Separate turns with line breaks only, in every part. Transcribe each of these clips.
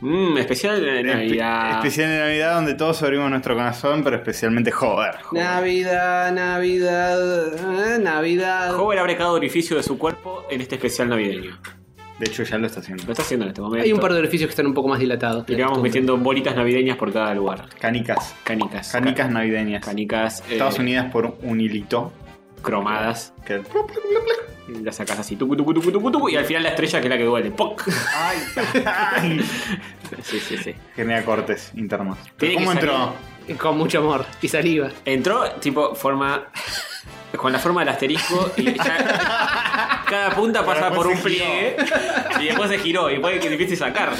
Mmm, especial de Navidad.
Especial de Navidad donde todos abrimos nuestro corazón, pero especialmente joder.
Navidad, Navidad, eh, Navidad.
Hover abre cada orificio de su cuerpo en este especial navideño.
De hecho, ya lo está haciendo.
Lo está haciendo en este momento.
Hay un par de orificios que están un poco más dilatados.
Y le vamos
Costumbre.
metiendo bolitas navideñas por cada lugar.
Canicas.
Canicas.
Canicas navideñas.
Canicas. eh,
Estados Unidos por un hilito.
Cromadas.
Que...
Y Las sacas así. tucu, tucu, tucu, tucu, tucu, y al final la estrella que es la que duele. ¡Poc!
¡Ay! ay.
Sí, sí, sí.
Genera cortes internos.
Tiene
¿Cómo
que
entró?
salir.
Con mucho amor y saliva.
Entró, tipo, forma. Con la forma del asterisco y ya. Cada punta pasa
después
por un
se giró.
pliegue y después se giró y puede que es difícil sacarlo.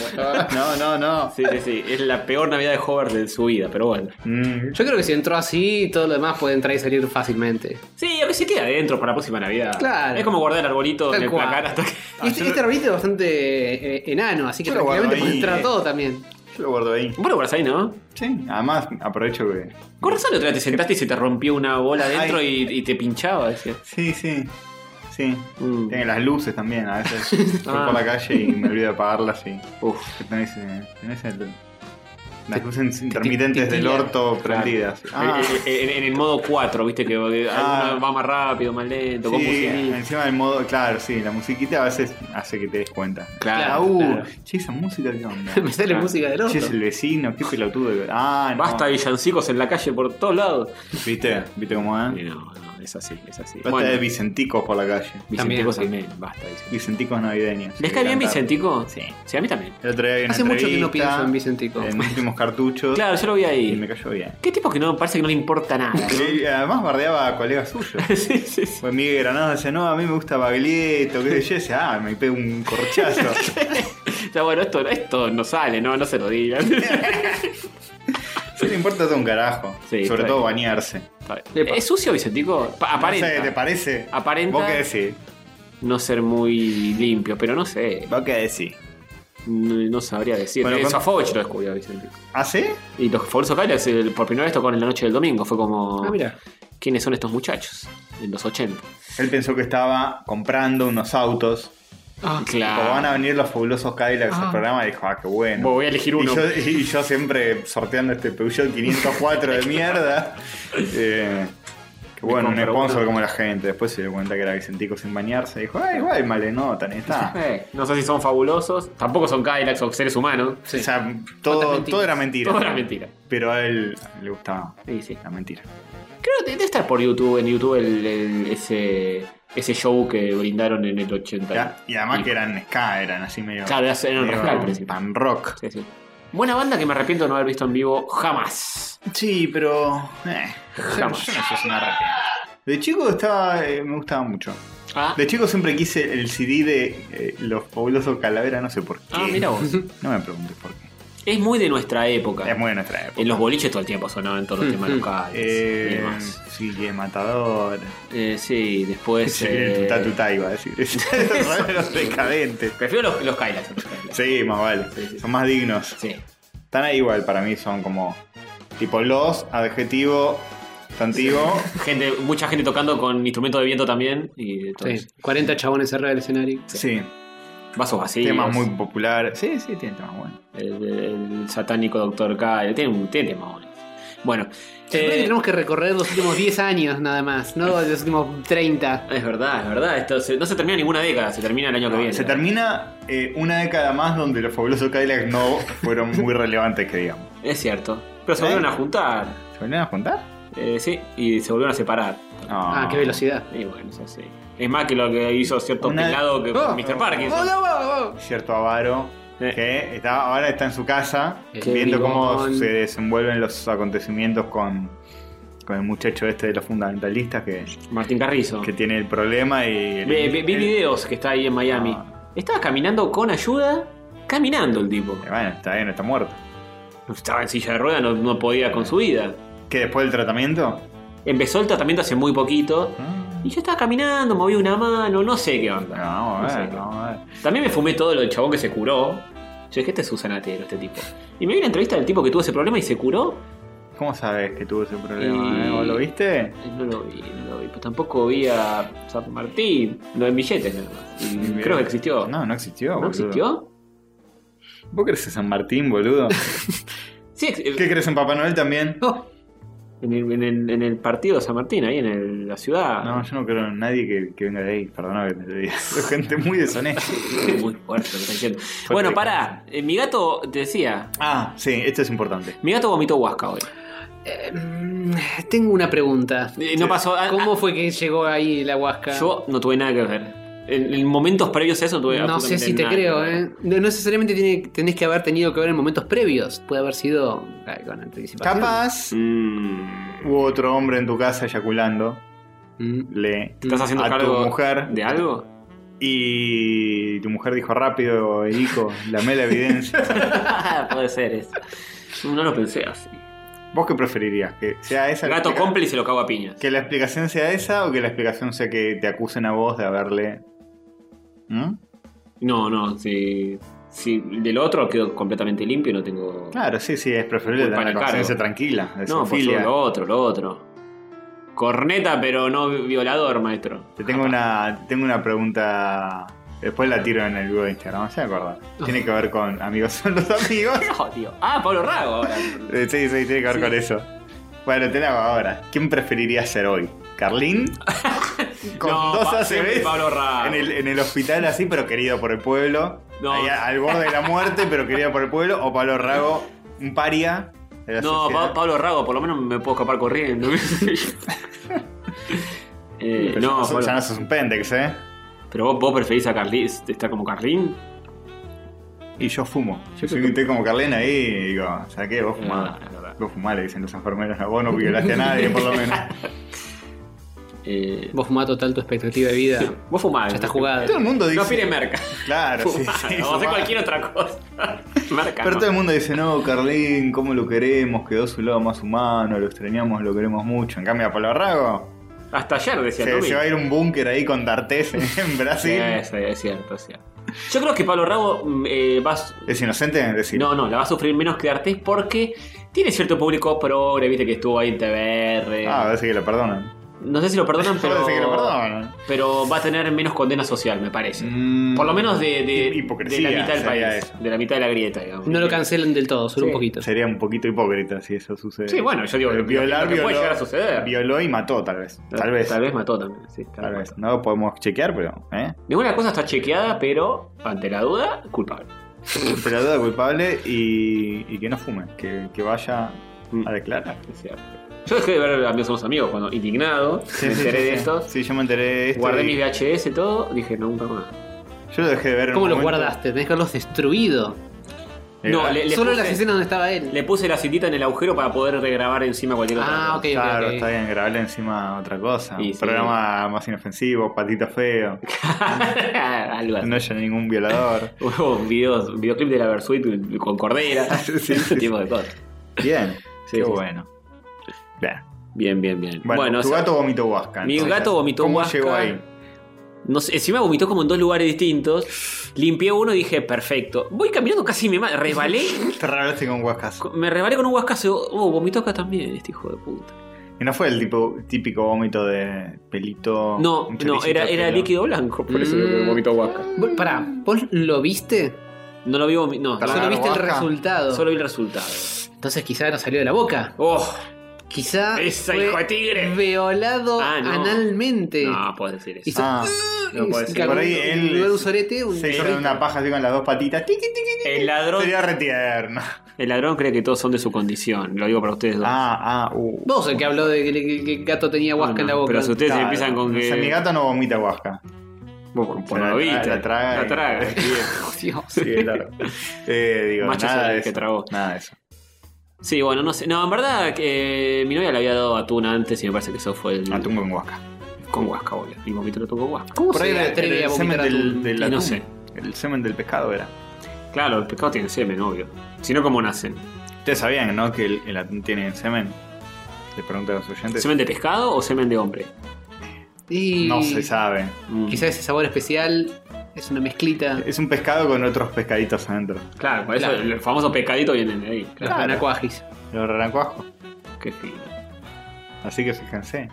No, no, no.
Sí, sí, sí. Es la peor Navidad de Hover de su vida, pero bueno.
Mm,
Yo creo que si entró así, todo lo demás puede entrar y salir fácilmente.
Sí, aunque se queda adentro para la próxima Navidad.
Claro.
Es como guardar el arbolito
Tal
en el
cual.
placar hasta que.
Y este,
Ah, yo-
este arbolito es bastante eh, enano, así que
Yo lo guardo
tranquilamente puede
ahí,
entrar
eh.
todo también.
yo lo guardo ahí.
Vos lo guardás ahí, ¿no?
Sí, además aprovecho que.
Con razón la otra vez te sentaste y se te rompió una bola adentro y, y te pinchaba. decía.
Sí, sí. Sí.
Mm.
Tiene las luces también, a veces. Voy
Ah.
por la calle y me olvido de apagarlas y.
Uf.
que Tenés, eh, tenés el- las luces intermitentes del
titila.
orto
Eh,
prendidas. Ah,
En- En, en el modo 4, viste que
Ah.
alguna va más rápido, más lento, con
sí,
musiquita.
encima del modo. Claro, sí, la musiquita a veces hace que te des cuenta. Ah,
Claro.
uh,
claro.
che, esa música qué onda.
Me sale
Claro.
música del orto.
Che, es el vecino, qué pelotudo. que- Ah, no.
Basta de villancicos en la calle por todos lados.
¿Viste? ¿Viste cómo es?
Y No, no, es así, es así.
Ah. Basta
Bueno,
de Vicenticos por la calle.
Vicenticos
También,
también, basta. Vicentico.
Vicenticos navideños.
¿Les cae bien
Cantar.
Vicentico?
Sí.
Sí, a mí también.
El otro día vi una
Hace mucho que no
entrevista
pienso en Vicentico.
En últimos cartuchos.
Claro, yo lo vi
Y
ahí.
me cayó bien.
¿Qué tipo que no parece que no le importa nada? ¿no?
Y además bardeaba a colegas suyos.
sí, sí, sí.
Pues Miguel Granados decía, no, a mí me gusta Baglietto, qué sé yo. Y decía, ah, me pego un corchazo.
Ya bueno, esto, esto no sale, no, no se lo digan.
Eso le importa todo un carajo.
Sí,
Sobre
está
todo
bien.
bañarse.
Está bien. ¿Es Eh, sucio Vicentico? Pa-
No sé, ¿te
aparenta
parece?
Aparenta.
¿Vos qué decís?
no ser muy limpio, pero no sé.
¿Vos qué decís?
No, no sabría decir.
Bueno,
Bueno,
con-
Eso a Fovich lo descubrió Vicentico.
¿Ah, sí?
Y los Forzo Calas, el- por primera vez tocó en la noche del domingo. Fue como.
Ah, mira.
¿Quiénes son estos muchachos? En los 80.
Él pensó que estaba comprando unos autos. Como van a venir los fabulosos Cadillacs al programa, dijo, ah, qué bueno.
Voy a elegir uno.
Y yo, y yo siempre sorteando este Peugeot 504 de mierda. Eh, que bueno, un
Me compro
sponsor
uno.
como la gente. Después se dio cuenta que era Vicentico sin bañarse. Dijo, ay, igual, male, no, tan está.
Eh, no sé si son fabulosos. Tampoco son Cadillacs o seres humanos.
Sí.
O sea, todo,
¿Cuántas
todo era mentira.
Todo era mentira.
Pero a él le gustaba
Sí, sí.
la mentira.
Creo que debe estar por YouTube, en YouTube, el- el- ese, ese show que brindaron en el 80.
Ya, Y además
Sí.
que eran ska, eran así medio.
Claro, era- era un
medio
rock al principio.
Pan rock.
Sí, sí. Buena banda que me arrepiento de no haber visto en vivo jamás.
Sí, pero. Eh, yo- yo no
Jamás.
sé si me arrepiento. De chico estaba, eh, me gustaba mucho.
Ah,
De chico siempre quise el CD de eh, Los Fabulosos Calavera, no sé por qué.
ah, mira vos.
No me preguntes por qué.
Es muy de nuestra época.
Es muy Eh, de nuestra época.
En los boliches todo el tiempo sonaban todos los
Mm,
temas
mm.
locales y
Eh,
demás.
sí, que matador.
Eh, sí, después.
Sí,
eh,
tuta, tuta, iba a decir. Los decadentes.
Prefiero los, los Kylax, los Kylax.
Sí, más vale.
Sí, sí.
Son más dignos.
Sí.
Están ahí igual para mí, son como. Tipo los, adjetivo, sustantivo.
Gente, mucha gente tocando con instrumentos de viento también. Y de todo
Sí.
eso.
40 chabones arriba del escenario.
Sí.
Vasos vacíos.
Temas muy populares. Sí, sí, tienen temas buenos.
El, el satánico Doctor Kyle. Tiene, un- tiene temas buenos. Bueno.
Yo creo que
eh,
tenemos que recorrer los últimos 10 años nada más, no los últimos 30.
es verdad, es verdad. Esto se- no se termina ninguna década, se termina el año que viene.
Se termina eh, una década más donde los fabulosos Cadillacs no fueron muy relevantes, que digamos.
Es cierto. Pero se volvieron
¿Eh?
a juntar.
¿Se volvieron a juntar?
eh, sí, y se volvieron a separar.
No.
Ah, qué velocidad.
Y bueno, eso sí. Es más que lo que hizo cierto
Una-
pelado que
¡Oh!
Mr. Parkinson.
¡Oh, no, oh, oh!
Cierto avaro.
Eh.
Que está, ahora está en su casa
Qué
viendo cómo
bribón.
se desenvuelven los acontecimientos con, con el muchacho este de los fundamentalistas que,
Martín Carrizo.
que Eh. tiene el problema y...
Ve- ve- vi
el-
videos que está ahí en Miami.
Ah.
Estaba caminando con ayuda, caminando el tipo.
Eh, Bueno, está bien, está muerto.
Estaba en silla de ruedas, no, no podía con su vida.
¿Qué después del tratamiento?
Empezó el tratamiento hace muy poquito. Y yo estaba caminando, moví una mano, no sé qué onda.
Bueno, vamos a
No
ver,
sé.
vamos a ver.
También me fumé todo lo del chabón que se curó. Yo dije, este es un sanatero, este tipo. Y me vi una entrevista del tipo que tuvo ese problema y se curó.
¿Cómo sabes que tuvo ese problema?
Y-
eh? ¿Vos lo viste?
Eh, No lo vi, no lo vi. Pero tampoco vi a San Martín, no en billetes nada más. Y
Bien.
creo que existió.
No, no existió.
¿No
boludo.
existió?
¿Vos crees en San Martín, boludo?
Sí, ex-
¿Qué crees en Papá Noel también?
oh. en, el, en el- en el partido de San Martín, ahí en el- la ciudad.
No, yo no creo en nadie que, que venga de ahí, perdona que te lo diga. Soy gente muy deshonesta.
Muy fuerte lo que está diciendo. Bueno, pará. Eh, Mi gato, te decía,
Ah, sí, esto es importante.
mi gato vomitó huasca hoy.
Eh, mm, tengo una pregunta.
Eh, No pasó. ah,
¿Cómo fue que llegó ahí la
ah,
huasca?
Yo no tuve nada que ver. En, en momentos previos a eso no tuve
no sé
absolutamente
si te
nada
creo,
que ver.
¿eh? No no necesariamente tiene- tenés que haber tenido que ver en momentos previos. Puede haber sido eh, con anticipación.
Capaz
Mm,
hubo otro hombre en tu casa eyaculando.
Mm.
Le.
¿Te estás haciendo
A tu
cargo
mujer.
de algo?
Y tu mujer dijo rápido, Erico, lamé la evidencia.
Puede ser eso. No lo pensé así.
¿Vos qué preferirías? ¿Que sea esa la
Gato
explica-
cómplice lo cago a piñas.
¿Que la explicación sea esa o que la explicación sea que te acusen a vos de haberle. ¿Mm?
No, no, si, si del otro quedo completamente limpio y no tengo.
Claro, sí, sí, es preferible
Culpa
tener la
en el
conciencia
cargo.
tranquila. De
no, pues yo
zoofilia.
lo otro, lo otro. Corneta, pero no violador, maestro. Ah,
Te tengo una, tengo una pregunta. Después la tiro en el grupo de Instagram, se me acuerdo. Tiene que ver con amigos son los amigos.
No, tío. Ah, Pablo Rago ahora.
Eh, Sí, sí, tiene que ver
Sí.
con eso. Bueno, te la hago ahora. ¿Quién preferiría ser hoy? ¿Carlín? Con
No,
dos
pa-
ACVs
siempre Pablo Rago.
en el, en el hospital así, pero querido por el pueblo.
No.
Ahí a- al borde de la muerte, pero querido por el pueblo. O Pablo Rago, un paria de la
No,
sociedad.
Pa- Pablo Rago, por lo menos me puedo escapar corriendo. Eh,
Pero
no,
ya sos-
Pablo-
ya no sos un pendex, ¿eh?
pero vos, vos preferís a Carlín, estar como Carlín.
Y yo fumo. Yo
Yo
soy
creo que-
estoy como Carlena ahí y digo, ¿sabes qué? Vos fumás.
Ah, es verdad.
Vos fumás, le dicen los enfermeros. A vos no violaste a nadie, por lo menos.
Eh,
Vos fumás total tu expectativa de vida. ya
vos fumás.
está
¿no?
jugada.
Todo el mundo
No
dice.
fines merca.
claro, sí,
Fumá,
sí,
o hacer
fumá.
cualquier otra cosa. merca.
Pero
no.
todo el mundo dice, no, Carlín, ¿cómo lo queremos? Quedó su lado más humano, lo extrañamos, lo queremos mucho. En cambio, a Pablo Rago
Hasta ayer decía
se,
Tommy.
se va a ir a un búnker ahí con D'Artés en
Sí,
Brasil.
es, es cierto, es cierto. Yo creo que Pablo Rago mm, eh, va a su-
¿Es inocente? Decir,
No, no, la va a sufrir menos que Artés porque tiene cierto público progre, viste que estuvo ahí en TBR.
Ah, parece que lo perdonan.
no sé si lo perdonan, pero.
Parece que lo perdonan.
Pero va a tener menos condena social, me parece.
Mm.
Por lo menos de, de,
Hipocresía
de la mitad del
sería
país.
eso.
De la mitad de la grieta, digamos.
No lo cancelan del todo, solo
Sí.
un poquito.
Sería un poquito hipócrita si eso sucede.
Sí, bueno, yo digo,
Pero
lo que- lo que puede llegar a suceder.
Violó y mató, tal vez. Tal vez.
Tal vez mató también, sí. tal
Tal
vez.
vez. No lo podemos chequear, pero. ¿eh?
Ninguna cosa está chequeada, pero ante la duda, culpable.
Pero la duda culpable y, y que no fume. Que, que vaya a declarar.
Es cierto. Yo dejé de ver a mí somos amigos cuando, indignado, me enteré de esto.
Sí, yo me enteré de esto.
Guardé
y
mis VHS y todo, dije no, nunca más.
Yo lo dejé de ver. en
¿Cómo
un
lo
momento.
guardaste? Tenés que haberlos destruido.
Eh,
No,
ah,
le-
Solo
puse-
las escenas donde estaba él.
Le puse la cintita en el agujero para poder regrabar encima cualquier otra
Ah,
cosa.
ok, ok,
Claro,
ok.
está bien, grabarle encima otra cosa.
Y
Un
sí.
Programa más inofensivo, patito feo.
Algo así.
No haya ningún violador.
Hubo videos, un videoclip de la Versuit con Cordera.
Sí, sí,
ese
sí.
tipo de cosas.
Bien.
Sí,
Qué
sí.
bueno. Bien.
Bien, bien, bien.
Bueno, tu
o sea,
gato vomitó huasca.
mi gato vomitó
¿Cómo
huasca.
llegó ahí?
no sé, encima vomitó como en dos lugares distintos. Limpié uno y dije, perfecto. Voy caminando casi me ma- resbalé.
Te regalaste con huascas.
me resbalé con un huascazo. Oh, vomitó acá también este hijo de puta.
Y no fue el tipo típico vómito de pelito.
No,
un
no,
choricito
era,
de
era
pelo.
líquido blanco, por eso lo que
Mm.
vomitó huasca.
Vos- Pará, ¿vos lo viste?
No lo vi, vomi- no,
Claro.
solo
Solo viste el
Huasca.
vi,
resultado.
solo vi el resultado.
Entonces quizá no salió de la boca.
Oh,
Quizá
Ese
fue
hijo de tigre.
violado
Ah, no.
analmente.
no puedes decir eso.
Y se-
Ah,
no puede
se
ser.
cagó
Por ahí
en
él
lugar de un
se-
sorete, un
se hizo
chorrito.
una paja así con las dos patitas. Tiqui, tiqui, tiqui.
El ladrón,
Sería retierno.
el ladrón cree que todos son de su condición. Lo digo para ustedes dos.
Ah, ah, uh.
Vos el que habló de que, que- que el gato
Ah,
tenía
No,
huasca en la
no,
boca.
Pero si ustedes
Claro.
empiezan con
O sea, mi
que.
gato no vomita huasca.
Vos, por- por
Se
lo
la tra-
viste.
la traga
La
y-
traga.
Dios.
Sí, claro. Eh, digo,
Macho
nada
soy
de
el que
eso.
tragó.
Nada de eso.
Sí, bueno, no sé. No, en verdad, que eh, mi novia le había dado atún antes y me parece que eso fue el.
Atún con huasca.
Con huasca, boludo. Y vomito lo atún con huasca.
¿Cómo
Por ahí
se
era
atreve
el
a
semen
vomitar
del,
atún?
del
Y no
atún.
sé.
El semen del pescado era.
Claro, el pescado tiene semen, obvio. Si no, ¿cómo nacen?
Ustedes sabían, ¿no? Que el, el atún tiene semen. Les pregunto a los oyentes.
¿Semen de pescado o semen de hombre?
Y
No se sabe.
Mm.
Quizá ese sabor especial es una mezclita.
Es un pescado con otros pescaditos adentro.
Claro, por eso
Claro.
el famoso pescadito viene de ahí.
Los
Claro.
Claro.
renacuajis.
Lo renacuajo.
Qué fino.
Así que fíjense.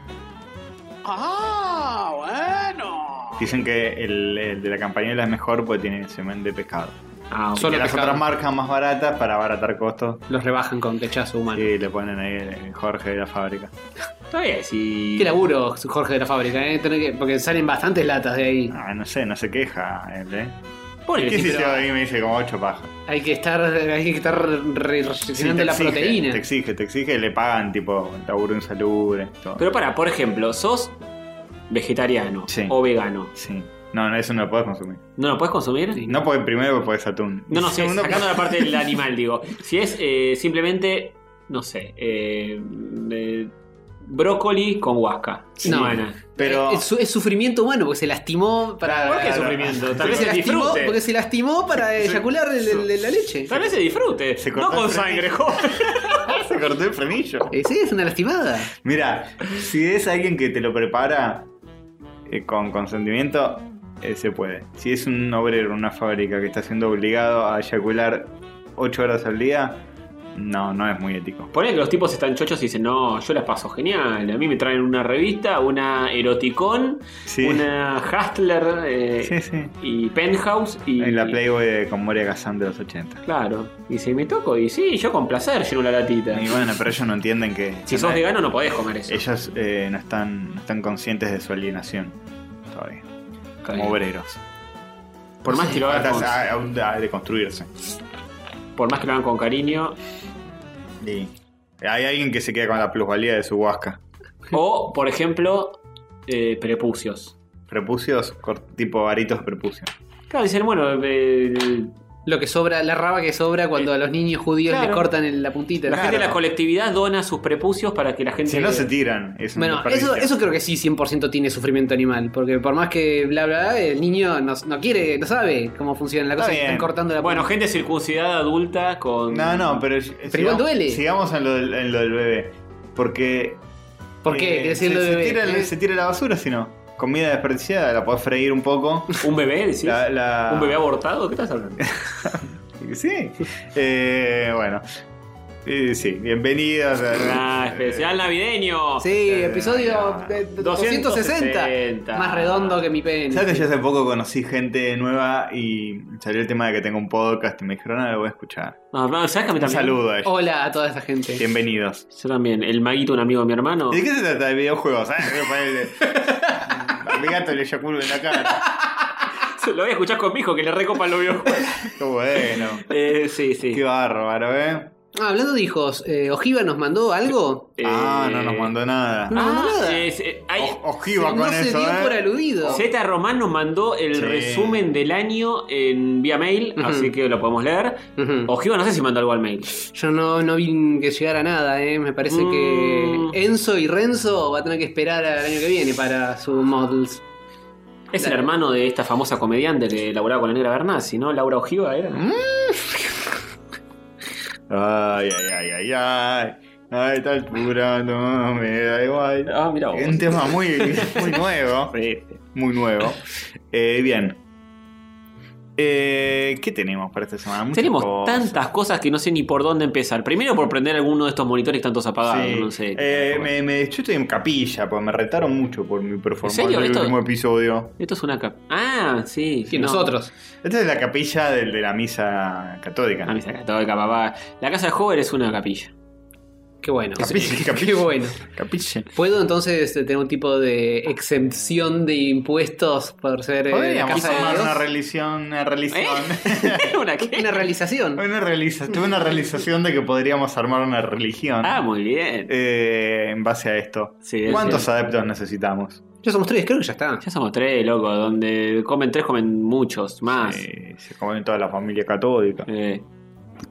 Ah, bueno.
Dicen que el, el de la campanela es mejor porque tiene semen de pescado.
Ah,
Y
solo
las
pescado.
otras marcas más baratas para abaratar costos.
Los rebajan con lechazo humano.
Y le ponen ahí el Jorge de la fábrica.
Está bien, si.
Qué laburo, Jorge de la fábrica, ¿eh? Tener que- porque salen bastantes latas de ahí.
Ah, no sé, no se queja él, ¿eh?
Pobre
¿Qué
que sí,
si se va ahí y me dice como ocho pajas?
Hay que estar, hay que estar re-
Sí,
reaccionando
te
la
exige,
proteína.
Te exige, te exige, le pagan tipo laburo insalubre. Todo.
Pero para, por ejemplo, sos vegetariano
Sí.
o vegano.
Sí. No, no, eso no lo podés consumir.
¿No lo puedes consumir?
Sí.
No porque primero podés atún.
No, no,
Y
sé,
segundo,
sacando la parte del animal, digo. Si es eh, simplemente, no sé, eh, eh, brócoli con huasca.
Sí.
Humana.
Pero.
Eh, Es, es sufrimiento humano porque se lastimó para.
¿Por qué
Claro.
sufrimiento? Tal
Porque
vez
se
se
lastimó,
disfrute.
porque se lastimó para eyacular el- el- el- la leche.
Tal vez se disfrute.
Se cortó
no con
el freno.
sangre, joven.
se cortó el frenillo.
Eh, sí, es una lastimada.
Mira, si es alguien que te lo prepara eh, con consentimiento, eh, se puede. Si es un obrero en una fábrica que está siendo obligado a eyacular 8 horas al día, no, no es muy ético.
Ponele que los tipos están chochos y dicen, no, yo las paso genial. A mí me traen una revista, una eroticón,
Sí,
una hustler eh,
sí, sí.
y penthouse y.
En la Playboy de- con Moria Kazan de los 80.
Claro. Y si me toco, y sí, yo con placer lleno la latita.
Y bueno, pero ellos no entienden que...
Si sos vegano no podés comer eso.
Ellos eh, no, están, no están conscientes de su alienación todavía, como obreros.
Por más que lo hagan
Falta
con-
a- aún de de construirse.
por más que lo hagan con cariño,
Hay alguien que se queda con la plusvalía de su huasca.
O, por ejemplo, eh, prepucios.
Prepucios, cor- tipo varitos de prepucio.
Claro, dicen, bueno, eh,
Lo que sobra, la raba que sobra cuando a los niños judíos
Claro.
les cortan el- la puntita.
la gente de la
Eh, Claro.
colectividad dona sus prepucios para que la gente.
Si no se tiran, es un
Bueno,
desperdicio.
eso, eso creo que sí 100% tiene sufrimiento animal, porque por más que bla bla, bla, el niño no, no quiere, no sabe cómo funciona la
Está
cosa, que
bien.
están cortando la
Bueno,
punta.
gente circuncidada adulta con.
No, no, pero. Pero
igual duele.
Sigamos en lo del, en lo del bebé. Porque.
¿Por
eh,
qué? ¿Qué
se,
decirlo de
se
bebé?
tira,
¿Eh?
se tira la basura, si no. Comida desperdiciada, la podés freír un poco.
¿Un bebé, decís?
La- la-
¿Un bebé abortado? ¿Qué estás hablando?
Sí. Eh, bueno. Eh, sí, bienvenidos. a-
Ah, especial navideño.
Sí,
Eh,
episodio eh,
260.
260. Más redondo que mi pene.
¿Sabes que yo hace poco conocí gente nueva y salió el tema de que tengo un podcast y me dijeron, ah, lo voy a escuchar.
No, no, ¿Sabes que a mí
Un
también?
saludo a ellos.
Hola a toda esta gente.
Bienvenidos.
Yo también. El maguito, un amigo de mi hermano.
¿Y ¿De qué se trata de videojuegos? Ah, voy a ponerle- A mi gato le eyaculo en la cara.
Lo voy a escuchar con mi hijo que le recopan los videojuegos.
Qué bueno.
eh, sí, sí.
Qué bárbaro, ¿eh?
Ah, hablando de hijos, eh, ¿Ojiva nos mandó algo?
Eh,
Ah, no nos mandó nada.
No mandó
Ah,
nada.
es- eh, hay-
O- Ojiva
no
con
se
eso,
dio por
¿eh?
aludido.
Z Román nos mandó el
Sí.
resumen del año en vía mail,
Ujú.
así que lo podemos leer.
Ujú.
Ojiva no sé si mandó algo al mail.
Yo no, no vi que llegara nada, eh. me parece
Mm.
que Enzo y Renzo va a tener que esperar al año que viene para sus models.
Es
Dale.
el hermano de esta famosa comediante que laburaba con la negra Bernasi, ¿no? Laura Ojiva era.
¿Mm? Ay, ay, ay, ay, ay. A esta altura no me da igual.
Ah, mira vos.
Un tema muy, muy nuevo.
Sí.
Muy nuevo. Eh, bien. Eh, ¿Qué tenemos para esta semana? Muchas
Tenemos
cosas.
tantas cosas que no sé ni por dónde empezar. Primero por prender alguno de estos monitores tantos apagados,
Sí.
no sé.
Eh, me, me- yo estoy en capilla, porque me retaron mucho por mi performance
¿En serio?
del
Esto-
último episodio.
Esto es una cap. Ah, sí.
Que
no.
nosotros.
Esta es la capilla del- de la misa catódica.
Ah, mira, católica, papá. La casa de Hover es una capilla.
Qué bueno.
Capilla,
Qué
capilla.
bueno.
Capilla.
¿Puedo entonces eh, tener un tipo de exempción de impuestos por ser eh,
Podríamos
casa de
armar
Dios?
una religión, una religión.
¿Eh? ¿Una qué?
Una realización.
una realiza- tuve una realización de que podríamos armar una religión
Ah, muy bien.
eh, en base a esto.
Sí, es
¿Cuántos
cierto.
adeptos necesitamos?
Yo somos tres, creo que ya está.
Ya somos tres, loco. Donde comen tres, comen muchos más.
Eh, se comen toda la familia catódica.
Eh,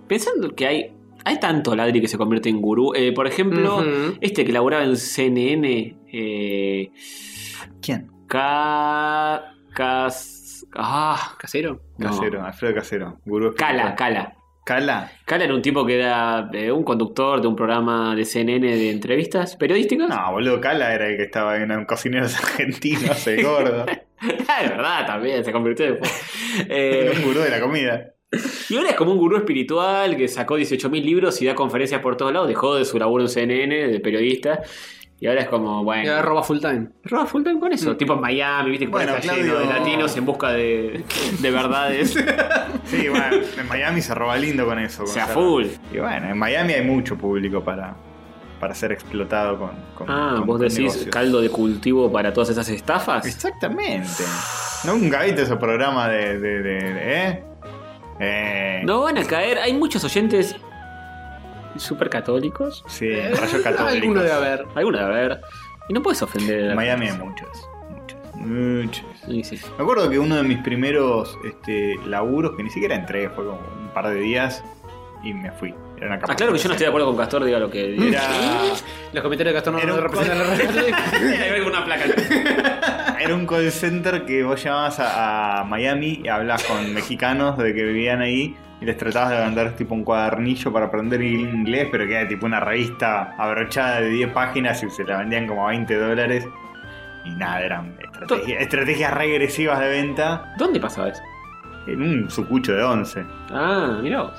pensando que hay hay tanto ladri que se convierte en gurú. Eh, por ejemplo,
Ujú.
este que laburaba en CNN. Eh,
¿Quién?
ca, cas- ah,
Casero.
no.
Casero, Alfredo Casero, gurú
Cala,
espiritual.
Cala.
Cala.
Cala era un tipo que era eh, un conductor de un programa de CNN de entrevistas periodísticas.
No, boludo, Cala era el que estaba en un cocineros argentinos, el gordo.
Ah, de verdad, también se convirtió después. Eh,
Era un gurú de la comida.
y ahora es como un gurú espiritual que sacó 18.000 libros y da conferencias por todos lados. Dejó de su labor en CNN de periodista. Y ahora es como,
Y
bueno.
ahora roba full time.
Roba full time con eso. Tipo en Miami, viste que por ahí
Mm. Bueno,
está lleno de
Claudio-
latinos en busca de, de verdades.
Sí, bueno, en Miami se roba lindo con eso.
o
con
sea,
ser-
full.
Y bueno, en Miami hay mucho público para, para ser explotado con. con-
Ah,
con-
vos
con
decís
negocios.
caldo de cultivo para todas esas estafas.
Exactamente. Nunca viste ese programa de. de, de- de- ¿eh? Eh,
No van a caer. Hay muchos oyentes super católicos.
Sí, rayos
Alguno
católicos.
debe haber.
Alguna, a ver. Y no puedes ofender. a
En
la
Miami hay
gente.
muchos. Muchos. Muchos.
Sí, sí.
Me acuerdo que uno de mis primeros este, laburos, que ni siquiera entré, fue como un par de días y me fui. Era una
Ah, claro que yo no estoy de acuerdo con Castor, diga lo que diga.
Era,
Los comentarios de Gastón no,
Era
no
un
representan la realidad.
una placa.
era un call center que vos llamabas a, a Miami y hablabas con mexicanos de que vivían ahí y les tratabas de mandar tipo un cuadernillo para aprender inglés, pero que era tipo una revista abrochada de 10 páginas y se la vendían como a 20 dólares. Y nada, eran estrategia- estrategias regresivas de venta
¿Dónde pasaba eso?
en un sucucho de 11.
Ah, mirá vos.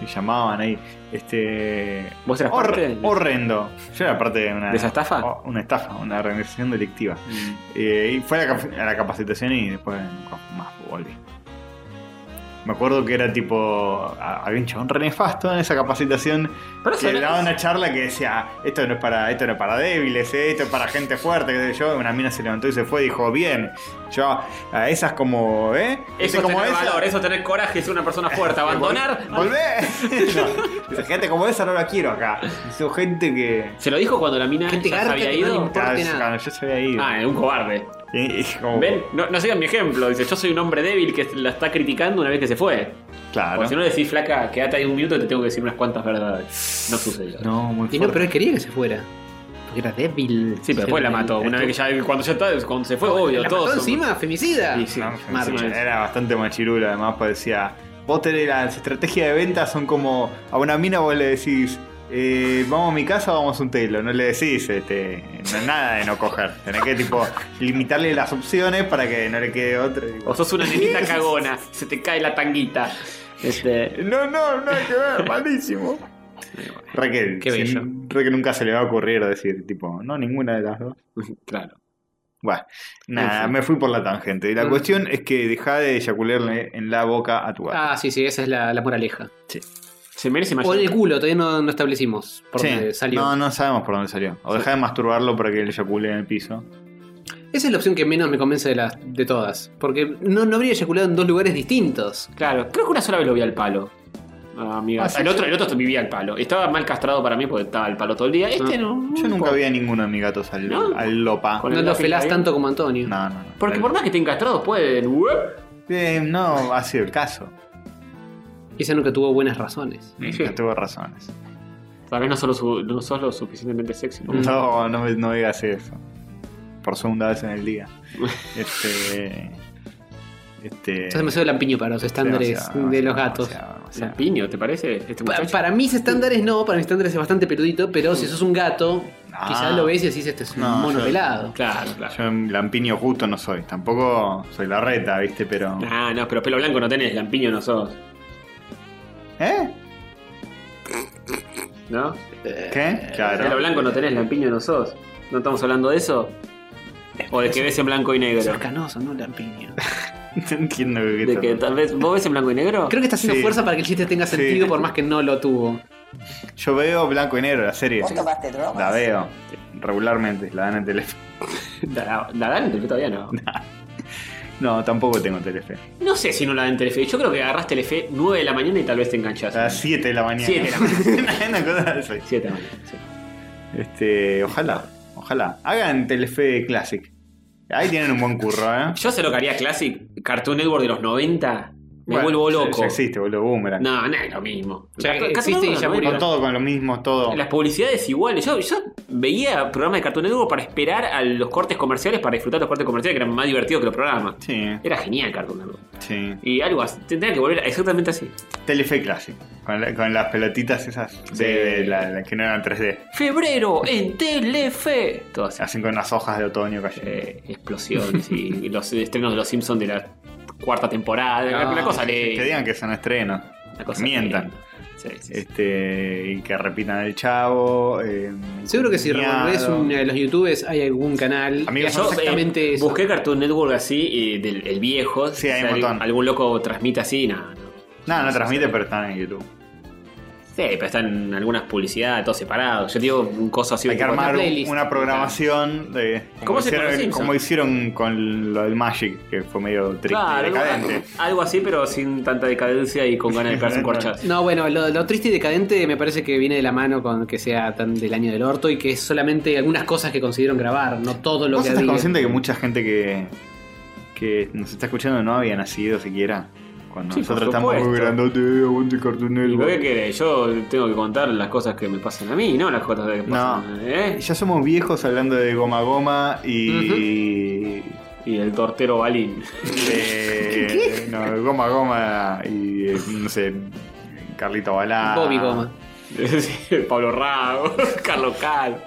Se llamaban ahí. Este.
¿Vos eras
Hor-
parte? de-
Horrendo. Yo era parte de una.
¿De esa estafa?
o- Una estafa, una organización delictiva.
Mm.
Eh, y fue a la, cap- a la capacitación y después nunca más volví. Me acuerdo que era tipo. a- Había un chabón re nefasto en esa capacitación
Pero eso
que
no-
daba una charla que decía: Esto no es para, esto no es para débiles, eh, esto es para gente fuerte. qué sé yo. Una mina se levantó y se fue y dijo: Bien, yo a esas como. ¿Eh?
Eso
Gente
es
como
tener
esa-
valor, eso es tener coraje, es una persona fuerte. Abandonar.
Volvé. No, gente como esa no la quiero acá. Son gente que.
Se lo dijo cuando la mina
Gente
ya se
garca
había
que no le
ido.
importa.
Ah,
Porque nada.
Cuando yo se había ido.
Ah, un cobarde.
Y- y como-
¿Ven? No, no sigan mi ejemplo. Dice, yo soy un hombre débil que la está criticando una vez que se fue.
Claro.
Pues
Porque si Ah, no le decís, flaca, quédate ahí un minuto y te tengo que decir unas cuantas verdades. No sucedió.
No, muy
Y no,
fuerte.
pero él quería que se fuera. Porque era débil.
Sí, pero después la mató. Una vez que ya, cuando ya está, cuando se fue, obvio,
La mató
todos. somos-
encima, femicida.
Sí, sí.
No,
March.
sí, era bastante machirula, además parecía. Vos tenés las estrategias de venta son como a una mina vos le decís. eh, vamos a mi casa o vamos a un telo. No le decís este, no- nada de no coger. Tenés que tipo limitarle las opciones para que no le quede otra.
O sos una nenita cagona, se te cae la tanguita. Este,
No, no, no hay que ver, malísimo. Raquel,
Qué
sin-
bello.
creo que nunca se le va a ocurrir decir, tipo, no, ninguna de las dos.
claro.
Bueno, nada,
En fin.
me fui por la tangente. Y la
Mm.
cuestión es que deja de eyacularle en la boca a tu gato.
Ah, sí, sí, esa es la, la moraleja.
Se merece más.
O en el culo, todavía no, no establecimos por
Sí,
dónde salió.
No, no sabemos por dónde salió. O deja de masturbarlo para que le eyacule en el piso.
Esa es la opción que menos me convence de las de todas. Porque no, no habría eyaculado en dos lugares distintos.
Claro, creo que una sola vez lo vi al palo. Ah, amiga.
Ah, sí.
el, otro, el otro vivía al palo. Estaba mal castrado para mí porque estaba al palo todo el día. Este
Ah.
no.
Yo nunca
por-
vi a ninguno de mis gatos al,
¿No?
al lopa.
Con-
No
el
lo
lápiz
felás
ahí?
tanto como Antonio.
No, no, no.
Porque por más que estén castrados pueden.
Eh, no ha sido el caso.
Ese nunca tuvo buenas razones.
Sí.
No tuvo razones.
Tal vez no solo su- no sos lo suficientemente sexy. ¿no?
Mm.
No, no, me- no digas eso. Por segunda vez en el día. Este. Este.
Es demasiado lampiño para los estándares
demasiado,
de
demasiado,
los gatos.
demasiado, demasiado.
Lampiño, ¿te parece? Este
Pa-
muchacho.
para mis estándares no, para mis estándares es bastante peludito, pero si sos un gato,
Ah.
quizás lo ves y decís este es un
No,
mono
yo-
pelado.
Claro, claro.
Yo en lampiño justo no soy. Tampoco soy la reta, ¿viste? Pero.
Ah, no, pero pelo blanco no tenés, lampiño no sos.
¿Eh?
¿No?
Eh,
¿Qué?
Pelo
Claro.
blanco no tenés, lampiño no sos. ¿No estamos hablando de eso? ¿O de que ves en blanco y negro?
Sos canoso, no lampiño.
No entiendo qué
De que tal vez. ¿Vos ves en blanco y negro?
Creo que está haciendo
Sí.
fuerza para que el chiste tenga
Sí.
sentido, por más que no lo tuvo.
Yo veo blanco y negro la serie.
¿Vos tomaste drogas?
La veo regularmente, la dan en Telefe.
¿La la dan en Telefe todavía no?
No, tampoco tengo Telefe.
No sé si no la dan en Telefe. Yo creo que agarrás Telefe 9 de la mañana y tal vez te
A las
enganchás.
7 de la mañana.
Siete de la
mañana. Una cosa así.
7 de la mañana. sí.
Este, ojalá, ojalá. Hagan Telefe Classic. Ahí tienen un buen curro, ¿eh?
Yo sé lo que haría Classic, Cartoon Network de los 90. Me
Bueno,
vuelvo
ya-
loco.
Ya existe, boludo, Boomerang.
No, no es lo mismo.
Ya
Cartoon-
existe
Cartoon
y ya
Network
murió.
Con
no.
todo, con lo mismo, todo.
Las publicidades iguales. Yo, yo veía programas de Cartoon Network para esperar a los cortes comerciales, para disfrutar los cortes comerciales, que eran más divertidos que los programas.
Sí,
Era genial Cartoon Network.
sí.
Y algo así. Tendría que volver exactamente así.
Telefe Classic. Con, la- con las pelotitas esas de,
Sí.
de la, la que no eran 3D.
Febrero en Telefe. Todo así.
Hacen con unas hojas de otoño cayendo.
Eh, explosiones y los estrenos de los Simpsons de la cuarta temporada.
No,
una cosa
sí,
le-
Que digan que son estrenos.
Una cosa
Mientan.
que- Sí, sí, sí.
Este, y que repitan el chavo. eh,
Seguro que si
Cuñado.
revolvés uno de eh, los youtubers hay algún canal
Amigo,
que
Yo,
haga
eh,
exactamente eso.
busqué Cartoon Network así, y del el viejo.
Sí, hay un
si
montón.
Algún loco transmite así, nada. no.
No, no transmite, pero están en YouTube.
Sí, pero están algunas publicidades, todo separado. Yo digo un coso así.
Hay que
como-
armar
playlist.
una programación de. Como
¿Cómo se pone
hicieron,
Simpson?
como hicieron con lo del Magic, que fue medio triste
Claro,
y
algo,
decadente.
algo así, pero sin tanta decadencia y con ganas de pegarse un corchazo.
No, bueno, lo, lo triste y decadente me parece que viene de la mano con que sea tan del año del orto y que es solamente algunas cosas que consiguieron grabar, no todo lo
¿Vos
que
estás
había.
consciente que mucha gente que, que nos está escuchando no había nacido siquiera? Cuando
Sí,
nosotros
por
estamos muy
supuesto.
grandote, aguante Cartoon
¿Y por
Network.
qué querés? Yo tengo que contar las cosas que me pasan a mí, no las cosas que pasan ¿eh?
Ya somos viejos hablando de goma a goma y.
Y el tortero Balín.
de- no, goma a goma y. eh, No sé. Carlito Balá.
Bobby Goma.
Sí, Pablo Rago, Carlos Cal.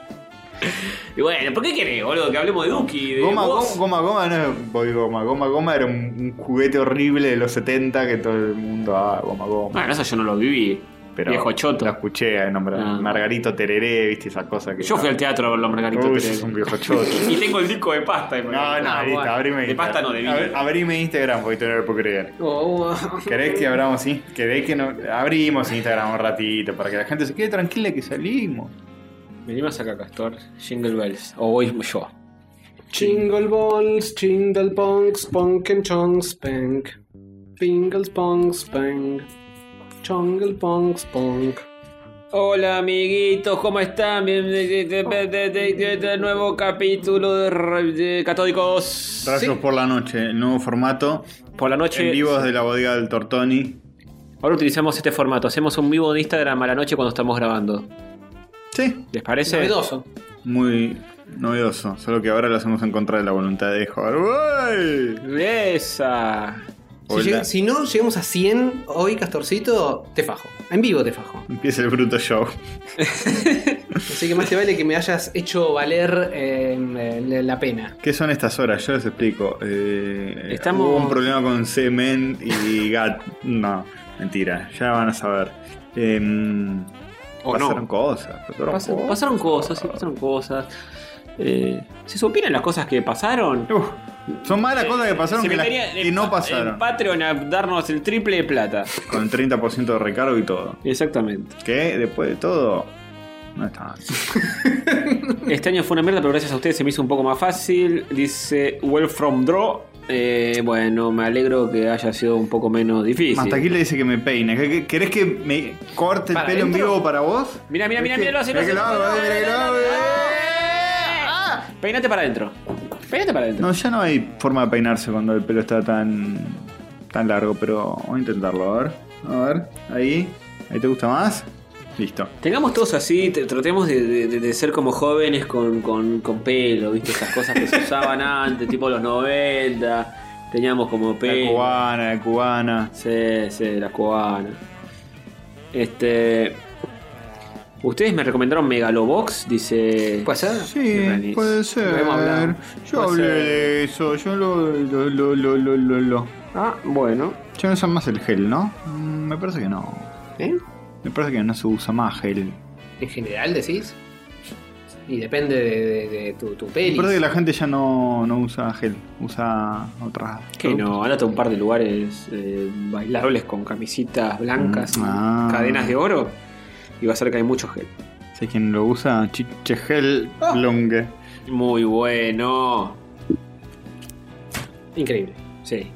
Y bueno, ¿por qué querés, boludo? Que hablemos de Duki, de
Goma,
vos?
goma, goma, goma, no es Bobby Goma. Goma, goma era un, un juguete horrible de los 70 que todo el mundo. Ah, goma, goma.
Bueno, eso yo no lo viví.
Pero
viejo choto.
La escuché a nombrar.
Ah.
Margarito Tereré, viste, esa cosa que.
Yo fui al teatro a ver los Margaritos
Uy,
Pérez.
sos un viejo choto.
Y tengo el disco de pasta.
No,
imagínate.
no,
Ah,
listo,
bueno.
abrime
De
Instagram.
pasta no, de vino.
Ab- Abrime Instagram porque tú no lo puedo creer.
Oh, oh.
¿Querés que abramos, sí? ¿Querés que no? Abrimos Instagram un ratito para que la gente se quede tranquila que salimos.
Venimos acá, Castor. Jingle Bells. O voy yo.
Jingle balls, jingle pongs, punk and chong spank. Pingles pongs, bang. Jungle pongs, punk.
Hola amiguitos, ¿cómo están? Bienvenidos a este nuevo capítulo de, Ra- de Catódicos.
Rayos
Sí.
por la noche, el nuevo formato.
Por la noche.
En vivo desde la bodega del Tortoni.
Ahora utilizamos este formato. Hacemos un vivo de Instagram a la noche cuando estamos grabando.
Sí,
¿Les parece?
Novedoso.
muy novedoso. Solo que ahora lo hacemos en contra de la voluntad de Jorge.
Esa.
Si,
Hola.
llega- si no llegamos a 100 hoy, Castorcito, te fajo. En vivo te fajo.
Empieza el bruto show.
Así que más te vale que me hayas hecho valer eh, la- la pena.
¿Qué son estas horas? Yo les explico. Eh,
Estamos-
Hubo un problema con Semen y Gat. No, mentira, ya van a saber. Em,
O
pasaron
no.
cosas. Pasaron
Pas-
cosas.
pasaron cosas, sí, pasaron cosas. Eh, ¿Se supieron las cosas que pasaron?
Uf, son más las cosas que pasaron
Se
que las
metería
que
en
no
pa-
pasaron.
En Patreon a darnos el triple de plata.
Con 30% de recargo y todo.
Exactamente.
Que después de todo, no está mal.
Este año fue una mierda, pero gracias a ustedes se me hizo un poco más fácil. Dice Well From Draw. Eh, bueno, me alegro que haya sido un poco menos difícil.
Hasta aquí le dice que me peine. ¿Qué- qué- ¿Querés que me corte el
¿Para
pelo en
adentro?
vivo para vos?
Mira, mira, mira, mira, lo hace, lo
Mirá que
hace,
lo hago,
lo hace,
eh, mirá que lo hago, eh.
Ah, Peinate para adentro. Peinate para adentro.
No, ya no hay forma de peinarse cuando el pelo está tan tan largo, pero voy a intentarlo, a ver. A ver, ahí. ¿Ahí te gusta más? Listo.
Tengamos todos así, te- tratemos de, de- de- de ser como jóvenes con, con- con pelo, ¿viste? Esas cosas que se usaban antes, tipo los 90. Teníamos como
La
pelo.
cubana, la cubana.
Sí, sí, la cubana. Este. Ustedes me recomendaron Megalobox, dice.
¿Puede ser?
Sí, puede
Lo
ser.
hemos hablado.
Yo
Puede
hablé
ser.
de eso, yo lo, lo, lo, lo, lo, lo, lo.
Ah, bueno.
Ya no usan más el gel, ¿no? Mm, Me parece que no.
¿Eh?
Me parece que no se usa más gel.
En general decís. Y depende de, de- de tu, tu
Me
peli.
parece que la gente ya no, no usa gel, usa otras.
Que no, andate a un par de lugares eh, bailables con camisitas blancas, y
Mm, ah.
cadenas de oro. Y va a ser que hay mucho gel.
¿Sabes quién lo usa? Chiche gel
Ah.
longue.
Muy bueno.
Increíble.
Sí.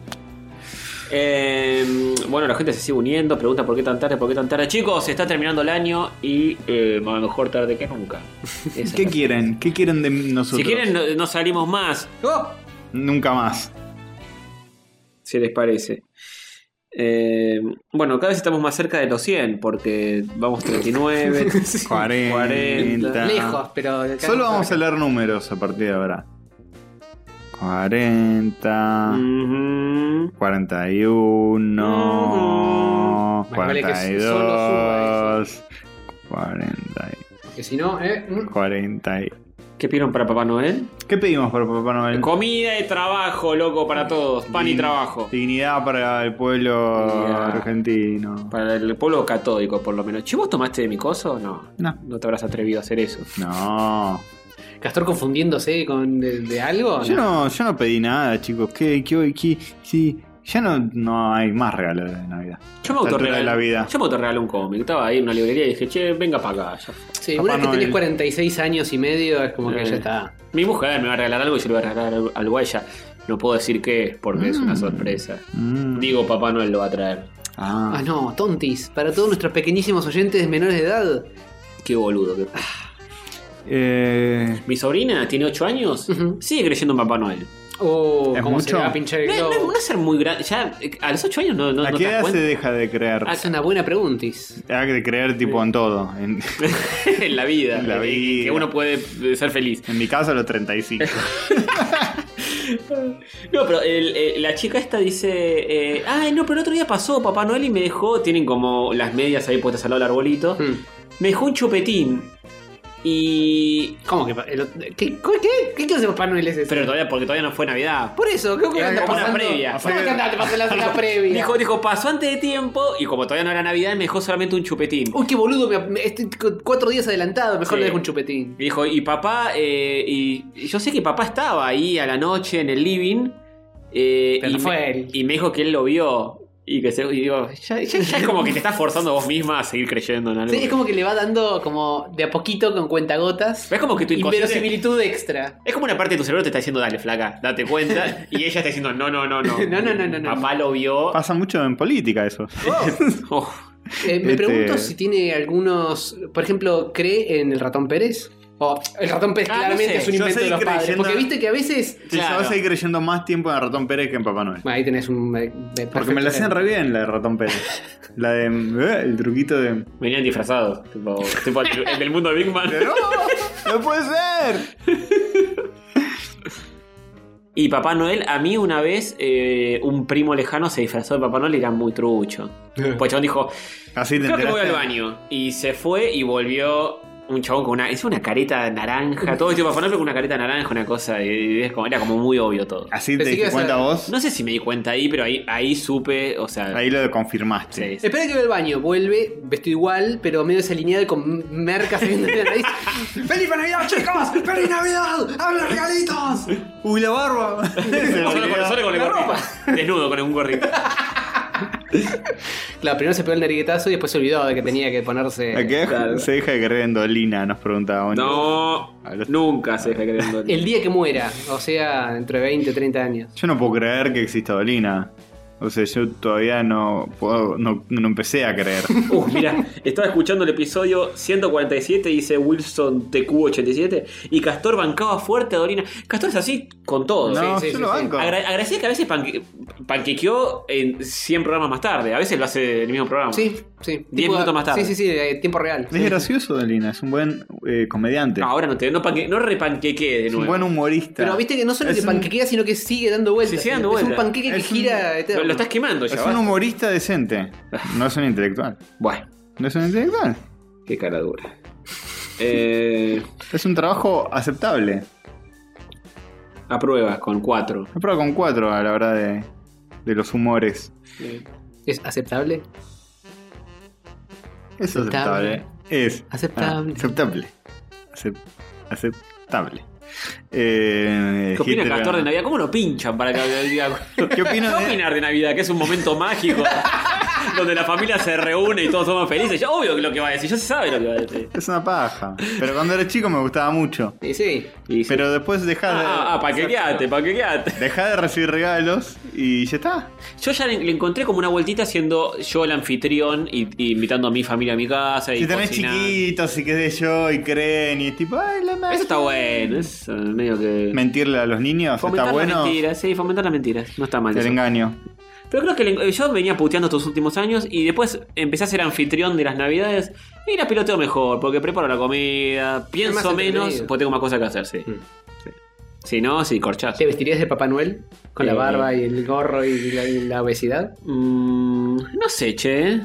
Eh, bueno, la gente se sigue uniendo, pregunta por qué tan tarde, por qué tan tarde. Chicos, se está terminando el año y eh, mejor tarde que nunca. Esa es
¿Qué
la-
quieren? ¿Qué quieren de nosotros?
Si quieren, no, no salimos más,
¡Oh!
Nunca más.
si les parece. Eh, bueno, cada vez estamos más cerca de los 100, porque vamos 39,
40.
40.
Lejos, pero. acá
Solo
no
vamos a
sabe.
leer números a partir de ahora. 40.
Mm. Ujú. Mm.
41.
Más vale que
42. 40.
Que si no, eh. mm,
40.
¿Qué pidieron para Papá Noel?
¿Qué pedimos para Papá Noel?
Comida y trabajo, loco, para todos. Pan y
Dign-
trabajo.
Dignidad para el pueblo
Dignidad.
argentino.
Para el pueblo católico, por lo menos. ¿Che, vos tomaste de mi coso? No.
No.
No te habrás atrevido a hacer eso.
No.
¿Castor confundiéndose con de, de algo?
Yo no, yo no pedí nada, chicos. ¿Qué, qué, qué? Sí, ya no, no hay más regalos de Navidad.
Yo me
Esta altura de
autorregalé.
la vida.
Yo me autorregalé un cómic. Estaba ahí en una librería y dije, che, venga para acá. Ya fue.
Sí,
Papá
una vez que
Noel.
tenés 46 años y medio es como que
Sí.
ya está.
Mi mujer me va a regalar algo y yo le voy a regalar algo- algo a ella. No puedo decir qué es porque es una
Mm.
sorpresa.
Mm.
Digo, Papá Noel lo va a traer.
Ah.
Ah, no, tontis. Para todos nuestros pequeñísimos oyentes menores de edad.
Qué boludo. que-
Eh,
Mi sobrina tiene 8 años.
Ujú.
Sigue creyendo en Papá Noel.
Oh,
¿Es
cómo se
mucho?
va a pinchar el
No, no,
globo.
no es ser muy grande. Ya eh, a los 8 años no, no,
¿A
no
qué
te das
edad se
cuenta.
deja de creer?
Ah,
Es una buena preguntis.
Deja de creer tipo en todo. En,
en la vida.
En la
eh,
vida.
Que uno puede eh, ser feliz.
en mi caso a los 35.
No, pero el- el- la chica esta dice, eh, ay, no, pero el otro día pasó Papá Noel y me dejó, tienen como las medias ahí puestas al lado del arbolito,
Hmm.
me dejó un chupetín. Y...
¿Cómo que? pa- el- ¿Qué, co- qué, qué clase de Papá Noel es ese?
Pero todavía, porque todavía no fue Navidad.
Por eso, creo que
Era
anda
como una
pasando.
previa.
¿Cómo que anda pasando la previa?
Dijo, dijo, pasó antes de tiempo y como todavía no era Navidad, me dejó solamente un chupetín.
Uy, qué boludo, me, me- estoy cu- cuatro días adelantado, mejor
Sí.
le dejo un chupetín.
Y dijo, y papá, eh, y y yo sé que papá estaba ahí a la noche en el living. eh,
Pero
y, me,
no fue él.
y me dijo que él lo vio. Y que se, y digo, ya, ya- ya es como que te estás forzando vos misma a seguir creyendo en algo.
Sí, es como que le va dando como de a poquito con cuentagotas.
Es como que tu inconsciente.
Inverosimilitud extra.
Es como una parte de tu cerebro te está diciendo, dale, flaca, date cuenta. y ella está diciendo, no, no, no, no.
No, no, no, no, no.
Papá lo vio.
Pasa mucho en política eso.
Oh,
Eh, me
Este-
pregunto si tiene algunos. Por ejemplo, ¿cree en el ratón Pérez? O el ratón Pérez
Ah, no
claramente
sé.
es un
Yo
invento de
seguí
los padres.
creyendo-
Porque viste que a veces.
Sí,
Claro.
Yo voy a seguir creyendo más tiempo en el ratón Pérez que en Papá Noel.
Bueno, ahí tenés un. eh, de-
Porque me la hacían re bien la de ratón Pérez. La de. eh, el truquito de.
venían disfrazados. Tipo, tipo el, el del mundo de Big Man.
¡No! ¡No puede ser!
Y Papá Noel, a mí una vez eh, un primo lejano se disfrazó de Papá Noel y era muy trucho. Pues el chabón dijo,
Así te
creo que voy
enteraste.
al baño. Y se fue y volvió un chabón con una... Es una careta naranja, todo tipo de Papá Noel pero con una careta naranja, una cosa. y- y es como- era como muy obvio todo.
Así te
Pensé que
diste
ibas
cuenta
a-
vos.
No sé si me di cuenta ahí, pero ahí, ahí supe, o sea...
Ahí lo confirmaste.
sí, sí.
Espera que vea el baño, vuelve, vestido igual, pero medio desalineado y con mercas saliendo de la nariz. ¡Feliz Navidad, chicos! ¡Feliz Navidad! ¡Habla regalitos!
¡Uy, la barba!
Solo con, solo con el
La
gorrito. Desnudo con un gorrito.
Claro, primero se pegó el nariguetazo y después se olvidó de que tenía que ponerse.
¿A qué? Se deja de creer en Dolina, nos preguntaba.
No, nunca se deja creer en Dolly.
El día que muera, o sea, entre 20, 30 años.
Yo no puedo creer que exista Dolina. O sea, yo todavía no puedo- no, no empecé a creer.
Uh, mira, estaba escuchando el episodio 147, dice Wilson TQ87, y Castor bancaba fuerte a Dorina. Castor es así con todo. ¿sí?
no,
sí,
yo
sí,
lo
sí.
banco.
Agra- agradecía que a veces panque- panquequeó en 100 programas más tarde, a veces lo hace en el mismo programa.
Sí, sí.
Diez
Tipo-
minutos más tarde.
Sí, sí, sí, eh, tiempo real.
Es gracioso Dolina, es un buen eh, comediante.
No, ahora no te no, panque, no repanquequee de
es un
nuevo.
buen humorista.
Pero viste que no solo
Es
que
un-
panquequea, sino que sigue dando vueltas.
Sí, sigue dando
Es un
vueltas.
panqueque que
Es un-
gira este,
lo,
eterno.
lo estás quemando ya.
Es
basta.
un humorista decente. No es un intelectual.
Bueno,
No es un intelectual.
qué cara dura. Eh,
Es un trabajo aceptable.
aprueba con 4.
Me prueba con cuatro a la hora de, de los humores.
¿Es aceptable?
Es
Aceptable.
aceptable. Es
Aceptable.
ah, aceptable. Acep- aceptable. Eh,
¿Qué opina
Hitler-
Castor de Navidad? ¿Cómo lo pinchan para que diga?
¿Qué opina
¿Qué
de-
opinar de Navidad? Que es un momento mágico donde la familia se reúne y todos somos felices. Ya, obvio que lo que va a decir, ya se sabe lo que va a decir.
Es una paja. Pero cuando era chico me gustaba mucho.
Sí, sí.
Y sí.
Pero eh, después dejá de,
ah, ah, panquequeate, panquequeate.
dejá de recibir regalos y ya está.
Yo ya le, le encontré como una vueltita siendo yo el anfitrión y, y invitando a mi familia a mi casa. Y
Si tenés
cocinar.
chiquitos y qué sé yo, y creen, y es tipo, ay, la magia".
Eso está bueno, es eh, medio que.
Mentirle a los niños
fomentar
está
las
bueno.
mentiras, sí, fomentar las mentiras. No está mal.
El
eso.
engaño.
Pero creo que le- eh, yo venía puteando estos últimos años y después empecé a ser anfitrión de las navidades y la piloteo mejor, porque preparo la comida, pienso
más
menos,
entretenido.
porque tengo más cosas que hacer, sí.
Mm.
Sí. Si no, sí, corchás.
¿Te vestirías de Papá Noel? Con la
Sí.
barba y el gorro y la, y la obesidad.
Mm, no sé, che.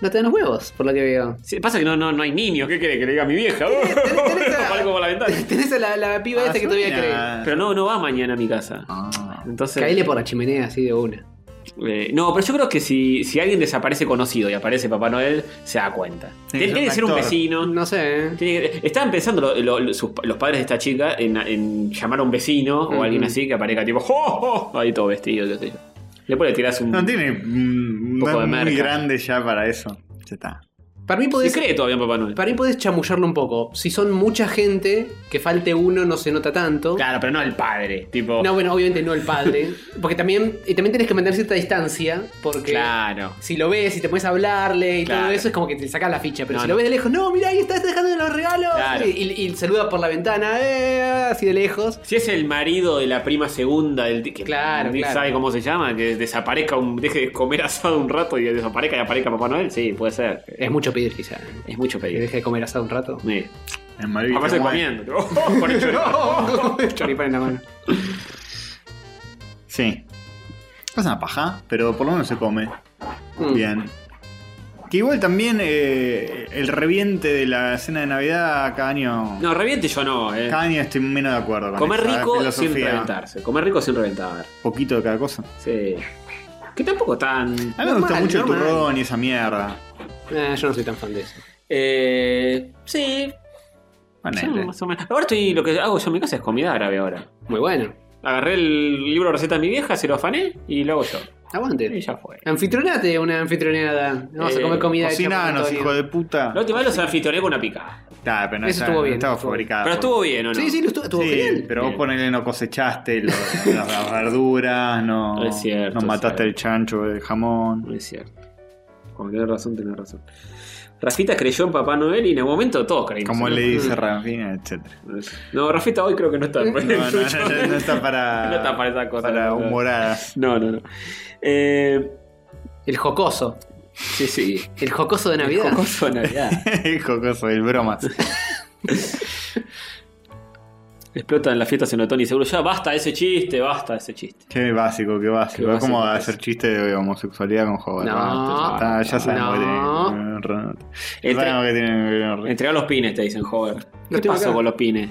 No te dan los huevos, por lo que veo.
Sí, pasa que no, no, no hay niños, ¿qué quiere que le diga a mi vieja?
Tenés- tenés- tenés a-
Algo por la ventana.
Tenés a la, la
Ah,
piba esta que todavía cree.
Pero no, no va mañana a mi casa. Entonces,
Caíle por la chimenea así de una.
eh, no, pero yo creo que si, si alguien desaparece conocido y aparece Papá Noel, se da cuenta.
Sí,
tiene
es un
tiene que ser un
actor.
vecino.
No sé. ¿eh?
Tiene que- estaban pensando lo- lo- lo- sus- los padres de esta chica en, en llamar a un vecino o
Ujú.
alguien así que aparezca tipo ¡Jo, jo! ahí todo vestido, qué sé yo. Después le tirás un
No tiene. mm,
Un poco
no es
de
muy
merca.
grande ya para eso. Ya está.
Para mí podés,
secreto había en Papá Noel.
para mí podés chamullarlo un poco. Si son mucha gente, que falte uno no se nota tanto.
Claro, pero no el padre. Tipo,
No, bueno, obviamente no el padre. Porque también, y también tenés que mantener cierta distancia. Porque
claro.
si lo ves y te pones a hablarle y todo
Claro.
eso, es como que te sacas la ficha. Pero
No,
si
no.
lo ves de lejos, no, mira, ahí está, está dejando los regalos.
Claro.
Y, y saluda por la ventana, eh, así de lejos.
Si es el marido de la prima segunda, del ti- que
Claro,
ni
claro.
sabe cómo se llama, que desaparezca, un, deje de comer asado un rato y desaparezca y aparezca Papá Noel, sí, puede ser.
Es mucho pedir, quizá.
Es mucho
Que
pedir.
deje de comer asado un rato.
Sí.
En Malvinas.
Papá estoy
guay.
comiendo. tipo, con el choripán.
Choripán en la mano.
Sí. Es una paja, pero por lo menos se come.
Mm.
Bien. Que igual también eh, el reviente de la cena de Navidad cada año.
No, reviente yo no, eh.
Cada año estoy menos de acuerdo con
Comer
esa
rico sin
filosofía.
reventarse. Comer rico sin reventar.
Poquito de cada cosa.
Sí. Que tampoco tan.
A mí me gusta
Normal,
mucho
normal.
el turrón y esa mierda.
Eh, yo no soy tan fan de eso.
Eh, sí,
Bueno,
sí,
eh,
más o menos. Ahora estoy. Lo que hago yo en mi casa es comida árabe ahora.
Muy bueno.
Agarré el libro de receta de mi vieja, se lo afané y lo hago yo. Y
Aguante.
ya fue.
Anfitrionate una anfitrionada. Vamos
Eh,
a comer comida hecha por
Cocinanos,
Antonio.
hijo de puta.
La última vez los anfitrioné con una picada.
Tá, pero no
Eso
está-
estuvo
no
bien,
Estaba
estuvo bien.
fabricado.
Pero estuvo bien, ¿o no?
Sí, sí, lo estuvo, estuvo
Ah, Sí,
genial.
pero vos
Bien.
ponele no cosechaste lo- las, las verduras, no,
Es cierto,
no mataste
es cierto.
el chancho, el jamón.
No es cierto. Como tenés razón, tenés razón. Rafita creyó en Papá Noel y en el momento todos creímos.
Como
¿no?
le dice Ranfina, etcétera.
No, Rafita hoy creo que no está. pues.
No, no, no, no está para,
No está para esas cosas,
para
no, no.
humoradas.
No, no, no. Eh,
El jocoso.
sí, sí.
El jocoso de Navidad.
Jocoso de Navidad.
Jocoso, el bromas.
Explotan las fiestas en otoño y seguro ya basta ese chiste, basta ese chiste.
Qué básico, qué básico.
Qué
es como
básico que
hacer chistes de homosexualidad con joven.
No,
ya, está, ya sabemos que
no.
tienen-
Entre-
Ya sabemos que tienen.
Entrega los pines, te dicen, joder.
Los
¿Qué
tengo
pasó
acá.
con los pines?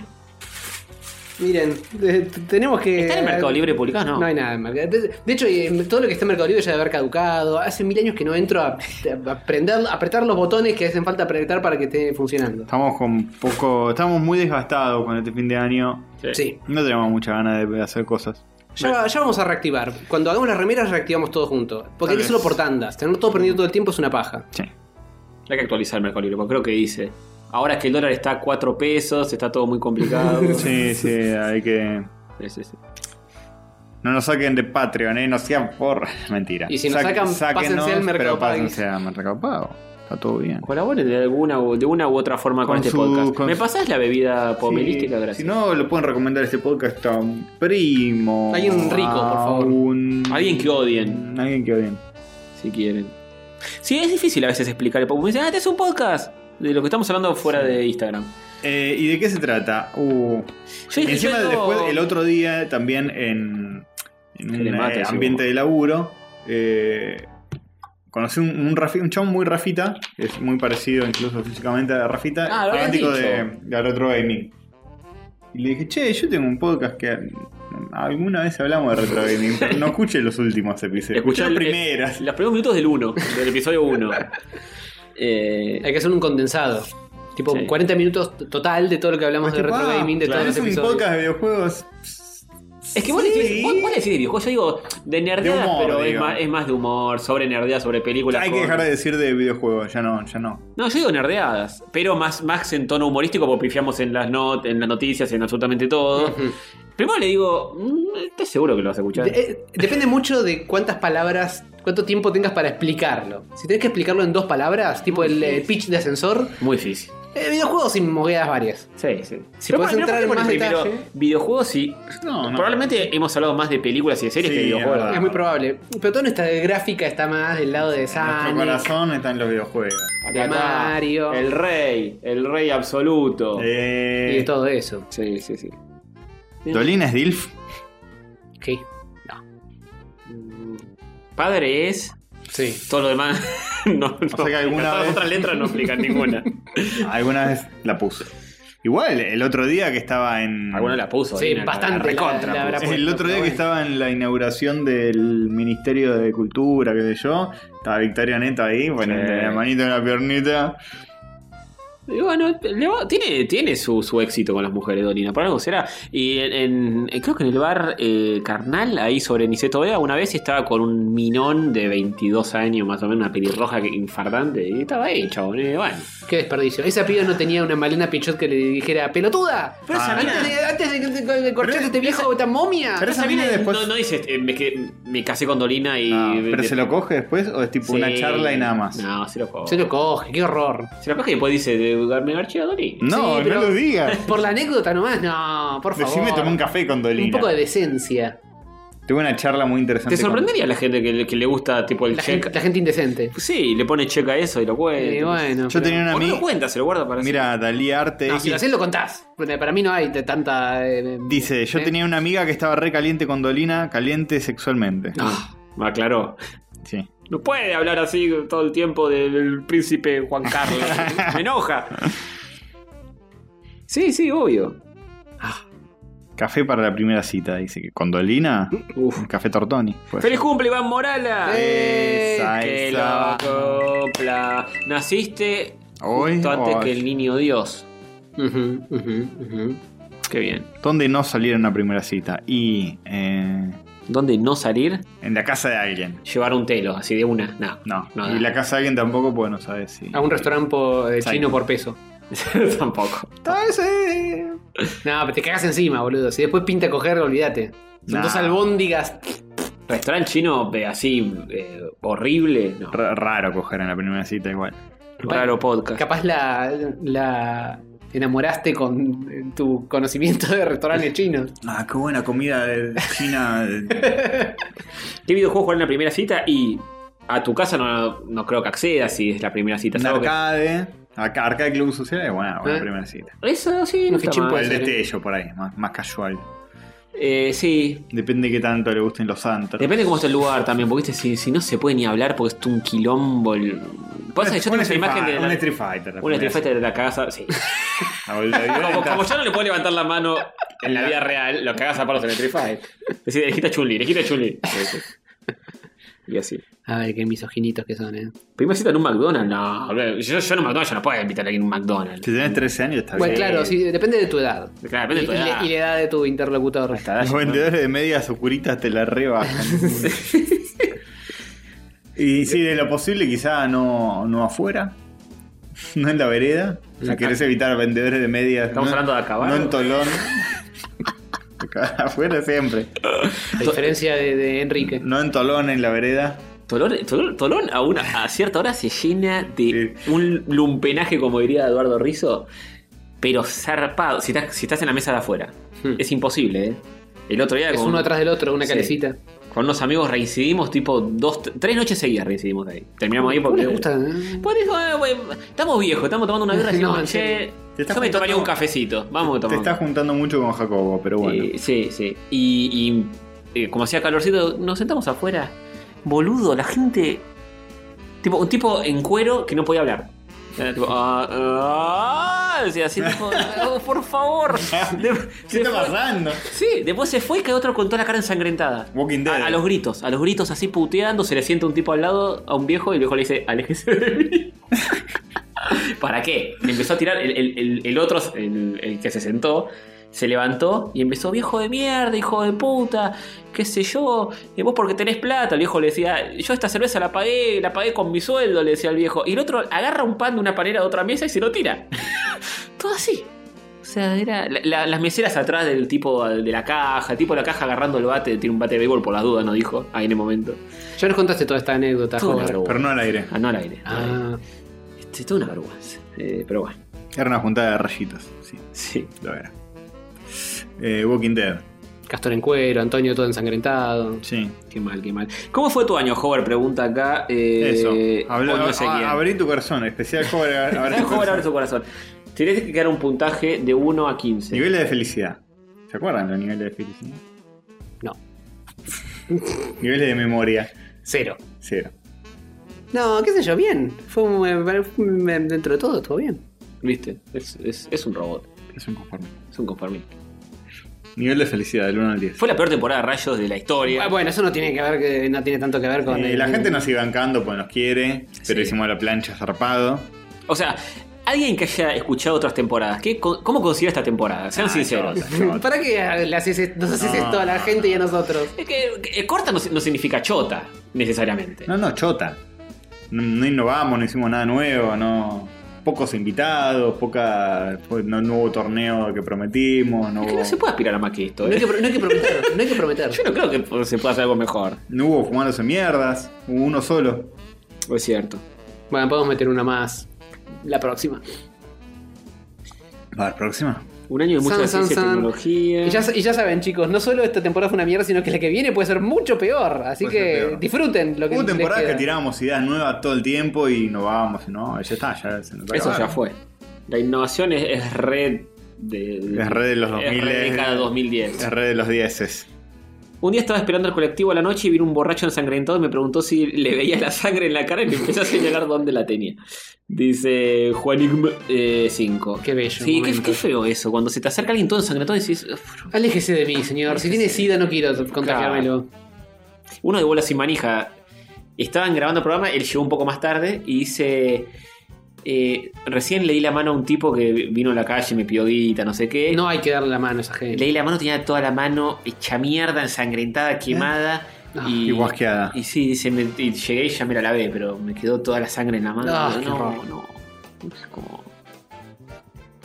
Miren, de- t- tenemos que.
¿Está en el Mercado Libre publicado? No.
No hay nada en Mercado De, de hecho, eh, todo lo que está en Mercado Libre ya debe haber caducado. Hace mil años que no entro a, a prender- a apretar los botones que hacen falta apretar para que esté funcionando.
Estamos con poco. Estamos muy desgastados con este fin de año.
Sí.
No tenemos mucha ganas de hacer cosas.
Ya, ya vamos a reactivar. Cuando hagamos las remeras, reactivamos todo junto. Porque hay
Tal
que
vez.
hacerlo por tandas. Tener todo prendido todo el tiempo es una paja.
Sí.
Hay que actualizar el Mercado Libre, porque creo que dice. Ahora que el dólar está a 4 pesos, está todo muy complicado.
Sí, sí, hay que.
Sí, sí, sí.
No nos saquen de Patreon, eh, no sean por. Mentira.
Y si nos sacan, pásense al Mercado
pero
Pago. Pues,
pásense al Mercado Pago. Está todo bien.
Colaboren de alguna u- de una u otra forma con,
Con
este
su-
podcast.
con
¿Me
su-
pasás la bebida pomelística?
Sí,
Gracias.
Si no, lo pueden recomendar este podcast a un primo.
Alguien rico, por
a
favor.
un-
Alguien que odien,
Alguien que odien.
si quieren. Sí, es difícil a veces explicar. Porque me dicen, ah, este es un podcast. De lo que estamos hablando fuera de Instagram.
Eh, ¿Y de qué se trata? Uh,
Yo-
y encima,
yo-
después, el otro día, también en, en
Que le
un
mate,
eh,
seguro.
ambiente de laburo, eh, conocí un, un, Rafi- un chabón muy Rafita, es muy parecido incluso físicamente a Rafita,
Ah, lo habías
fanático
dicho.
de, de Retro Gaming. Y le dije, che, yo tengo un podcast que mm, alguna vez hablamos de Retro Gaming, pero no escuché los últimos episodios.
Escuchá
Escuché las
el-
primeras.
Los primeros minutos del 1, del episodio Eh, 1.
Hay que hacer un condensado. Tipo
Sí.
40 minutos t- total de todo lo que hablamos de
Tipo,
retro
ah,
gaming, de
claro,
todos los
es un
episodios.
podcast de videojuegos.
es que vos,
Sí.
decís, vos, vos decís de videojuegos, yo digo de nerdeadas,
De humor,
pero es
digo.
más, es más de humor, sobre nerdeadas, sobre películas.
Hay que
con-
dejar de decir de videojuegos, ya no, ya no.
No, yo digo nerdeadas, pero más, más en tono humorístico porque pifiamos en las, not- en las noticias, en absolutamente todo.
Ujú.
Primero le digo, "Mm, estoy seguro que lo vas a escuchar.
De- eh, depende mucho de cuántas palabras, cuánto tiempo tengas para explicarlo. Si tenés que explicarlo en dos palabras, tipo el eh, pitch de ascensor,
Muy difícil.
eh, videojuegos sin moguedas varias.
Sí, sí. Si
podés entrar en más
primero
detalle.
videojuegos y...
No, no.
Probablemente hemos hablado más de películas y de series
Sí,
que de
es
videojuegos.
verdad.
Es muy probable. Pero toda nuestra gráfica está más del lado de
Nuestro
Sonic.
corazón está en los videojuegos.
Acá
de
está
Mario.
El rey, el rey absoluto.
Eh,
Y de todo eso.
Sí, sí, sí.
¿Dolina es DILF?
¿Qué?
Padre es
Sí.
todo lo demás. no, no.
O sea que alguna
Todas las
vez-
otras letras no aplican ninguna.
Alguna vez la puse. Igual, el otro día que estaba en.
Alguna la puso.
Sí,
ahí, la- la
bastante la-
recontra
la habrá
puso.
Sí, el otro día que estaba en la inauguración del Ministerio de Cultura, qué sé yo, estaba Victoria Neta ahí, bueno,
Sí.
la manita en la piernita.
Y bueno, le va- tiene, tiene su, su éxito con las mujeres, Dolina, por algo será. Y en, en- eh, creo que en el bar eh, Carnal, ahí sobre Niceto Vega, una vez estaba con un minón de 22 años, más o menos, una pelirroja que, infardante, y estaba ahí, chabón, y bueno.
Qué desperdicio. Esa piba no tenía una Malena Pichot que le dijera, pelotuda.
Pero esa mina-
antes, de, antes de, de- de- de corcharte este viejo, esta momia.
pero esa mina después.
No, no dices, eh, me, que- me casé con Dolina y...
Ah, pero
de-
se lo coge después o es tipo
Sí.
una charla y nada más. No,
No, se lo coge.
Se lo coge, qué horror.
Se lo coge y después dice, de me garché a Dolina.
no,
Sí, pero-
lo digas.
Por la anécdota nomás, no, por favor.
Decime tomé un café con Dolina.
Un poco de decencia.
Tuve una charla muy interesante.
¿Te sorprendería la gente que, le- que le gusta tipo el
La
check?
gente, la gente indecente.
Sí, le pone check a eso y lo cuenta.
Eh, bueno,
con- Yo
pero-
tenía una
O no lo
amiga.
cuenta, se lo guarda para
Mira, Dalí Arte.
No,
X
si lo haces lo contás. Porque Para mí no hay t- tanta... eh,
Dice, yo
eh,
tenía una amiga que estaba re caliente con Dolina, caliente sexualmente.
Ah, me aclaró.
Sí.
No puede hablar así todo el tiempo del príncipe Juan Carlos. me enoja. Sí, sí, obvio. Ah,
Café para la primera cita, dice que con Dolina,
Uf.
café tortoni. Pues.
¿Mm? ¡Feliz cumple, Iván Morala!
Esa,
que
esa.
lo cumpla. Naciste
Hoy,
justo antes
hoy.
que el niño Dios.
ujú, ujú, ujú.
Qué bien.
¿Dónde no salir en una primera cita? Y eh,
¿Dónde no salir?
en la casa de alguien.
Llevar un telo, así de una. No.
No,
No,
y
no.
la casa de alguien tampoco, porque no sabes si.
A un restaurante po- eh,
Sí.
chino por peso.
Tampoco.
Tal vez, eh,
No, pero te cagas encima, boludo. Si después pinta coger, olvídate. Son
Nah.
dos albóndigas.
Restaurante chino eh, así eh, horrible. No.
ra- Raro coger en la primera cita, igual.
Raro podcast.
Capaz la, la enamoraste con eh, tu conocimiento de restaurantes chinos.
Ah, qué buena comida de China.
¿Qué videojuego jugar en la primera cita? Y a tu casa no, no creo que accedas si es la primera cita.
en
salvo que-
arcade. Acá, arcade Club Social es buena, buena
¿Eh?
primera cita.
Eso Pues sí, no
Un
está
fichín
mal.
O
puede
el
ser, ¿eh?
destello por ahí, más, más casual.
Eh, sí.
Depende de qué tanto le gusten los santos.
Depende cómo está el lugar también, porque ¿viste? Si, si no se puede ni hablar porque es un quilombo. El... Pasa que yo tengo esa imagen de.
Un
la-
Street Fighter. la
un Street
primera
Fighter de la cagaza. Sí.
cita. La vuelta
Como,
violenta.
como ya no le puedo levantar la mano en la vida real, lo cagás a palos en el Street Fighter. Decís, elegiste a Chun-Li, elegiste a Chun-Li. Sí, sí. Y así.
Ay, qué misoginitos que son, eh.
Primera cita en un McDonald's, no. Yo, yo en un McDonald's yo no puedo invitar a alguien a un McDonald's.
Si tenés 13 años, está
Bueno,
bien.
claro, sí, depende de tu edad.
Claro, depende de tu
Y- y-
edad.
Y, la edad de tu interlocutor.
Los vendedores de medias oscuritas te la rebajan. y sí, de lo posible, quizá no, no afuera. No en la vereda. O sea, querés evitar vendedores de medias.
Estamos
no-
hablando de acá,
No
¿vale?
en Tolón. Acá afuera siempre.
A diferencia de, de Enrique.
No en Tolón, en la vereda.
Tolón, Tolón- Tolón a, una, a cierta hora se llena de
Sí.
un lumpenaje, como diría Eduardo Rizzo, pero zarpado. Si estás, si estás en la mesa de afuera,
Hmm.
es imposible, ¿eh? El otro día
Es
con,
uno atrás del otro, una
Sí.
calecita.
con unos amigos reincidimos, tipo, dos, tres noches seguidas reincidimos de ahí. Terminamos ahí
¿Cómo
porque.
les gusta? eh?
Por eso, eh, bueno, estamos viejos, estamos tomando una birra y
No,
decimos,
en
che,
serio.
Te estás
yo me tomaría
juntando-
un cafecito. Vamos a
Te
tomar. un
estás juntando mucho con Jacobo, pero bueno.
Eh, sí, sí. Y, y, eh, como hacía calorcito, nos sentamos afuera. Boludo, la gente. Tipo, un tipo en cuero que no podía hablar. Era tipo, ah, ah, decía así, tipo, "Oh, por favor. De-
¿Qué
se
está
fue.
pasando?
Sí, después se fue y quedó otro con toda la cara ensangrentada.
Walking Dead.
A, a los gritos, a los gritos así puteando, se le sienta un tipo al lado a un viejo y el viejo le dice, aléjese de mí. ¿Para qué? Le empezó a tirar el, el- el- el otro, el, el que se sentó, se levantó y empezó, viejo de mierda, hijo de puta, qué sé yo, eh, vos porque tenés plata, el viejo le decía, yo esta cerveza la pagué, la pagué con mi sueldo, le decía el viejo. Y el otro agarra un pan de una panera de otra mesa y se lo tira. Todo así. O sea, era la- la- las meseras atrás del tipo de la caja, el tipo de la caja agarrando el bate, tiene un bate de béisbol por las dudas, no dijo, ahí en el momento.
Ya nos contaste toda esta anécdota,
Todo una
Jorge.
vergüenza.
Pero no al aire.
Ah, no al aire. no al aire.
Ah,
Este, todo una vergüenza. Eh, pero bueno,
Era una juntada de rayitos. Sí,
sí.
lo era. Eh, Walking Dead.
Castor en cuero, Antonio todo ensangrentado.
Sí.
Qué mal, qué mal. ¿Cómo fue tu año, Hover? Pregunta acá.
Eso.
Eh,
Habla-
Juan no sé
a-
quién.
abrí tu corazón, especial joven. a- abrí tu
Hover
corazón.
abre su corazón. Tienes que quedar un puntaje de 1 a 15.
Niveles de felicidad. ¿Se acuerdan los niveles de felicidad?
No.
Niveles de memoria.
Cero.
Cero.
No, qué sé yo, bien. Fue un- fue- dentro de todo, estuvo bien.
¿Viste? Es, es- es un robot.
Es un conforme.
Es un conformista.
Nivel de felicidad, del 1 al 10.
Fue la peor temporada de rayos de la historia.
Ah, Bueno, eso no tiene que ver, que- no tiene tanto que ver con.
Eh,
el-
la gente nos iba bancando pues nos quiere, pero
Sí.
hicimos la plancha zarpado.
O sea, alguien que haya escuchado otras temporadas, ¿qué, co- ¿cómo considera esta temporada? Sean
Ah,
sinceros.
chota, chota.
¿Para qué le haces- nos haces
No.
esto a la gente y a nosotros?
Es que, que- eh, corta no, si- no significa chota, necesariamente.
No, no, chota. No, no innovamos, no hicimos nada nuevo, no. Pocos invitados, poca. No, no hubo torneo que prometimos, no
Es
hubo,
que no se puede aspirar a más que esto.
No hay
¿eh?
que, pro- no hay que prometer, no hay que prometer.
Yo no creo que se pueda hacer algo mejor.
no hubo fumándose mierdas, hubo uno solo.
Es cierto.
Bueno, podemos meter una más. La próxima.
Para la próxima.
Un año de mucha
San, san,
ciencia y
san.
tecnología.
Y ya, y ya saben, chicos, no solo esta temporada fue una mierda, sino que la que viene puede ser mucho peor. Así
Puede
que
ser peor.
disfruten lo que
Hubo
les
temporadas que
queda.
tirábamos ideas nuevas todo el tiempo y innovábamos, ¿no? Ya está, ya se nos
Eso ya
acabaron.
fue. La innovación es, es red de.
Es red de los 2000.
Es red de cada 2010.
Es red de los 10.
Un día estaba esperando el colectivo a la noche y vino un borracho ensangrentado y me preguntó si le veía la sangre en la cara y me empezó a señalar dónde la tenía. Dice Juanigm 5.
Qué
Sí,
bello
qué,
momento.
qué feo eso. Cuando se te acerca alguien todo ensangrentado y decís. "Uf".
Aléjese de mí, señor. Si tiene sida, no quiero contagiármelo.
Uno de bola sin manija. Estaban grabando el programa, él llegó un poco más tarde y dice. eh, recién leí la mano a un tipo que vino a la calle, me pidió guita, no sé qué.
Eh, No hay que darle la mano a esa gente.
Leí la mano, tenía toda la mano hecha mierda, ensangrentada, quemada.
Ah,
Y,
Y guasqueada.
Y sí, dice, me- y llegué y ya me la lavé, pero me quedó toda la sangre en la mano.
Ah, qué
no, no,
horror.
Es como-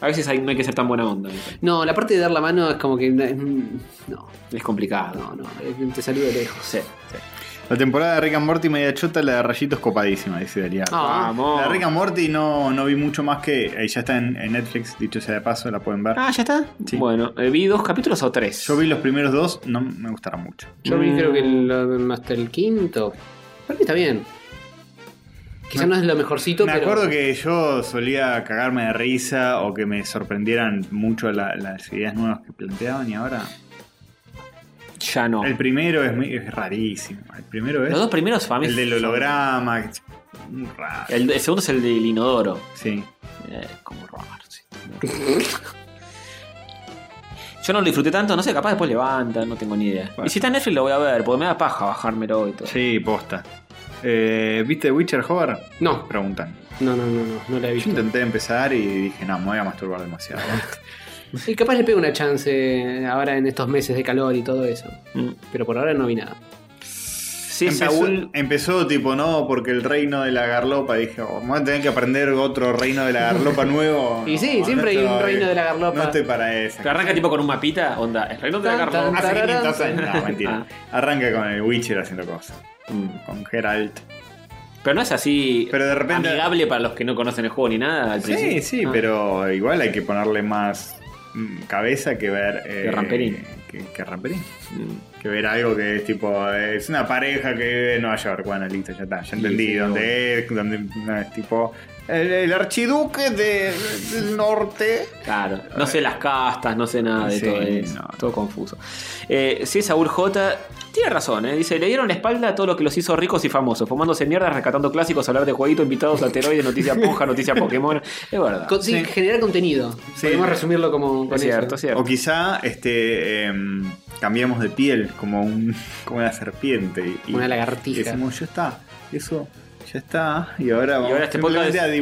A veces hay- no hay que ser tan buena onda. me parece.
No, la parte de dar la mano es como que. mm, No,
Es complicado.
no, no. eh, Te saludo de lejos.
Sí, sí.
La temporada de Rick and Morty media chota, la de Rayitos copadísima, dice Daría.
Ah,
Vamos.
La de Rick and Morty no, no vi mucho más que. eh, ya está en, en Netflix, dicho sea de paso, la pueden ver.
Ah, ¿ya está?
Sí.
Bueno, eh, vi dos capítulos o tres.
Yo vi los primeros dos, no me gustaron mucho.
Yo vi
Mm.
creo que el- hasta el quinto. Para mí está bien. Quizá no es lo mejorcito,
me
pero.
acuerdo que yo solía cagarme de risa o que me sorprendieran mucho la- las ideas nuevas que planteaban y ahora.
Ya no.
El primero es, muy- es rarísimo. El primero es.
Los dos primeros para mí
El del
son-
holograma. que es un Raro.
El, el segundo es el del inodoro.
Sí.
Eh, como raro, sí. Yo no lo disfruté tanto, no sé, capaz después levanta, no tengo ni idea.
Bueno.
Y si está en Netflix lo voy a ver, porque me da paja bajármelo y todo.
Sí, posta. Eh, ¿Viste Witcher Hover?
No,
Preguntan.
no, no, no, no, no la he
Yo
visto.
intenté empezar y dije, no, me voy a masturbar demasiado.
Y capaz le pego una chance eh, ahora en estos meses de calor y todo eso.
Mm.
Pero por ahora no vi nada.
Sí,
empezó,
Saúl.
empezó tipo, no, porque el reino de la garlopa. Dije, oh, voy a tener que aprender otro reino de la garlopa nuevo.
Y
No,
sí, siempre hay un
estoy-
reino de la garlopa.
No estoy para eso.
Te arranca tipo con un mapita, onda, el reloj de la
Tan,
Carlota.
Hace
Tararán. Ah.
500 años. No, mentira. Arranca con el Witcher haciendo cosas.
Mm.
Con Geralt.
Pero no es así
Pero de repente-
amigable para los que no conocen el juego ni nada al
Sí,
principio.
sí,
Ah.
pero igual hay que ponerle más mm, cabeza que ver. eh,
Que Ramperín.
Que, que Ramperín.
Mm.
Que ver algo que es tipo. eh, Es una pareja que vive en Nueva York. Bueno, listo, ya está. Ya entendí
sí,
dónde es. Dónde no, es tipo. El, el archiduque de- del norte.
Claro, no sé las castas, no sé nada de
Sí,
todo eso.
no.
Todo confuso. Eh, sí, Saúl J. Tiene razón, ¿eh? dice, le dieron la espalda a todos los que los hizo ricos y famosos, fumándose mierda, rescatando clásicos, hablar de jueguitos, invitados, asteroides, noticias ponja, noticias Pokémon. Es verdad.
Con- sí,
Sí.
generar contenido.
Sí.
Podemos resumirlo como con
Ah, es cierto,
eso.
es cierto.
O quizá este em, cambiamos de piel como un como una serpiente. Y,
Una lagartija.
Y decimos, ya está, eso ya está. Y ahora vamos
ahora este
simplemente
podcast es-
a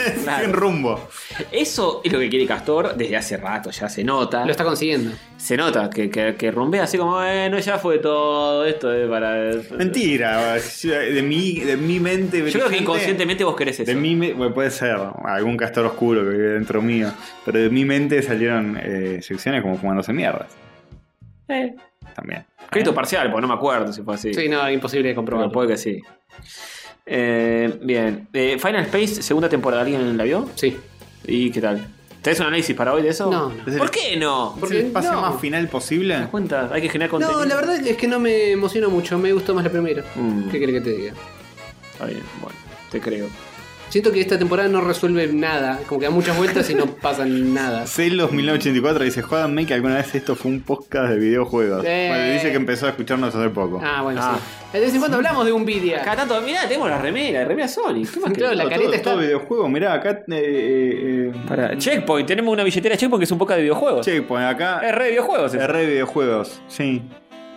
divagar
Claro.
sin rumbo.
Eso es lo que quiere Castor desde hace rato, ya se nota.
Lo está consiguiendo.
Se nota que, que, que rumbea así como, bueno, ya fue todo, esto es para...
Mentira, de mi, de mi mente.
Yo creo que inconscientemente vos querés eso.
De mi me- bueno, puede ser algún castor oscuro que vive dentro mío. Pero de mi mente salieron eh, secciones como fumándose mierdas.
Eh,
También. ¿Eh?
crédito parcial, porque no me acuerdo si fue así.
Sí, no, imposible de
pero
comprobar.
puede que sí. Eh, bien. Eh, Final Space, segunda temporada, ¿alguien la vio?
Sí.
¿Y qué tal? ¿Tenés un análisis para hoy de eso?
No, no.
¿Por qué no?
¿Es el espacio
no.
más final
¿Te
posible?
das cuenta? Hay que generar contenido.
No, la verdad es que no me emocionó mucho. Me gustó más la primera.
Mm.
¿Qué querés que te diga?
Está bien, bueno, te creo.
Siento que esta temporada no resuelve nada. Como que da muchas vueltas y no pasan nada.
Celos 1984 dice, jódanme que alguna vez esto fue un podcast de videojuegos.
Eh.
Bueno, dice que empezó a escucharnos hace poco.
Ah, bueno,
Ah.
sí. De vez en cuando hablamos de un video.
Cada tanto, mirá, tenemos la remera, la remera Sonic. ¿Qué más
Claro,
querés?
la careta
todo,
está-
todo videojuego, mirá, acá... eh, eh, eh,
Pará, Checkpoint, tenemos una billetera de Checkpoint que es un poco de videojuegos.
Checkpoint, acá...
Es re de videojuegos. eso.
R videojuegos, sí.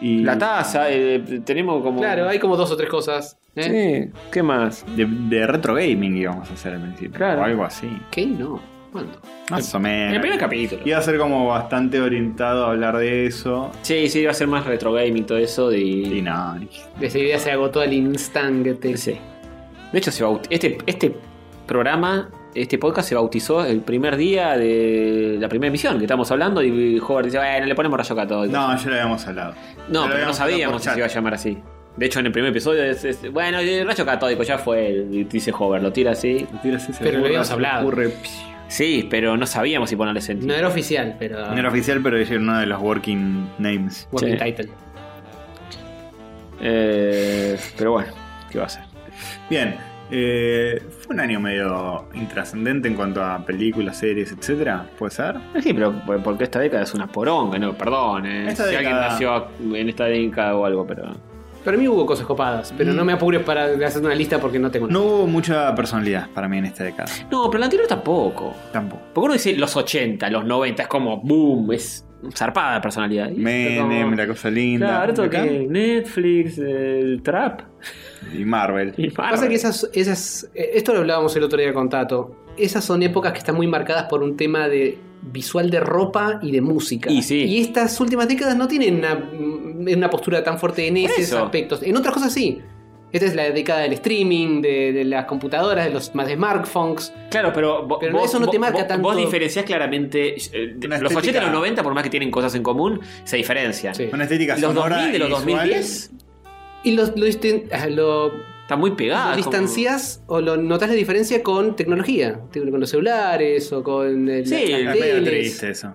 Y
La taza, eh, tenemos como.
Claro, hay como dos o tres cosas. ¿eh?
Sí, ¿qué más?
de, de retro gaming íbamos a hacer al principio.
Claro.
O algo así.
¿Qué? No. ¿Cuándo?
Más o menos.
El primer capítulo.
Iba a ser como bastante orientado a hablar de eso.
Sí, sí, iba a ser más retro gaming todo eso.
Y
Y...
no.
Esa idea se agotó al instante.
Sí. De hecho, se baut- este, este programa, este podcast se bautizó el primer día de la primera emisión que estábamos hablando. Y Howard dice, bueno, le ponemos rayo catódico.
No, ya lo habíamos hablado.
No,
Ya lo
pero no
habíamos hablado
sabíamos
por
si
chat.
se iba a llamar así. De hecho, en el primer episodio, es, es- bueno, el rayo catódico ya fue, dice Hover, lo tira así.
Tiras ese
Pero lo
burro,
habíamos
se
hablado.
ocurre.
Sí, pero no sabíamos si ponerle
No
sentido.
era oficial, pero.
No era oficial, pero es uno de los working names.
Sí.
Working title.
Eh, pero bueno, ¿qué va a ser?
Bien, eh, fue un año medio intrascendente en cuanto a películas, series, etcétera. ¿Puede ser?
Sí, pero por- porque esta década es una poronga, no, perdón, eh.
Esta
si alguien
década-
nació en esta década o algo, pero.
Para mí hubo cosas copadas, pero
Mm.
no me apures para hacer una lista porque no tengo
No hubo mucha personalidad para mí en esta década.
No, pero la anterior tampoco.
Tampoco.
Porque uno dice los 80, los 90, es como boom, es zarpada la personalidad. Y esto
Menem,
como-
la cosa linda.
Claro, esto
acá.
que Netflix, el trap
Y Marvel.
y
Lo que Pasa
Marvel.
que esas, esas. eh, Esto lo hablábamos el otro día con Tato. Esas son épocas que están muy marcadas por un tema de visual de ropa y de música.
Y sí.
Y estas últimas décadas no tienen una, mm, una postura tan fuerte en
Por
esos
eso.
aspectos. En otras cosas sí. Esta es la década del streaming, de, de las computadoras, de los más de smartphones.
Claro, pero, vo-
Pero eso no te marca
vos-
tanto.
Vos diferenciás claramente. eh, de-
Una
los 80 y
estética.
los 90, por más que tienen cosas en común, se diferencian.
Sí.
Una estética
Los
sonora
2000 de los
y visual.
2010
Y los, lo, disten- ah, lo-
están muy
lo
Ah,
pegadas.
distancias o lo notas la diferencia con tecnología. Tipo, Con los celulares o con el,
Sí,
las
Es medio
teles.
triste eso.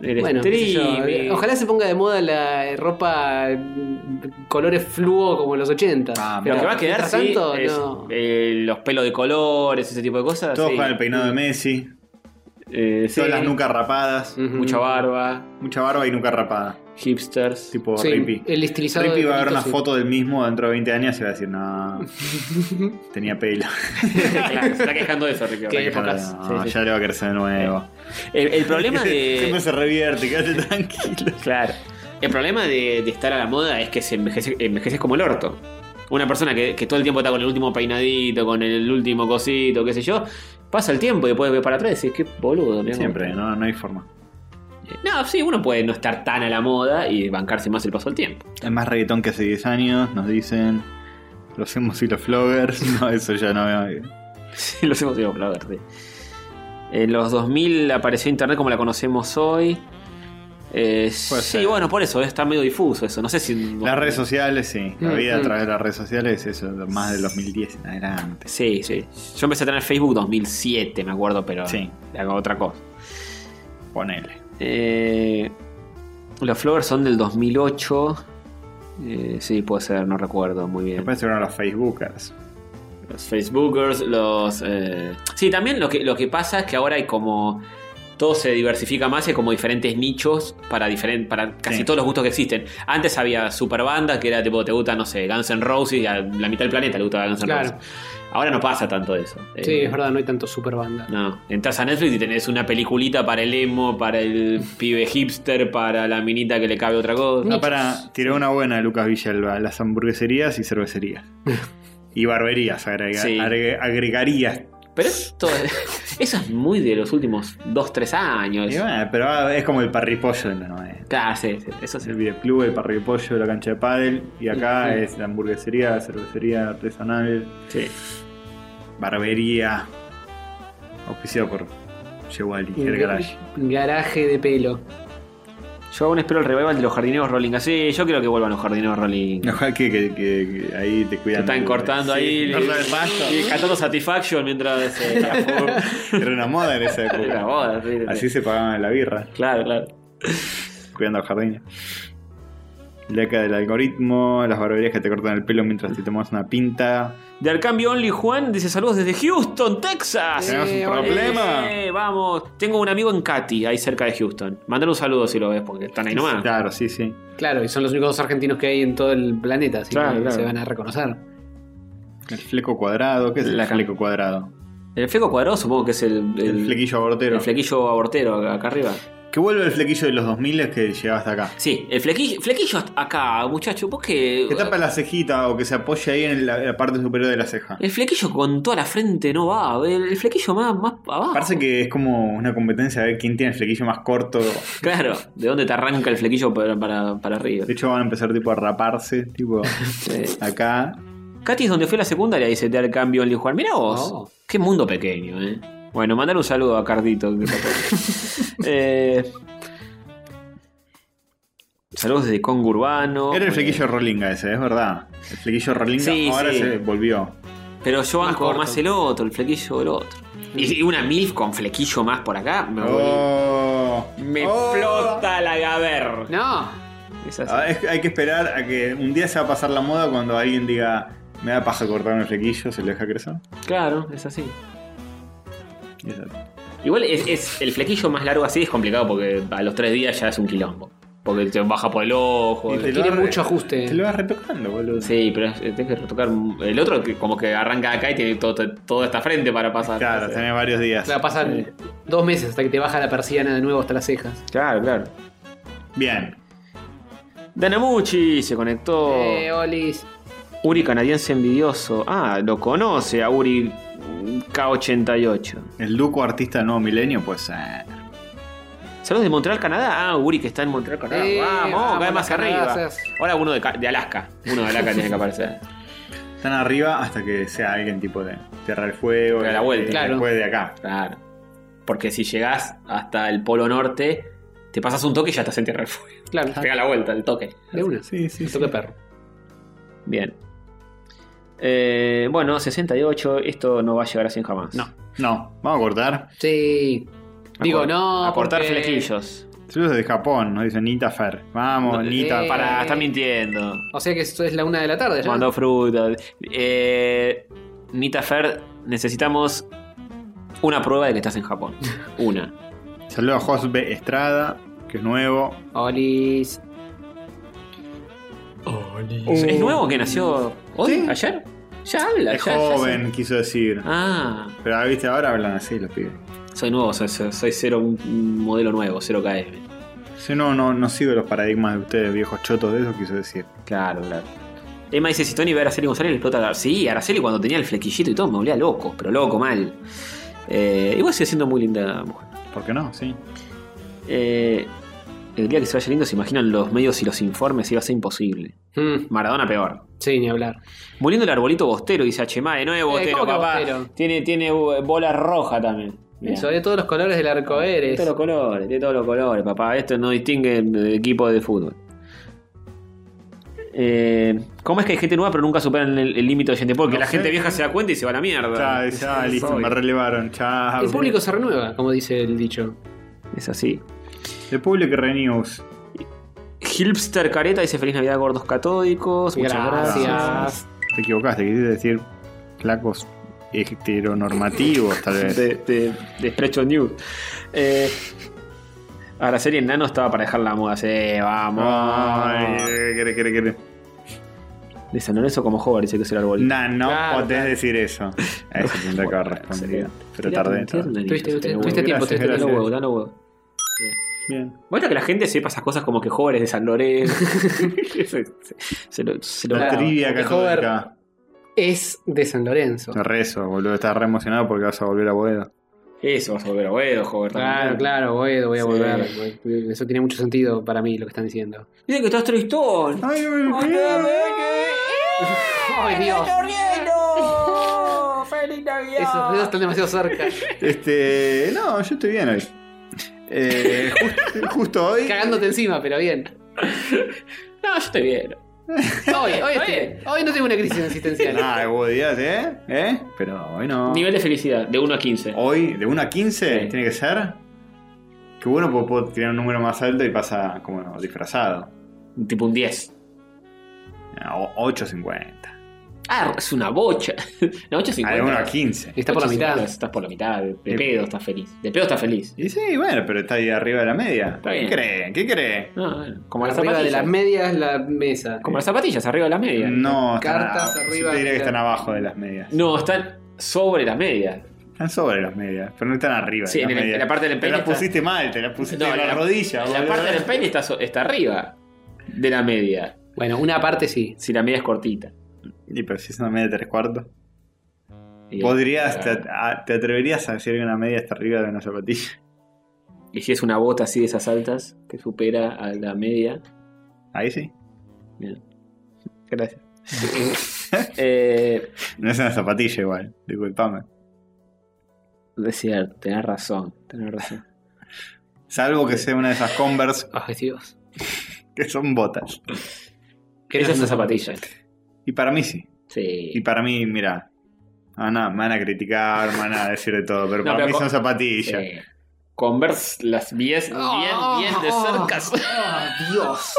como el
Bueno, qué sé yo,
streaming.
eh, ojalá se ponga de moda la eh, ropa mm, colores fluo como los 80.
Ah,
Pero lo que va a quedar
mientras
sí,
tanto,
es,
no.
eh, los pelos de colores, ese tipo de cosas.
Todos
sí.
con el peinado de Messi,
Eh, sí. Mm.
todas las nucas rapadas,
Ujú.
Mucha barba,
mucha barba y nuca rapada.
hipsters.
Tipo
Sí,
Rippy.
Eh,
el estilizado.
Rippy
de
va a ver
pelito,
una
sí.
foto del mismo dentro de 20 años y va a decir, no, tenía pelo.
Claro, se está quejando de eso, Ricky.
Qué
ahora.
épocas.
No,
Sí, sí, sí.
ya le va a crecer de nuevo.
El, el problema
Siempre
de.
se revierte, quédate tranquilo.
claro. El problema de, de estar a la moda es que se envejece, envejeces como el orto. Una persona que, que todo el tiempo está con el último peinadito, con el último cosito, qué sé yo, pasa el tiempo y después ve para atrás y decís, qué boludo. mirá cómo
Siempre,
está".
no, no hay forma.
No, sí, uno puede no estar tan a la moda y bancarse más el paso del tiempo.
Es más reggaetón que hace 10 años, nos dicen. Los hemos y los floggers. No, eso ya no veo.
Sí, los hemos ido a sí. En los 2000 apareció Internet como la conocemos hoy. Eh, sí,
Puede ser.
bueno, por eso eh, está medio difuso eso. No sé si.
Las redes sociales, sí. La
Mm,
vida a
mm.
través de las redes sociales, eso, más del 2010 en adelante.
Sí, sí. Yo empecé a tener Facebook 2007, me acuerdo, pero.
Sí.
Hago otra cosa.
Ponele.
Eh, los Flowers son del 2008. Eh, sí, puede ser, no recuerdo muy bien.
Después se fueron los Facebookers.
Los Facebookers, los. eh, Sí, también lo que, lo que pasa es que ahora hay como. Todo se diversifica más y hay como diferentes nichos para, diferen- para casi
Sí.
todos los gustos que existen. Antes había super bandas que era tipo, te gusta, no sé, Guns N' Roses y a la mitad del planeta le gustaba Guns N'
Claro.
Roses. Ahora no pasa tanto eso.
Sí,
Eh,
es verdad, no hay tanto super banda.
No, entras a Netflix y tenés una peliculita para el emo, para el pibe hipster, para la minita que le cabe otra cosa.
Ah, para, tiré una buena, Lucas Villalba. Las hamburgueserías y cervecerías. y barberías, agrega-
Sí.
agre- agregarías.
Pero esto, eso es muy de los últimos 2-3 años.
Y bueno, pero ah, es como el parripollo de los 90.
Claro, sí, sí, eso
Es
sí.
el videoclub, el parripollo, la cancha de pádel. Y acá
Ujú.
es la hamburguesería, la cervecería artesanal,
Sí.
barbería. Auspiciado por Chewali,
Un
el garage.
Garaje de pelo.
Yo aún espero el revival de los jardineros rolling. Así, yo creo que vuelvan los jardineros rolling.
Ojalá que, que- que- que ahí te
Te
cuidan.
están
el-
cortando
Sí,
ahí.
cortan el pasto.
Y cantando Satisfaction mientras. eh,
Era una moda en esa época.
Era moda, sí, sí, sí.
Así se pagaban la birra,
claro, claro.
cuidando al jardín. la cara del algoritmo, las barberías que te cortan el pelo mientras te tomas una pinta.
De Arcambio Only Juan dice saludos desde Houston, Texas.
Tenemos
Eh,
un problema.
Eh, vamos, tengo un amigo en Katy, ahí cerca de Houston. Mandale un saludo si lo ves, porque están ahí nomás.
Claro, sí, sí.
Claro, y son los únicos dos argentinos que hay en todo el planeta, así
Claro,
que
claro.
se van a reconocer.
El fleco cuadrado, ¿qué es
La
el
cam-
fleco cuadrado?
El fleco cuadrado supongo que es el, el-
El, flequillo abortero.
el flequillo abortero acá acá arriba.
que vuelve el flequillo de los 2000 que llegaba hasta acá.
Sí, el flequillo, flequillo hasta acá, muchacho, ¿por qué?
Que tapa la cejita o que se apoya ahí en la, en la parte superior de la ceja.
El flequillo con toda la frente no va, el, el flequillo más, más abajo.
Parece que es como una competencia de ver quién tiene el flequillo más corto.
Claro, ¿de dónde te arranca el flequillo para, para, para arriba?
De hecho van a empezar tipo a raparse, tipo
Sí.
acá.
Katy es donde fue la secundaria, dice Te cambio en Juan. Mirá vos.
Oh.
Qué mundo pequeño, eh. Bueno, mandar un saludo a Cardito. que tapó. Eh, saludos desde Congo Urbano. Eh,
Era el flequillo rolinga ese, es verdad. El flequillo rolinga
Oh, Sí,
ahora
sí.
se volvió.
Pero yo
Más
banco
corto.
más, el otro, el flequillo del otro. Y, y una MILF con flequillo más por acá. Me,
Oh.
vuel- me
Oh.
explota la gaber.
No,
Es así.
Ah, es que hay que esperar a que un día se va a pasar la moda cuando alguien diga me da paja cortarme el flequillo, se lo deja crecer.
Claro, es así.
Y es así.
Igual es, es- el flequillo más largo así es complicado porque a los tres días ya es un quilombo. Porque te baja por el ojo. eh,
Y te
tiene
lo va-
mucho ajuste.
Te lo vas retocando, boludo.
Sí, pero es- tenés que retocar el otro que como que arranca acá y tiene todo, toda esta frente para pasar.
Claro, tenés varios días.
claro, pasan dos meses hasta que te baja la persiana de nuevo hasta las cejas.
claro, claro.
Bien.
Danamuchi se conectó.
Eh, Olis.
Uri canadiense envidioso. Ah, lo conoce a Uri K88.
El Duco artista del nuevo milenio, pues. eh.
Saludos de Montreal, Canadá. Ah, Uri que está en Montreal, Canadá.
Eh,
vamos, cae
vamos,
más
Canadá,
arriba.
seas-
Ahora uno de, Ca- de Alaska. Uno de Alaska tiene que aparecer.
Están arriba hasta que sea alguien tipo de Tierra del Fuego.
Pero a la
eh,
vuelta.
Claro.
Después de acá.
Claro. Porque si llegás hasta el Polo Norte, te pasas un toque y ya estás en Tierra del Fuego.
Claro,
Pega la vuelta, el toque.
de una.
Sí, sí.
Me
sí.
toque perro.
Bien. Eh, bueno, 68, esto no va a llegar así jamás.
No.
No, vamos a cortar.
Sí. Digo, no.
A cortar
porque-
flequillos.
Saludos de Japón, nos dice Nita Fer. Vamos,
No,
Nita.
eh,
Para, están mintiendo.
O sea que esto es la una de la tarde ya.
Mandó fruta. Eh, Nita Fer, necesitamos una prueba de que estás en Japón. Una.
Saludos a Josbe Estrada, que es nuevo.
Olis.
Oh,
¿Es nuevo que nació hoy?
Sí.
¿Ayer? Ya habla.
es
ya- ya
joven,
sé.
quiso decir.
Ah,
Pero viste, ahora hablan así los pibes.
soy nuevo, soy, soy- soy cero, un modelo nuevo, cero KM.
Si no, no, no sigo los paradigmas de ustedes, viejos chotos de eso, quiso decir.
Claro, claro. Emma dice, si Tony ve a Araceli González, le explota la... Sí, Araceli cuando tenía el flequillito y todo me volvía loco, pero loco, mal. Eh, igual sigue siendo muy linda mujer.
¿Por qué no? Sí.
Eh, el día que se vaya lindo, se imaginan los medios y los informes, iba a ser imposible.
Mm,
Maradona peor.
sí, ni hablar.
Muy lindo el arbolito bostero, dice Hmae. No es bostero,
Eh, ¿cómo que
papá.
bostero?
Tiene, tiene eh, bola roja también. Mirá.
Eso, de todos los colores del arco
De
eres.
todos los colores, de todos los colores, papá. Esto no distingue el el equipo de fútbol. Eh, ¿Cómo es que hay gente nueva pero nunca superan el el límite de gente? Porque
No
la
sé.
gente vieja se da cuenta y se va a la mierda.
Ya, ya,
Es
listo,
obvio.
me relevaron. Chao.
El público se renueva, como dice el dicho.
Es así.
El público renews.
Hilpster Careta dice Feliz Navidad, gordos catódicos. Muchas gracias.
Gracias.
Te equivocaste, quisiste decir flacos heteronormativos, tal vez.
De, de, de Stretch on News. Eh, a la serie Nano estaba para dejar la moda. Sí, vamos.
Ay, eh, quere, quere, quere.
De San Lorenzo como joven dice que es el árbol.
Nah, no
Claro,
podés
claro.
decir eso. A eso tendría que haber respondido. Pero tardé. tardé.
Tuviste-
Tuviste
tuviste tiempo,
Gracias,
tuviste
Dale
tiempo.
huevo, dale huevo.
Bien.
Bueno, que la gente sepa esas cosas como que jóvenes de San Lorenzo. se, se- se lo, se lo-
La
Claro,
trivia
porque
católica.
Es de San Lorenzo.
Te rezo, boludo. Estás re emocionado porque vas a volver a Boedo.
Eso vas a volver a Oedo, joven.
Claro,
también.
claro, voy, voy a
Sí.
volver. voy- Eso tiene mucho sentido para mí lo que están diciendo.
Dicen que estás tristón.
Ay,
¡Ay, Dios!
¡Feliz Navidad!
Esos dedos están demasiado cerca.
Este. No, yo estoy bien hoy. Eh, just- justo hoy.
Cagándote encima, pero bien.
No, yo estoy bien.
Hoy, hoy, estoy- hoy no tengo una crisis existencial.
Ah, vos dirás, ¿eh? ¿Eh? Pero hoy no.
Nivel de felicidad, de 1 a 15.
Hoy, de 1 a 15,
Sí.
tiene que ser. Qué bueno, porque puedo tirar un número más alto y pasa como disfrazado.
Tipo un 10.
O- 8.50.
Ah, es una bocha. La bocha 50.
Alguno Ah, a 15.
Está por la mitad.
Estás por la mitad. De de pedo estás feliz. De pedo estás feliz.
Y sí, bueno, pero está ahí arriba de la media.
Está
¿Qué
bien.
creen? ¿Qué creen?
No, bueno, como las
Arriba de
zapatillas.
las medias, la mesa.
como las zapatillas, arriba de las medias.
No, están
Cartas
a-
arriba
yo te diría
de
que
la-
están abajo de las medias.
No, están sobre las medias.
Están sobre las medias, pero no están arriba.
Sí,
de las
en el-
medias.
en la parte del
Te
empeine
la
está-
pusiste mal, te la pusiste
No,
en la,
la-
rodilla.
La
boludo.
parte del empeine está, so- está arriba de la media.
Bueno, una parte sí.
Si la media es cortita.
Y pero si es una media de tres cuartos.
Y-
Podrías, te, a- te atreverías a decir que una media está arriba de una zapatilla.
Y si es una bota así de esas altas que supera a la media.
Ahí sí.
Bien. Gracias. eh,
No es una zapatilla igual, disculpame.
es cierto, tenés razón. Tenés razón.
Salvo que sea una de esas Converse
Ay, Dios.
que son botas.
¿Qué
Esa
no
es una
son
zapatilla.
Y para mí sí. Y
Sí.
para mí, mira. Ah, no, me van a criticar, me van a decir de todo, pero
No,
para
pero
mí
con-
son zapatillas.
Sí. eh, Converse las vías bien, bien de cerca.
Oh, Dios.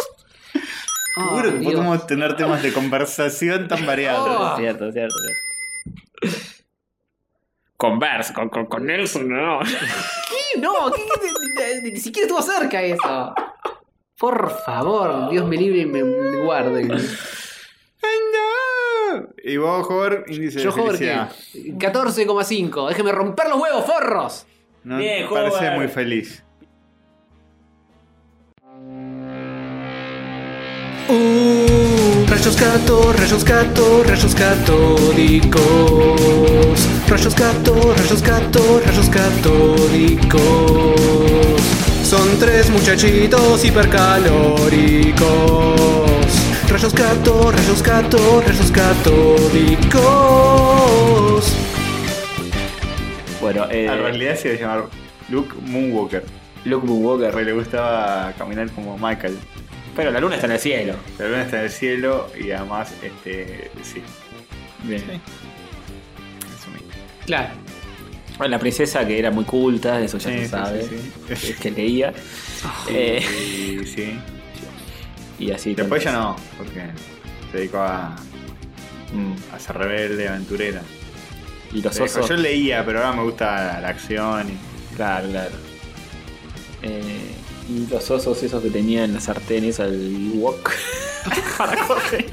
Oh,
Seguro que
Ah,
Dios.
podemos tener temas de conversación tan variados.
Ah.
Cierto, cierto, cierto. Converse, con, con, con Nelson, no.
¿Qué? No, ¿qué- qué- ni- ni siquiera estuvo cerca eso. Por favor, Dios me libre y me guarde.
Y vos, Jorge, índice
Yo,
de
Jorge,
felicidad.
14,5. Déjeme romper los huevos, forros.
No
Bien,
te parece
Jorge.
muy feliz.
Uh, rayos gato, rayos gato, rayos catódicos. Rayos gato, rayos gato, rayos catódicos. Son tres muchachitos hipercalóricos. Rayos gato, rayos gato, rayos catódicos.
Bueno, eh,
En realidad se iba a llamar Luke Moonwalker.
Luke Moonwalker.
Porque le gustaba caminar como Michael.
Pero la luna está en el cielo.
La luna está en el cielo y además, este, sí.
Bien.
eso mismo.
Claro.
Bueno, la princesa que era muy culta, eso ya
Sí,
se
sí,
sabe.
sí, Ah, sí.
Es que leía. Eh,
Y sí.
y así.
Después ya
tantas.
no, porque se dedicó a,
Mm.
a ser rebelde, aventurera.
Y los
Se dijo,
osos.
Yo leía, pero ahora me gusta la acción. y-
Claro, claro. Eh, y los osos esos que tenían las sartenes al wok. para correr.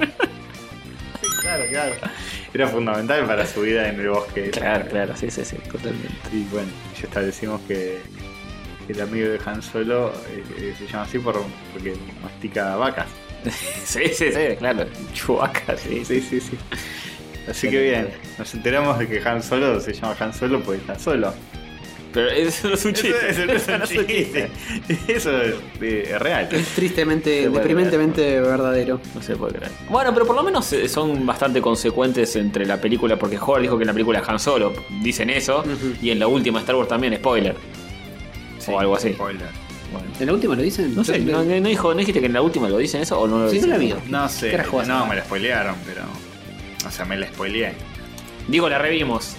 Claro, claro. Era fundamental para su vida en el bosque.
Claro, claro, sí, sí, sí, totalmente.
Y bueno, ya establecimos que el amigo de Han Solo eh, eh, se llama así por, porque mastica vacas.
Sí, sí, sí, claro. Chubaca, sí, sí.
Sí, sí, sí. Así que bien, nos enteramos de que Han Solo se llama Han Solo porque está solo.
Pero eso no es un chiste.
Eso, eso no es un chiste. Eso es, eh, es real.
Es tristemente,
Se puede
deprimentemente verdadero.
No se puede creer. Bueno, pero por lo menos eh, son bastante consecuentes entre la película, porque Howard dijo que en la película Han Solo dicen eso,
Ujú.
y en la última Star Wars también, spoiler. o algo así.
Spoiler.
Bueno.
¿En la última lo dicen?
No sé,
Yo-
¿no, no dijo, ¿no dijiste que en la última lo dicen eso o no lo
Sí,
dicen?
no la vi.
No sé,
¿Qué carajo vas a
no,
hacer?
me la spoilearon, pero... O sea, me la spoileé.
Digo, la revimos.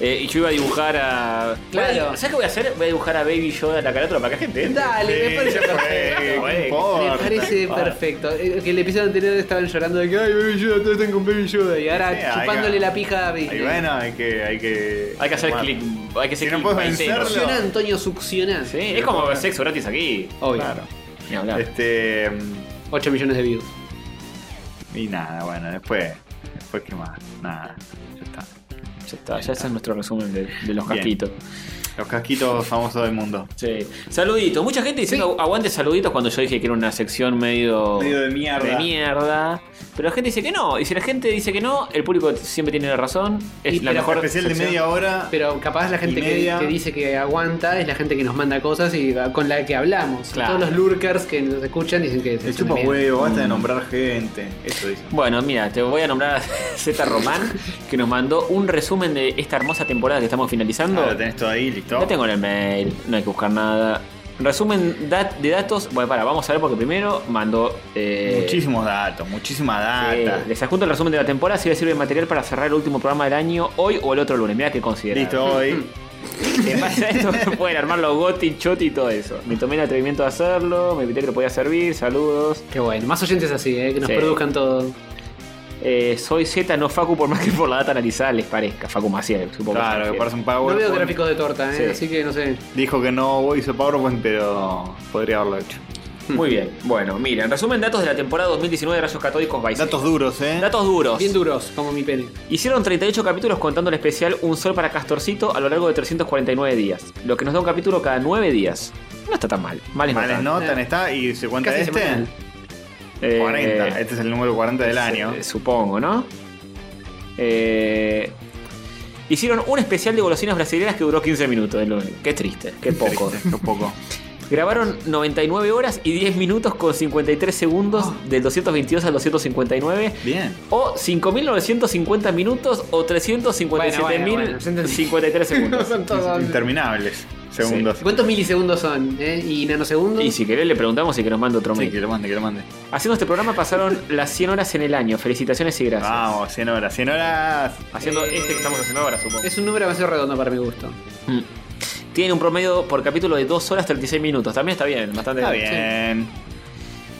Eh, y yo iba a dibujar a.
Claro.
Voy a- ¿Sabes qué voy a hacer? Voy a dibujar a Baby Yoda en la carátula para que la gente. entre.
Dale, me parece
Sí, ya fue,
perfecto.
¿qué
Me
Me
importa? Ah.
parece
Ahora.
perfecto. Eh, Que el episodio anterior estaban llorando de que ay Baby Yoda, todos están con Baby Yoda. Y ahora
Sí, ahí
chupándole
va.
la pija a
Y
Disney.
bueno, hay que... Hay que,
Hay que hacer
bueno,
click. Hay que ser
Si no
click
puedes
baitero.
vencerlo.
Succiona, Antonio, succiona.
Sí, es como ver sexo gratis aquí.
Obvio.
Claro.
Ni hablar.
Este... mm,
8 millones de views.
Y nada, bueno, después... Después qué más. Nada, ya está.
Ya está, ya ese es nuestro resumen de, de los
Bien.
casquitos.
Los casquitos famosos del mundo.
Sí. Saluditos. Mucha gente diciendo aguante saluditos cuando yo dije que era una sección medio.
Medio de mierda.
de mierda. Pero la gente dice que no. Y si la gente dice que no, el público siempre tiene la razón. Es
Y
la
pero
mejor.
especial de
sección.
media hora.
Pero capaz la gente
Y
que,
media.
que dice que aguanta es la gente que nos manda cosas y con la que hablamos.
Claro.
Todos los lurkers que nos escuchan dicen que
Se
es
chupa
una mierda.
huevo, basta de nombrar gente. Eso dice.
Bueno, mira, te voy a nombrar a Z Román, que nos mandó un resumen de esta hermosa temporada que estamos finalizando.
Ah, lo tenés todo ahí, listo.
Lo tengo en el mail, no hay que buscar nada. Resumen dat- de datos. Bueno, para, vamos a ver porque primero mandó. eh,
Muchísimos datos, muchísima
eh,
data.
les adjunto el resumen de la temporada si les sirve de material para cerrar el último programa del año hoy o el otro lunes. Mira que considerar.
listo, hoy.
En base a esto pueden armar los goti, choti y todo eso. Me tomé el atrevimiento de hacerlo, me invité que lo podía servir. Saludos.
Qué bueno. Más oyentes así, eh, que nos
Sí.
produzcan todo.
Eh, soy Z, no Facu, por más que por la data analizada les parezca. Facu Maciel, supongo. que se
Claro,
refiere.
que parece un
No
PowerPoint.
veo gráficos de torta, ¿eh?
Sí.
así que no sé.
Dijo que no hizo PowerPoint, pero podría haberlo hecho.
Muy bien. Bueno, miren, resumen datos de la temporada 2019 de Rayos Catódicos Vice.
Datos duros, ¿eh?
Datos duros.
Bien duros, como mi pene.
Hicieron 38 capítulos contando el especial Un Sol para Castorcito a lo largo de 349 días, lo que nos da un capítulo cada 9 días. No está tan mal. Mal es no
Males
tan.
notan, está. ¿Y se cuenta
Ah. Casi
este?
semanal.
Eh,
40. Este es el número 40 del año.
eh, supongo, ¿no? Eh, hicieron un especial de golosinas brasileñas que duró 15 minutos. es lo único. Qué triste, qué poco.
Un poco.
Grabaron 99 horas y 10 minutos con 53 segundos
Ah.
del 222 al 259.
Bien.
O 5.950 minutos o
Bueno, bueno, bueno,
357.053
se entendí.
segundos.
Son todos-
Interminables. Segundos.
¿Cuántos milisegundos son? eh? ¿Y nanosegundos?
Y si querés le preguntamos y que nos mande otro
Sí,
mail.
que lo mande, que lo mande.
Haciendo este programa pasaron las 100 horas en el año. Felicitaciones y
Ah.
gracias.
Vamos, 100 horas, 100 horas.
Haciendo este que estamos haciendo ahora, supongo.
Es un número demasiado redondo para mi gusto.
Mm. Tiene un promedio por capítulo de 2 horas 36 minutos. También está bien, bastante
Está bien.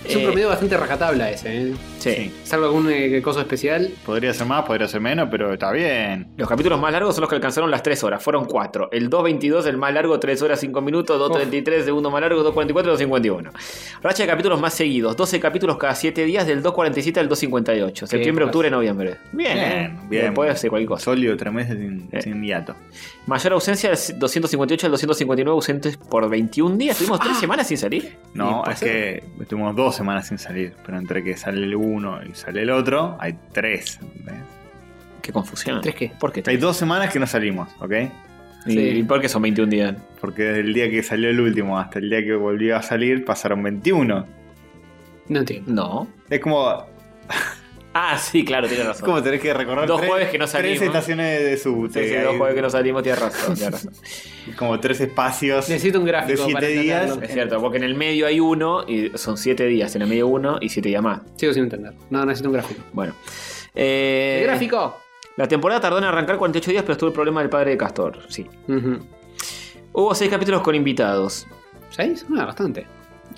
Es un
Eh,
promedio bastante rajatabla ese, ¿eh?
Sí.
Sí.
Salvo algún eh, coso especial.
Podría ser más, podría ser menos, pero está bien.
Los capítulos más largos son los que alcanzaron las 3 horas. Fueron 4. El 2.22, el más largo, 3 horas 5 minutos. 2.33, segundo más largo, 2.44, 2.51. Racha de capítulos más seguidos. 12 capítulos cada 7 días, del 2.47 al 2.58. Septiembre,
pasa.
octubre, noviembre. Bien.
Bien,
¿eh?
bien.
Después hace cualquier cosa.
Sólido, tres meses sin,
Eh.
sin hiato.
Mayor ausencia, 258 al 259 ausentes por 21 días. Tuvimos
Ah.
3 semanas sin salir.
No,
Y
es que estuvimos dos semanas sin salir, pero entre que sale el uno y sale el otro, hay tres. ¿entendés?
Qué confusión.
¿Tres qué?
¿Por qué?
Hay dos semanas que no salimos, ¿ok?
¿Y
Sí.
por qué son 21 días?
Porque desde el día que salió el último hasta el día que volvió a salir pasaron 21.
No entiendo.
No.
Es como,
Ah, sí, claro, tienes
es
razón.
como tenés que recorrer
Dos
tres-
jueves que no salimos.
Tres estaciones de subte.
Sí, sí,
hay
dos jueves que no salimos, tienes razón, tienes razón.
Como tres espacios.
Necesito un
De
gráfico
siete
para
días.
entenderlo.
Es cierto, porque en el medio hay uno y son 7 días. En el medio uno y 7 días más.
Sigo sin entender. No, necesito un gráfico.
Bueno. Eh,
¿El gráfico?
La temporada tardó en arrancar 48 días, pero estuvo el problema del padre de Castor. Sí.
Ujú.
Hubo 6 capítulos con invitados.
¿Seis? Ah, bastante.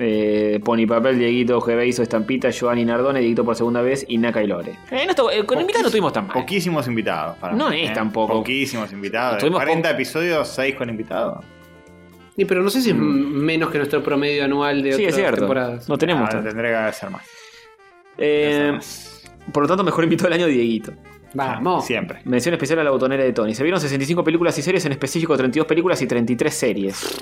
Eh, Pony Papel, Dieguito, Gebeizo, Estampita, Giovanni Nardone, Dieguito por segunda vez y Naka y Lore. Eh, no estuvo- eh, con invitados no tuvimos tan mal.
Poquísimos invitados. Para
No
mí,
es
¿eh?
tampoco.
Poquísimos invitados.
Tuvimos
40 episodios, 6 con invitados.
Y, pero no sé si es menos que nuestro promedio anual de
Sí,
otras
es cierto.
temporadas.
No tenemos
Ahora
tanto.
Ah, tendría que ser más.
Eh, por lo tanto, mejor invitó del año Dieguito.
Vamos.
Siempre.
Mención especial a la botonera de Tony. Se vieron 65 películas y series, en específico 32 películas y 33 series.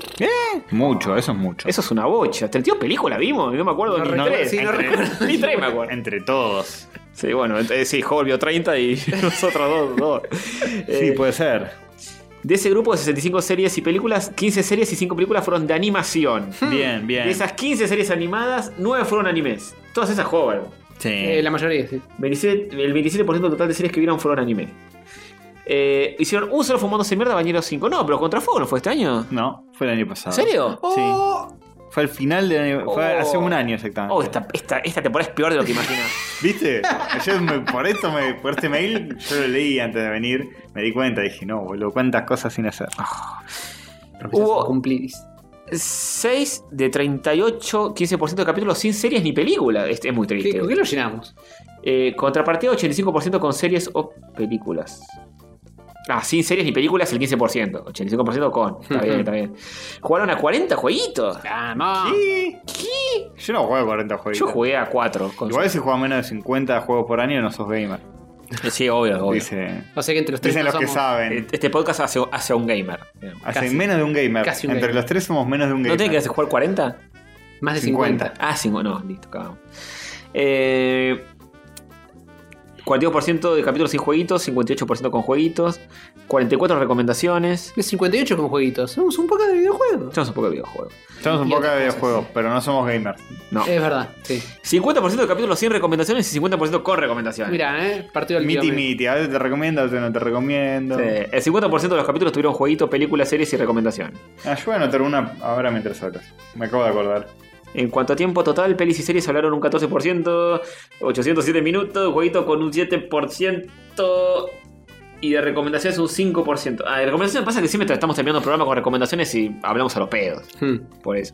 Mucho, eso es mucho.
Eso es una bocha. 32 películas vimos, no me acuerdo
No
ni
recuerdo,
tres.
sí, no
Entre-
recuerdo.
Ni tres me acuerdo.
Entre todos.
Sí, bueno, ent- sí, Hulk vio 30 y nosotros dos. dos.
sí,
Eh,
puede ser.
De ese grupo de 65 series y películas, 15 series y 5 películas fueron de animación.
hmm.
Bien, bien.
De esas 15 series animadas, 9 fueron animes. Todas esas Hover.
Sí.
Eh, la mayoría, sí.
27 el 27% del total de series que vieron fueron anime. Eh, hicieron un solo fumándose mierda bañero 5. No, pero contra fuego no fue este año.
No, fue el año pasado.
¿En serio?
Sí. Fue al final del año. Fue
Oh.
hace un año exactamente.
Oh, esta, esta, esta temporada es peor de lo que imaginaba.
¿Viste? Yo me- por esto, me, por este mail, yo lo leí antes de venir. Me di cuenta, dije, no, boludo, cuántas cosas sin hacer.
Ah.
Hubo-
Cumplís.
6 de 38, 15% de capítulos sin series ni películas. Este es muy
¿Qué,
triste.
¿Con qué lo llenamos?
Eh, contrapartida 85% con series o películas. Ah, sin series ni películas el 15%. 85% con. Está bien,
Ujú.
está bien. Jugaron a 40 jueguitos.
Vamos.
¿Qué? Yo no juego 40 juegos.
Yo jugué a 4.
Igual si juegas menos de 50 juegos por año no sos gamer.
Sí, obvio, obvio.
Dice,
O sea que entre los tres
dicen
no
los que
somos- eh,
saben.
Este podcast hace, hace a un gamer. ¿No
Hacen
casi-
menos de un gamer.
casi un
Entre
gamer.
los tres somos menos de un gamer.
tiene que jugar 40?
Más de
50.
50.
Ah, 5. No, listo, cagamos. Eh, 42% de capítulos sin jueguitos, 58% con jueguitos, 44 recomendaciones.
Es 58 con jueguitos. Somos un poco de videojuegos.
Echamos un poco de videojuegos.
Somos un
Y
poco de
otras cosas,
videojuegos, pero no somos gamers.
No.
Es verdad, sí.
50% de capítulos sin recomendaciones y 50% con recomendaciones.
Mirá, eh, partido al
Miti
tiro, mirá.
miti, a veces te recomiendo, a veces no te recomiendo.
Sí, el 50% de los capítulos tuvieron jueguito, películas, series y recomendación.
Ah, yo voy a anotar una ahora mientras hablas. Me acabo de acordar.
En cuanto a tiempo total, pelis y series hablaron un 14%, 807 minutos, jueguito con un 7%. y de recomendaciones un 5%. Ah, de recomendaciones pasa que siempre estamos terminando el programa con recomendaciones y hablamos a los pedos.
Hmm.
Por eso.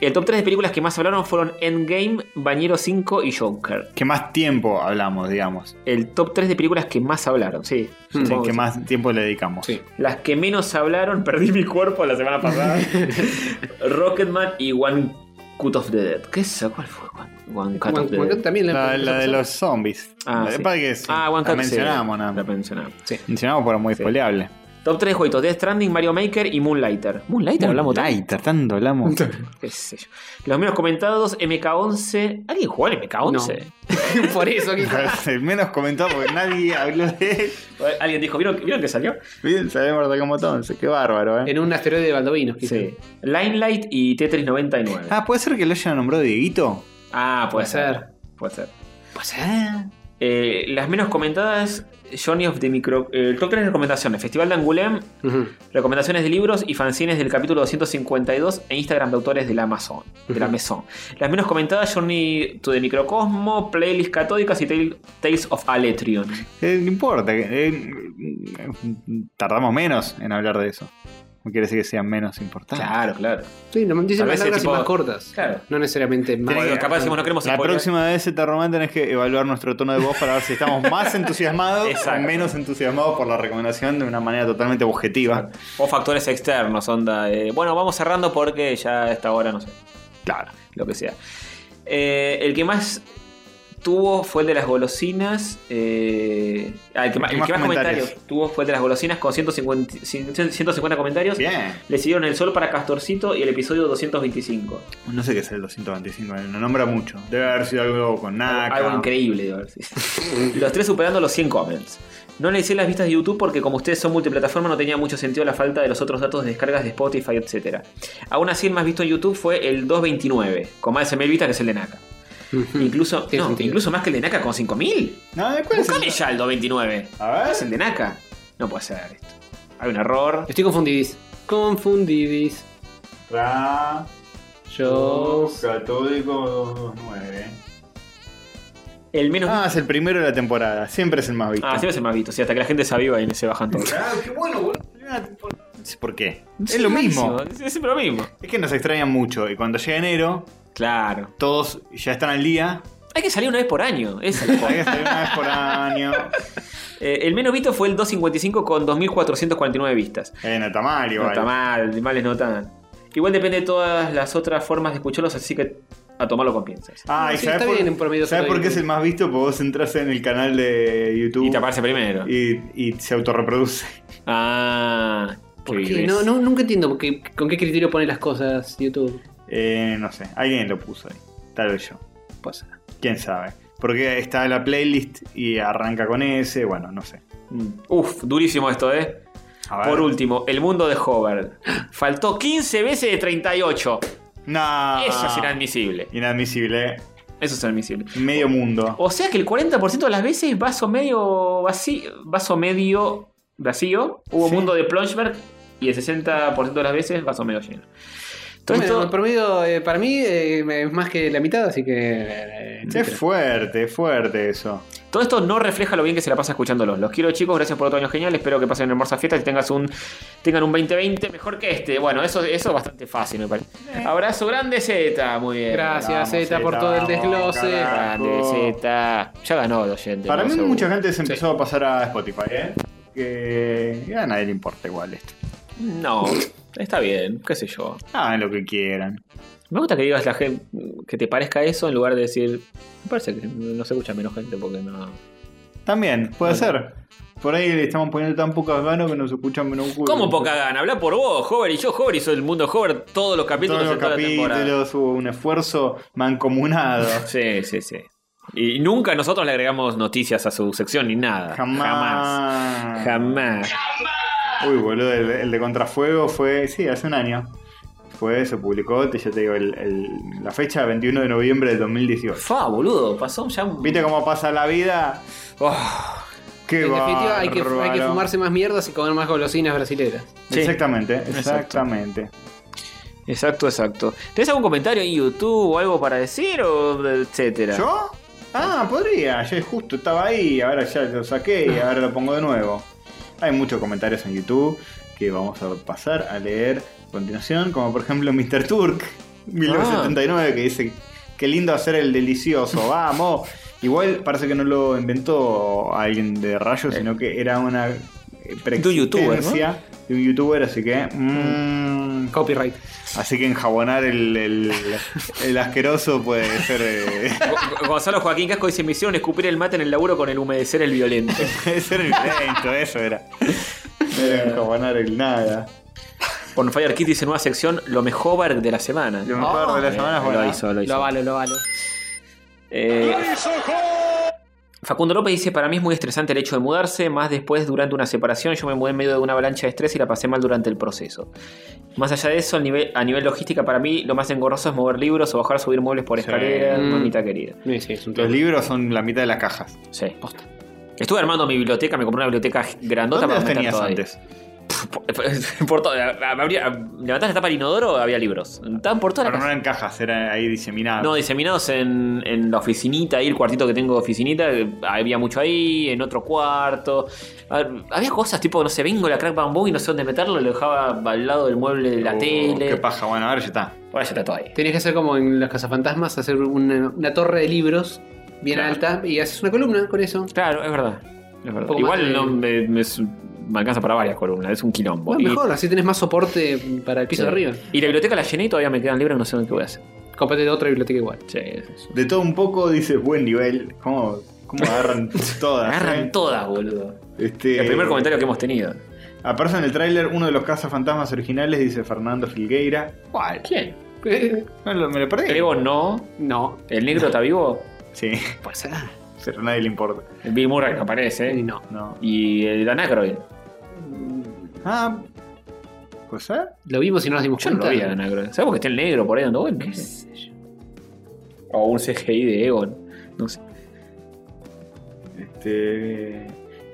El top 3 de películas que más hablaron fueron Endgame, Bañero 5 y Joker.
Que más tiempo hablamos, digamos.
El top 3 de películas que más hablaron, sí.
Sí,
Supongo
que
Oh, sí.
más tiempo le dedicamos.
Sí.
Las que menos hablaron, perdí mi cuerpo la semana pasada. Rocketman y One Cut of the Dead. ¿Qué es eso? ¿Cuál fue? One, One Cut
Juan-
of the
Juan
Dead.
Cat también
La, la de
pasó.
los zombies.
Ah,
La-
sí.
para que sí,
Ah, One
la
Cut
mencionamos,
sí,
nada
La
más.
mencionamos.
Mencionamos por muy spoileable.
Top 3 jueguitos: Death Stranding, Mario Maker y Moonlighter. Moonlighter hablamos tanto.
Moonlighter, tanto hablamos.
Qué sé yo. Los menos comentados: MK11. ¿Alguien jugó al MK11?
Por eso, que-
El menos comentado porque nadie habló de
Alguien dijo: ¿Vieron, ¿vieron que salió?
él. Sabemos de cómo entonces. Qué bárbaro, eh.
en un asteroide de Baldovino.
Sí. Limelight y T399. Ah,
Ah, ¿puede ser que lo hayan nombrado Dieguito?
puede
puede
ser.
ser.
Puede ser.
Pues, ah,
Eh, las menos comentadas: Johnny of the Micro. eh, El top 3 recomendaciones: Festival de Angoulême,
ujú.
recomendaciones de libros y fanzines del capítulo 252 e Instagram de autores de la Amazon. De la
Ujú.
Maison. Las menos comentadas: Johnny to the Microcosmo, Playlist Catódicas y Tale- Tales of Aletrion.
Eh, no importa. eh, eh, tardamos menos en hablar de eso. No quiere decir que sean menos importantes.
Claro, claro.
Sí, no,
Tal
dicen
vez
más
ese
largas
tipo-
y más cortas.
Claro.
No necesariamente más.
Bueno, capaz decimos no queremos
La
spoiler.
próxima vez, Z Román, tenés que evaluar nuestro tono de voz para ver si estamos más entusiasmados o
Exacto.
menos entusiasmados por la recomendación de una manera totalmente objetiva.
O factores externos, onda. eh, bueno, vamos cerrando porque ya a esta hora no sé.
Claro.
lo que sea. Eh, el que más tuvo fue el de las golosinas. eh, ah, el que, más, el que más comentarios. tuvo fue el de las golosinas con 150, 150 comentarios.
Bien.
Le siguieron el sol para Castorcito y el episodio 225.
No sé qué es el 225, no nombra mucho. Debe haber sido algo con Naka.
Algo increíble, digo, a ver si- Los tres superando los 100 comments. No le hice las vistas de YouTube porque como ustedes son multiplataforma no tenía mucho sentido la falta de los otros datos de descargas de Spotify, etc. Aún así el más visto en YouTube fue el 229, con más de 100.000 vistas que es el de Naka.
Hmm.
Incluso,
Tiene
no,
sentido.
incluso más que el de Naka con 5.000.
No, ¿de cuál es
Buscame
el-
ya el 229.
A ver.
¿Es el de Naka? No puede ser esto. Hay un error.
Estoy confundidis. Confundidis.
Ra.
Yo.
Catódico 9.
El menos. Ah,
Ah, es el primero de la temporada. Siempre es el más visto.
siempre es el más visto. Ah, Sí, hasta que la gente se aviva y se bajan todos.
Ah, qué bueno, boludo.
Ah,
¿Por qué? es lo mismo.
Buenísimo, Es, es siempre lo mismo.
Es que nos extrañan mucho. Y cuando llega enero,
Claro.
todos ya están al día.
Hay que salir una vez por año. esa es la
Hay
cosa.
que salir una vez por año.
Eh, el menos visto fue el 255 con 2.449 vistas.
Eh, no está mal, igual.
No está mal, males no tan. Igual depende de todas las otras formas de escucharlos, así que a tomarlo con piensas.
Ah, y
Sí,
¿sabes
está
por,
bien en promedio
¿sabes
solo
por qué es
YouTube.
el más visto? Porque vos entras en el canal de YouTube
Y te aparece primero.
y, y se autorreproduce.
Ah.
¿Por
qué
qué?
ves.
No, no, nunca entiendo por qué- con qué criterio ponen las cosas YouTube.
Eh, no sé, alguien lo puso ahí. Tal vez yo.
Pasa.
¿Quién sabe? Porque está la playlist y arranca con ese. Bueno, no sé.
Mm. Uf, durísimo esto, ¿eh?
A ver.
Por último, el mundo de Hobart. Faltó 15 veces de 38.
No.
Eso es inadmisible.
Inadmisible. eh.
Eso es inadmisible.
Medio mundo.
O sea que el 40% de las veces vaso medio vacío, vaso medio vacío, hubo
Sí.
mundo de Plongeberg y el 60% de las veces vaso medio lleno. Todo
Bueno, en
esto,
promedio, eh, para mí, eh, es más que la mitad, así que. eh,
Qué
etcétera.
fuerte, fuerte eso.
todo esto no refleja lo bien que se la pasa escuchándolos. Los quiero chicos, gracias por otro año genial, espero que pasen hermosas fiestas y tengas un, tengan un 2020 mejor que este. Bueno, eso, eso es bastante fácil me parece.
Eh.
Abrazo grande Z, muy bien.
Gracias,
Vamos,
Zeta, Ah, por todo el
Zeta, vamos,
desglose.
carajo.
Grande Z. Ya ganó el oyente.
Para
¿no?
mí
Seguro.
mucha gente se empezó a pasar a Spotify, ¿eh? Que que a nadie le importa igual esto.
No, está bien, qué sé yo.
Ah, lo que quieran.
Me gusta que digas la gente que te parezca eso en lugar de decir. Me parece que no se escucha menos gente porque no.
También, puede ser. Por ahí le estamos poniendo tan pocas ganas que nos escuchan menos culo.
¿Cómo poca gana? Habla por vos, Hover y yo, Hover hizo el mundo Hover todos los capítulos
Todos los
de toda la temporada.
capítulos hubo un esfuerzo mancomunado.
Sí, sí, sí. Y nunca nosotros le agregamos noticias a su sección ni nada. Jamás.
Jamás.
Jamás.
Uy, boludo, el, el de Contrafuego fue, sí, hace un año. Fue, se publicó, te- ya te digo, el- el- la fecha 21 de noviembre del 2018.
Fa, boludo, pasó ya un.
¿Viste cómo pasa la vida?
Oh,
Qué
En definitiva, hay que, hay que
bárbaro.
fumarse más mierdas y comer más golosinas brasileras.
Sí.
Exactamente, exactamente.
exacto, exacto. ¿Tenés algún comentario en YouTube o algo para decir o etcétera?
Ah,
Ah.
¿Yo? Ah, podría. Yo justo estaba ahí, ahora ya lo saqué y ahora lo pongo de nuevo. Hay muchos comentarios en YouTube que vamos a pasar a leer a continuación, como por ejemplo Mr. Turk
Ah.
1979 que dice, qué lindo hacer el delicioso, vamos. Igual parece que no lo inventó alguien de Rayo, sino que era una eh,
youtuber, ¿no?
preexistencia de un youtuber, así que... mm,
Copyright.
así que enjabonar el, el- el asqueroso puede ser... eh,
Go- Gonzalo Joaquín Casco dice: Me hicieron escupir el mate en el laburo con el humedecer el violento.
Ese era el violento, eso era. Era enjabonar el nada.
Por Fire Kid dice: Nueva sección, lo mejor de la semana.
Lo mejor de la
Eh,
semana fue
lo
la-
hizo, lo hizo.
Lo avalo, lo avalo.
Eh, Facundo López dice, para mí es muy estresante el hecho de mudarse, más después durante una separación yo me mudé en medio de una avalancha de estrés y la pasé mal durante el proceso. Más allá de eso, a nivel, a nivel logística para mí lo más engorroso es mover libros o bajar a subir muebles por
Sí.
escalera,
Mm.
mamita querida.
Sí, sí, es un
Los
tema.
libros son la mitad de las cajas.
Sí, posta. Estuve armando mi biblioteca, me compré una biblioteca grandota para
¿Dónde los
meter
tenías
todo ahí.
antes?
Por- eh, por todo, abría- levantás la tapa del inodoro, había libros. Estaban por toda la
Pero no
casa.
eran cajas, eran ahí diseminadas.
No, diseminados en, en la oficinita, ahí el cuartito que tengo de oficinita, eh, había mucho ahí, en otro cuarto. A ver, había cosas tipo, no sé, vengo la crack bambú y no sé dónde meterlo, lo dejaba al lado del mueble de la
Oh,
tele.
Qué paja, bueno, ahora ya está.
Ahora ya está todo ahí.
Tenías que hacer como en los cazafantasmas, hacer una, una torre de libros bien
Claro.
alta y haces una columna con eso.
Claro, es verdad. es verdad.
poco
Igual
más de-
no me, me es- me alcanza para varias columnas, es un quilombo.
Bueno,
Y-
mejor, así tenés más soporte para el piso
sí.
de arriba.
Y la biblioteca la llené y todavía me quedan libros, no sé dónde qué voy a hacer.
Cómprate otra biblioteca igual.
Sí, es eso.
De todo un poco dices buen nivel. ¿Cómo, cómo agarran todas?
Agarran
eh?
todas, boludo.
Este,
El primer comentario que hemos tenido.
Aparece en el tráiler uno de los cazafantasmas originales, dice Fernando Filgueira. ¿Cuál?
¿Quién?
No, lo- me lo perdí.
Creo no.
No,
¿El negro está vivo?
Sí,
pues ah,
pero a nadie le importa.
El Bill Murray no aparece. ¿eh?
no.
No.
Y el Dan Aykroyd.
Ah, pues ¿eh?
Lo vimos y no nos dimos
Yo no
cuenta.
lo vi a Dan Aykroyd. ¿Sabemos que está el negro por ahí dando vueltas? O un CGI de Egon. No sé.
Este,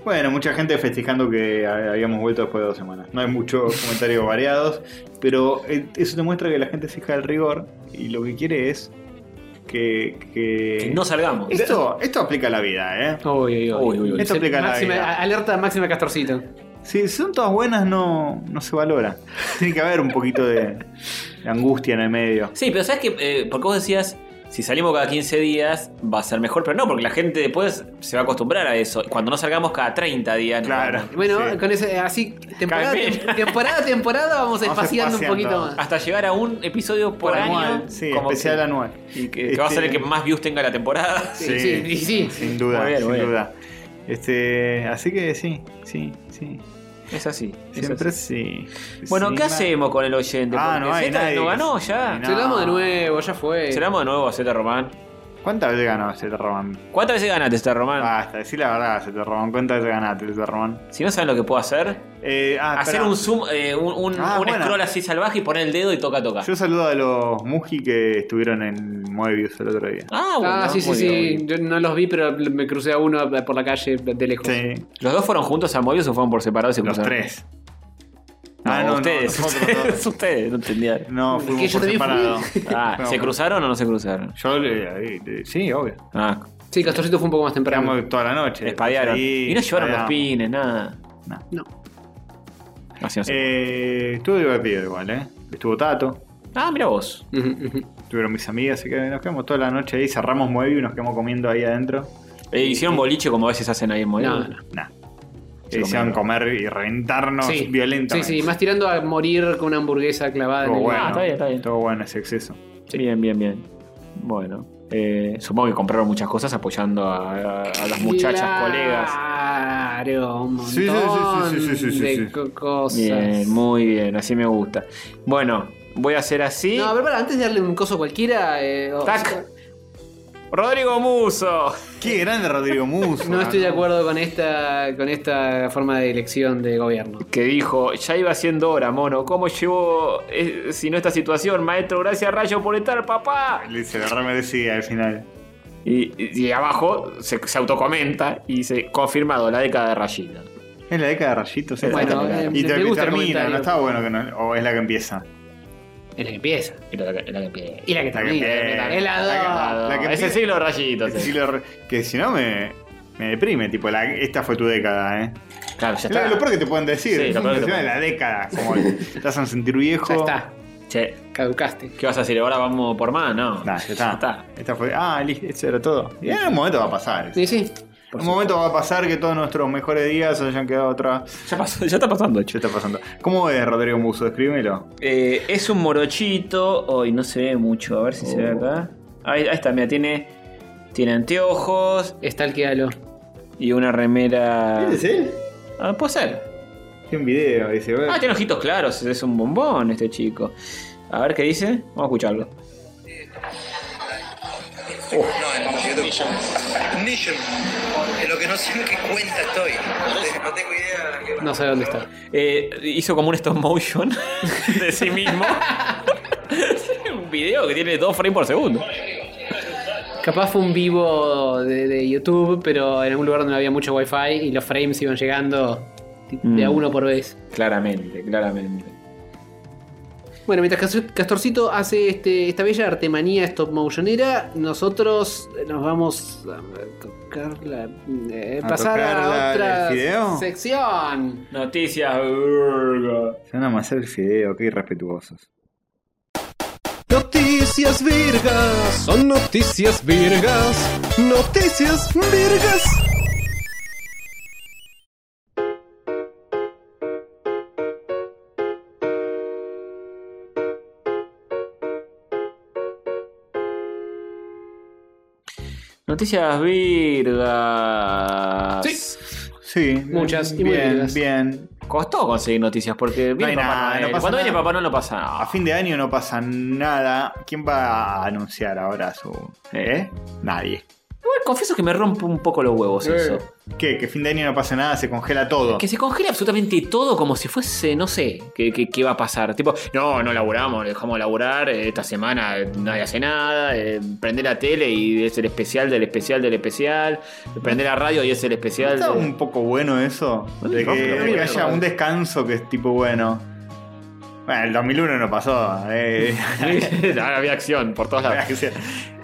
Bueno, mucha gente festejando que ha- habíamos vuelto después de dos semanas. No hay muchos comentarios variados, pero eh, eso demuestra que la gente se fija del rigor y lo que quiere es que. que-
Que no salgamos.
esto, esto aplica a la vida, ¿eh?
Uy, uy, uy.
Uy, uy, uy.
Esto aplica a la
Máxima-
vida.
a- alerta máxima Castorcito.
Si son todas buenas, no, no se valora. Tiene que haber un poquito de, de angustia en el medio.
Sí, pero ¿sabes que porque vos decías, si salimos cada 15 días va a ser mejor, pero no, porque la gente después se va a acostumbrar a eso. Cuando no salgamos cada 30 días. no,
Claro.
no.
Bueno,
Sí.
con ese, así, temporada,
Cae
tem- temporada, temporada, vamos,
Vamos
espaciando un
espaciando.
poquito más.
Hasta llegar a un episodio por
anual,
año.
sí,
como
especial
que,
anual.
y que- que va a ser el que
Este-
más views tenga la temporada.
Sí, sí, y sí.
Sin duda,
Muy bien,
sin
muy bien.
duda. Este, así que sí, sí, sí.
Es así. es
Siempre
así.
sí.
Bueno,
Sí,
¿qué
ma-
hacemos con el oyente?
Ah, no
Porque
hay
Zeta
nadie
no
que-
ganó
no
ya.
hay
Se lo damos de nuevo, ya fue.
Se la damos de nuevo a Zeta Román.
¿Cuántas veces ganaste el Román?
¿Cuántas veces ganaste Zeta Román?
Basta, decí la verdad, se te Román. ¿Cuántas veces ganaste el Román?
Si no saben lo que puedo hacer,
Eh, ah,
hacer
espera.
un zoom, eh, un, un-
Ah,
un
bueno.
scroll así salvaje y poner el dedo y toca, toca.
Yo saludo a los Muji que estuvieron en Moebius el otro día.
Ah, bueno.
Ah, sí, sí,
muy
sí.
bien.
Yo no los vi, pero me crucé a uno por la calle de lejos.
Sí,
¿Los dos fueron juntos a Mobius o fueron por separado? y se
los
cruzaron?
tres.
No,
Ah, no, no,
ustedes.
nosotros no.
ustedes, ustedes, no entendía.
No,
Es que
fuimos
yo
por
también fui.
separado.
Ah,
Fuimos
¿se
por-
cruzaron o no se cruzaron?
Yo le- eh, eh, sí, obvio.
Ah,
Sí, Castorcito fue un poco más temprano.
Esperamos toda la noche.
espadearon.
Sí,
y no llevaron los
espadeamos.
pines, nada.
No.
Así no sé.
Eh, estuvo divertido igual, ¿eh? Estuvo Tato,
ah, mira vos.
Ujú, ujú.
estuvieron mis amigas, así que nos quedamos toda la noche ahí, cerramos Moebius y nos quedamos comiendo ahí adentro.
Eh, hicieron boliche como a veces hacen ahí en Mobius.
No, no.
Nah.
Sí,
Se hicieron
comieron.
comer y reventarnos
Sí. Sí,
violentamente.
sí, más tirando a morir con una hamburguesa clavada en
Estuvo
el-
bueno,
Ah, está bien, está bien.
estuvo bueno ese exceso.
Bien, bien, bien. Bueno. eh, supongo que compraron muchas cosas apoyando a, a- a las muchachas, colegas.
Claro, un montón
Sí, sí, sí, sí, sí, sí, sí,
de
sí.
co- cosas.
Bien, muy bien, así me gusta. Bueno, voy a hacer así.
No, a ver, para, antes de darle un coso cualquiera. eh, o-
Tac. Rodrigo Muso.
Qué grande Rodrigo Muso.
No estoy de acuerdo con esta, con esta forma de elección de gobierno.
que dijo, ya iba siendo hora, mono, ¿cómo llevo eh, si no esta situación, maestro? Gracias, Rayo, por estar, papá.
Le Se la remerecía al final.
Y, y abajo se, se autocomenta y dice, confirmado, la década de Rayita.
Es la década de rayitos. ¿eh?
Bueno,
Esta-
eh,
y
me
te-
gusta el
termina,
comentario.
no está bueno que no. O es la que empieza.
Es la que empieza.
Era la que- era la que-
Y la
La
que
que
termina.
empieza.
Es la
La
dos.
Ah,
que
es el
pide-
siglo de Rayitos.
Este
eh.
siglo re- que si no me, me deprime, tipo, la- esta fue tu década, ¿eh?
Claro, ya
Lo,
está.
lo peor que te pueden decir.
Sí,
es
lo peor que te
una cuestión de
pueden-
la década. Como te hacen sentir viejo.
Ya está,
Che,
caducaste.
¿qué vas a decir? ¿Ahora vamos por más? No.
Nah, ya está.
Ya está.
Esta fue, ah, listo, eso era todo. Y en un momento va a pasar.
Sí, sí.
En un momento va a pasar que todos nuestros mejores días hayan quedado atrás.
Ya, pasó, ya está pasando,
¿Qué está pasando? ¿Cómo ves, Rodrigo Muso? Escríbelo.
Eh, es un morochito. Hoy no se ve mucho. A ver si se ve acá. Ahí, ahí está, mira, tiene. Tiene anteojos
Stalkealo.
y una remera.
él?
Ah, puede ser.
Tiene un video, dice. "Ve".
Ah, tiene ojitos claros. Es un bombón este chico. A ver qué dice. Vamos a escucharlo.
Oh. Nation. De lo que no sé en qué cuenta estoy. No tengo idea. qué-
No sé dónde está.
Eh, hizo como un stop motion de sí mismo. un video que tiene dos frames por segundo.
Capaz fue un vivo de, de YouTube, pero en algún lugar donde no había mucho wifi y los frames iban llegando de a
Mm.
uno por vez.
Claramente, claramente.
Bueno, mientras Cas- Castorcito hace este, esta bella artemanía stop motionera, nosotros nos vamos a tocar la, eh,
A
pasar
tocar
a
la-
otra
el fideo.
sección.
Noticias. verga.
Se van a hacer el video, qué irrespetuosos.
Noticias virgas, son noticias virgas, noticias virgas.
Noticias virgas.
Sí.
Muchas y muy
bien,
lindas.
bien.
Costó conseguir noticias porque viene
hay
Papá
nada,
Noel.
no pasa
Cuando viene
nada.
Papá Noel no pasa nada.
A fin de año no pasa nada. ¿Quién va a anunciar ahora su. ¿Eh? Nadie.
Igual confieso que me rompe un poco los huevos eso.
¿Qué? Que fin de año no pasa nada, se congela todo.
Que se congela absolutamente todo como si fuese, no sé, qué que, que va a pasar. Tipo, no, no laburamos, dejamos de laburar, eh, esta semana eh, nadie hace nada, eh, prende la tele y es el especial del especial del especial, prende la radio y es el
¿No
especial.
está
de-
un poco bueno eso? De que,
no, pero
de que
bueno.
haya un descanso que es tipo bueno. Bueno, el 2001 no pasó. eh.
Había acción por todos lados.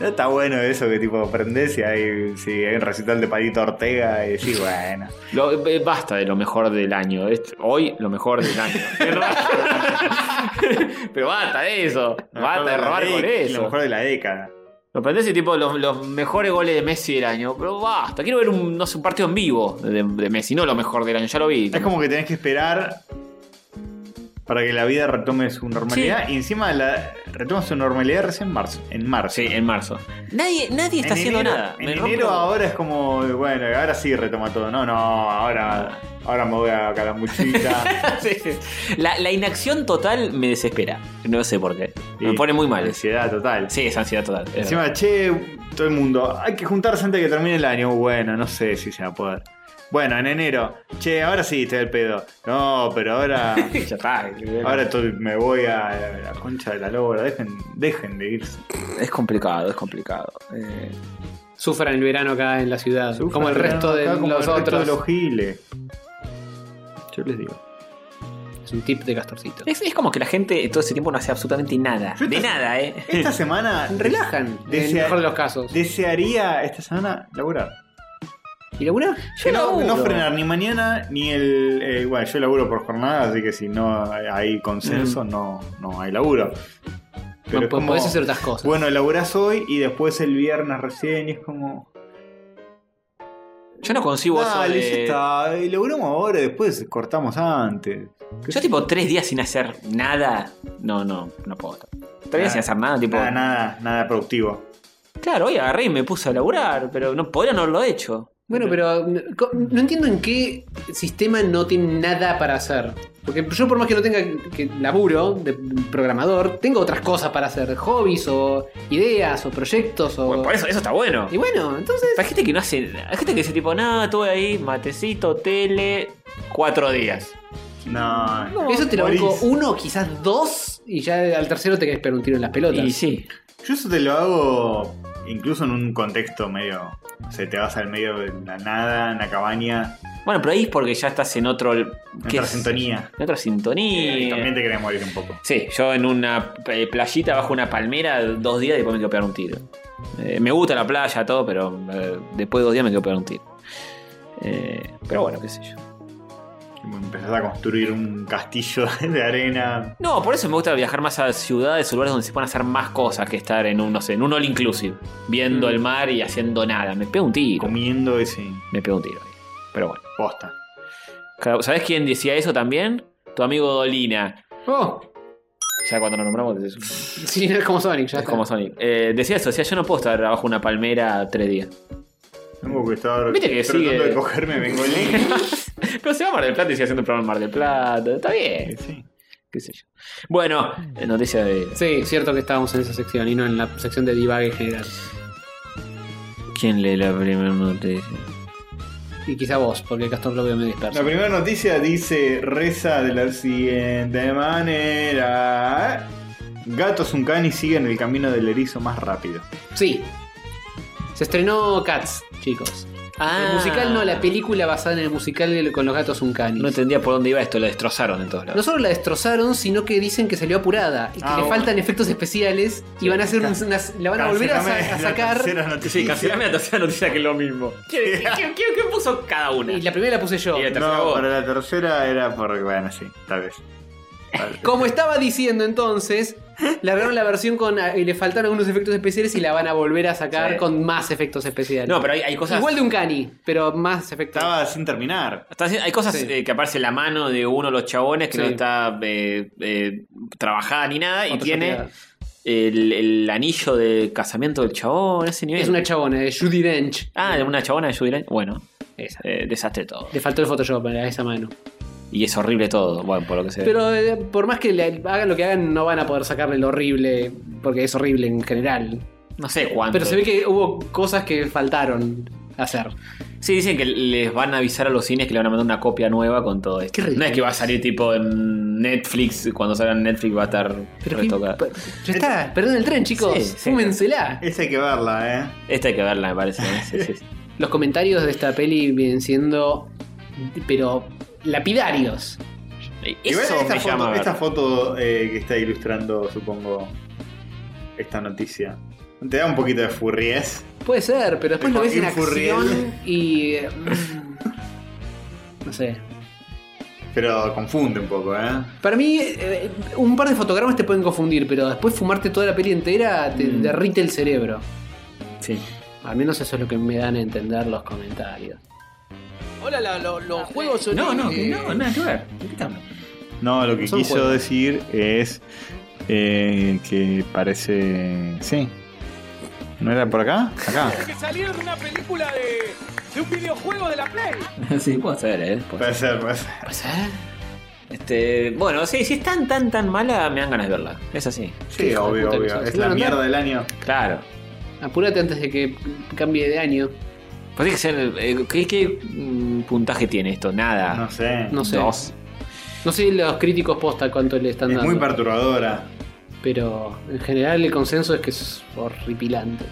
No está bueno eso que tipo prendés y hay, si hay un recital de Palito Ortega y decís, bueno.
Lo- eh, basta de lo mejor del año. Es- hoy lo mejor del año. Pero basta de eso. Basta de
Lo mejor
robar
la
con
dec- Lo
eso.
mejor de la década.
Lo prendés y tipo los, los mejores goles de Messi del año. Pero basta. Quiero ver un, no sé, un partido en vivo de, de Messi. No lo mejor del año. Ya lo vi.
Es como que tenés que esperar para que la vida retome su normalidad. Y encima la, retoma su normalidad recién en marzo. En marzo.
Sí, en marzo. Nadie, nadie está
En
haciendo
enero-
nada.
En
Me rompe
enero
todo.
ahora es como, bueno, ahora sí retoma todo. No, no, ahora, ahora me voy a Calamuchita.
Sí, sí. la, la inacción total me desespera. No sé por qué. Me
Sí.
pone muy mal.
Ansiedad total.
Sí, es ansiedad total. es verdad.
Encima, che, todo el mundo, hay que juntarse antes de que termine el año. Bueno, no sé si se va a poder. Bueno, en enero, che, ahora sí estoy al pedo. No, pero ahora.
Ya está.
ahora estoy- me voy a la concha de la lora. Dejen, dejen de irse.
Es complicado, es complicado. Eh,
Sufran el verano acá en la ciudad,
Sufran
como el resto de
acá, como el
los
resto
otros.
de los giles. Yo les digo.
Es un tip de Castorcito.
Es, es como que la gente todo ese tiempo no hace absolutamente nada.
Yo
De
esta-
nada, ¿eh?
Esta semana.
Relajan, en el
desea-
mejor de los casos.
Desearía esta semana laburar.
¿Y labura?
Yo
Que no,
laburo.
no frenar ni mañana ni el. eh, bueno, yo laburo por jornada, así que si no hay consenso, no, no hay laburo. Pero
No,
es como,
Mm. pues podés hacer otras cosas.
Bueno, laburás hoy y después el viernes recién, y es como.
Yo no consigo eso.
Dale, ya
de-
está. eh, Laburamos ahora, después cortamos antes.
Yo, tipo, tres días sin hacer nada. No, no, no puedo. estar. Tres días sin hacer nada,
pues.
tipo.
Nada, nada, nada productivo.
Claro, hoy agarré y me puse a laburar, pero no podría no haberlo hecho.
Bueno, pero mm, co- no entiendo en qué sistema no tiene nada para hacer. Porque yo por más que no tenga que laburo de programador, tengo otras cosas para hacer. Hobbies o ideas o proyectos o...
Bueno, por eso, eso está bueno.
Y bueno, entonces...
Hay gente que no hace. Hay gente que dice, tipo, nada, estuve ahí, matecito, tele, cuatro días.
No,
eso te lo
morís.
banco uno, quizás dos, y ya al tercero te querés pegar un tiro en las pelotas.
Y sí.
Yo eso te lo hago incluso en un contexto medio. O sea, te vas al medio de la nada, en la cabaña,
Bueno, pero ahí es porque ya estás en otro.
en
¿qué
otra
es?
sintonía.
En otra sintonía.
Y también te querés morir un poco.
Sí, yo en una eh, playita bajo una palmera dos días y después me quiero pegar un tiro. Eh, me gusta la playa, todo, pero eh, después de dos días me quiero pegar un tiro. Eh, pero bueno, qué sé yo.
Empezás a construir un castillo de arena.
No, por eso me gusta viajar más a ciudades o lugares donde se puedan hacer más cosas que estar en un, no sé, en un all inclusive, viendo
Mm.
el mar y haciendo nada. Me pego un tiro.
Comiendo ese
Me pego un tiro. ahí. Pero bueno.
posta.
Cada- ¿Sabés quién decía eso también? Tu amigo Dolina.
Oh,
Ya cuando lo nombramos es, es
sí, no es como Sonic, ya. está.
como Sonic. Eh, decía eso, decía yo no puedo estar abajo de una palmera tres días.
Tengo que estar
Viste que
tratando
sigue-
de cogerme, vengo en línea.
Pero se va a Mar del Plata y sigue haciendo un programa en Mar del Plata. Está bien,
Sí.
qué sé yo. Bueno, eh, noticia de.
Sí, cierto que estábamos en esa sección y no en la sección de divague general.
¿Quién lee la primera noticia?
Y quizá vos, porque Castor lo veo medio disperso.
La primera noticia dice, reza de la siguiente manera. Gatos un cani siguen el camino del erizo más rápido.
Sí. Se estrenó Cats, chicos.
Ah.
El musical no, la película basada en el musical con los gatos Uncanny.
No entendía por dónde iba esto, lo destrozaron en todos
No
lados.
solo la destrozaron, sino que dicen que salió apurada y que
Ah,
le
bueno.
faltan efectos especiales y van a hacer un- unas- la van a volver a, sa-
Cancelame
a
la
sacar.
tercera noticia.
Sí, cancelame la tercera noticia que es lo mismo. ¿Qué, qué- qué- qué puso cada una?
Y la primera la puse yo.
Y la tercera
No,
vos.
para la tercera era por... Bueno, sí, tal vez. Tal vez.
Como estaba diciendo entonces, largaron la versión con ah, y le faltaron algunos efectos especiales y la van a volver a sacar
Sí.
con más efectos especiales.
No, pero hay, hay cosas.
Igual de Uncanny, pero más efectos.
Estaba sin terminar.
Está haciendo- hay cosas
Sí.
eh, que aparece la mano de uno de los chabones que
Sí.
no está eh, eh, trabajada ni nada y
Otra
tiene
choteada.
el, el anillo de casamiento del chabón, ese nivel.
Es una chabona, de Judy Dench.
ah, de una chabona de Judy Dench. Bueno,
Esa.
eh, desastre todo.
Le faltó el Photoshop a esa mano.
Y es horrible todo, bueno, por lo que se ve.
Pero eh, por más que le hagan lo que hagan, no van a poder sacarle lo horrible, porque es horrible en general.
no sé cuánto.
Pero se ve que hubo cosas que faltaron hacer.
Sí, dicen que les van a avisar a los cines que le van a mandar una copia nueva con todo esto.
Qué ridículo.
No es que va a salir tipo en Netflix, cuando salga en Netflix va a estar
Pero qué-
retocada.
pa- ya está, perdón el tren, chicos.
Sí, sí.
Fúmensela.
Esa hay que verla, ¿eh?
Esta hay que verla, me parece. ¿eh? Sí, sí, sí.
Los comentarios de esta peli vienen siendo. pero. lapidarios.
Igual
Eso
esta
me
foto,
llama.
esta foto, eh, que está ilustrando, supongo, esta noticia. Te da un poquito de furries.
Puede ser, pero después
De
lo ves en
Joaquín Furriel.
acción y. eh, mm, no sé.
Pero confunde un poco, ¿eh?
Para mí, eh, un par de fotogramas te pueden confundir, pero después fumarte toda la peli entera te
Mm.
derrite el cerebro.
Sí.
Al menos eso es lo que me dan a entender los comentarios.
Hola, la- lo- los juegos son.
No, no,
eh,
no, nada que ver. ¿De qué estamos?
No, lo que
Son
quiso
juegos.
decir es eh, que parece. Sí. ¿No era por acá? Acá.
Que salieron de una película de. de un videojuego de la Play.
sí, puede ser, ¿eh? Puede
Puede ser, puede ser.
puede ser. Este, bueno, sí, si es tan, tan, tan mala, me dan ganas de verla. Es así.
Sí,
hijo de
obvio,
puta que
obvio.
sos.
Es la
Bueno,
mierda del año.
Claro.
Apúrate antes de que cambie de año.
Pues tiene que ser. eh, ¿Qué, qué, mm, puntaje tiene esto? Nada.
No sé.
No sé.
Dos.
No sé los críticos posta cuánto le están
Es
dando.
muy perturbadora.
pero en general el consenso es que es horripilante.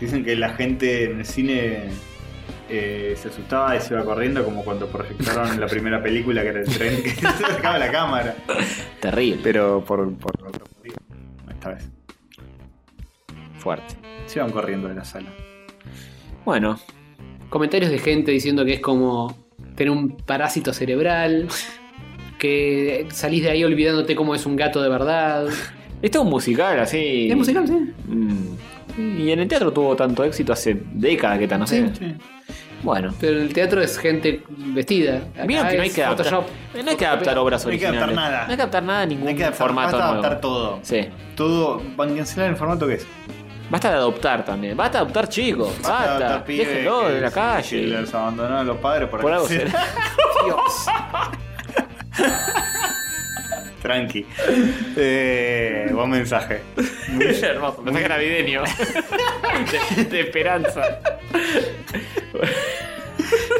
Dicen que la gente en el cine eh, se asustaba y se iba corriendo, como cuando proyectaron la primera película que era el tren que se acercaba a la cámara.
Terrible.
Pero por, por otro motivo. Esta vez.
Fuerte.
Se iban corriendo de la sala.
Bueno,
Comentarios de gente diciendo que es como tener un parásito cerebral, que salís de ahí olvidándote cómo es un gato de verdad.
esto es un musical así.
Es musical, sí.
Mm. Y en el teatro tuvo tanto éxito hace décadas que tal, no sé. Bueno.
Pero en el teatro es gente vestida. Acá
Vieron que no hay
es
que adaptar.
Photoshop.
No hay que adaptar obras
No hay que
originales.
adaptar nada.
No hay que adaptar nada a ningún
Hay que adaptar,
formato
basta
nuevo.
adaptar todo.
Sí.
Todo. Van a cancelar el formato que es.
Basta de adoptar también. Basta de adoptar chicos. Basta.
de adaptar pibes
Déjenlo
que-
de la
que
calle.
Los abandonaron los padres por,
Por
acá.
algo será.
Dios.
Tranqui. Eh, buen mensaje.
Hermoso, mensaje navideño. de, de esperanza.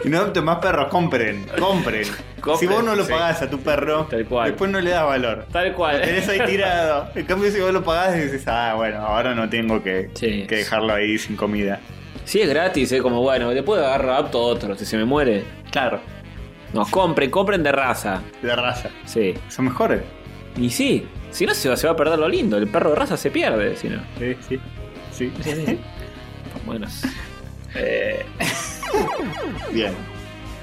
Y No adopten más perros, compren, compren.
Compren,
si vos no lo
sí.
pagás a tu perro,
Tal cual.
después no le das valor.
Tal cual.
Lo tenés ahí tirado. En cambio, si vos lo pagás, dices, ah, bueno, ahora no tengo que,
Sí.
que dejarlo ahí sin comida.
Si es gratis, es como bueno, después agarro apto otro, si se me muere.
Claro.
No, compren, compren de raza.
De raza.
Sí.
Son mejores.
Y sí, si no se va, se va a perder lo lindo, el perro de raza se pierde, si no.
Sí, sí. Sí.
Bueno.
Bien.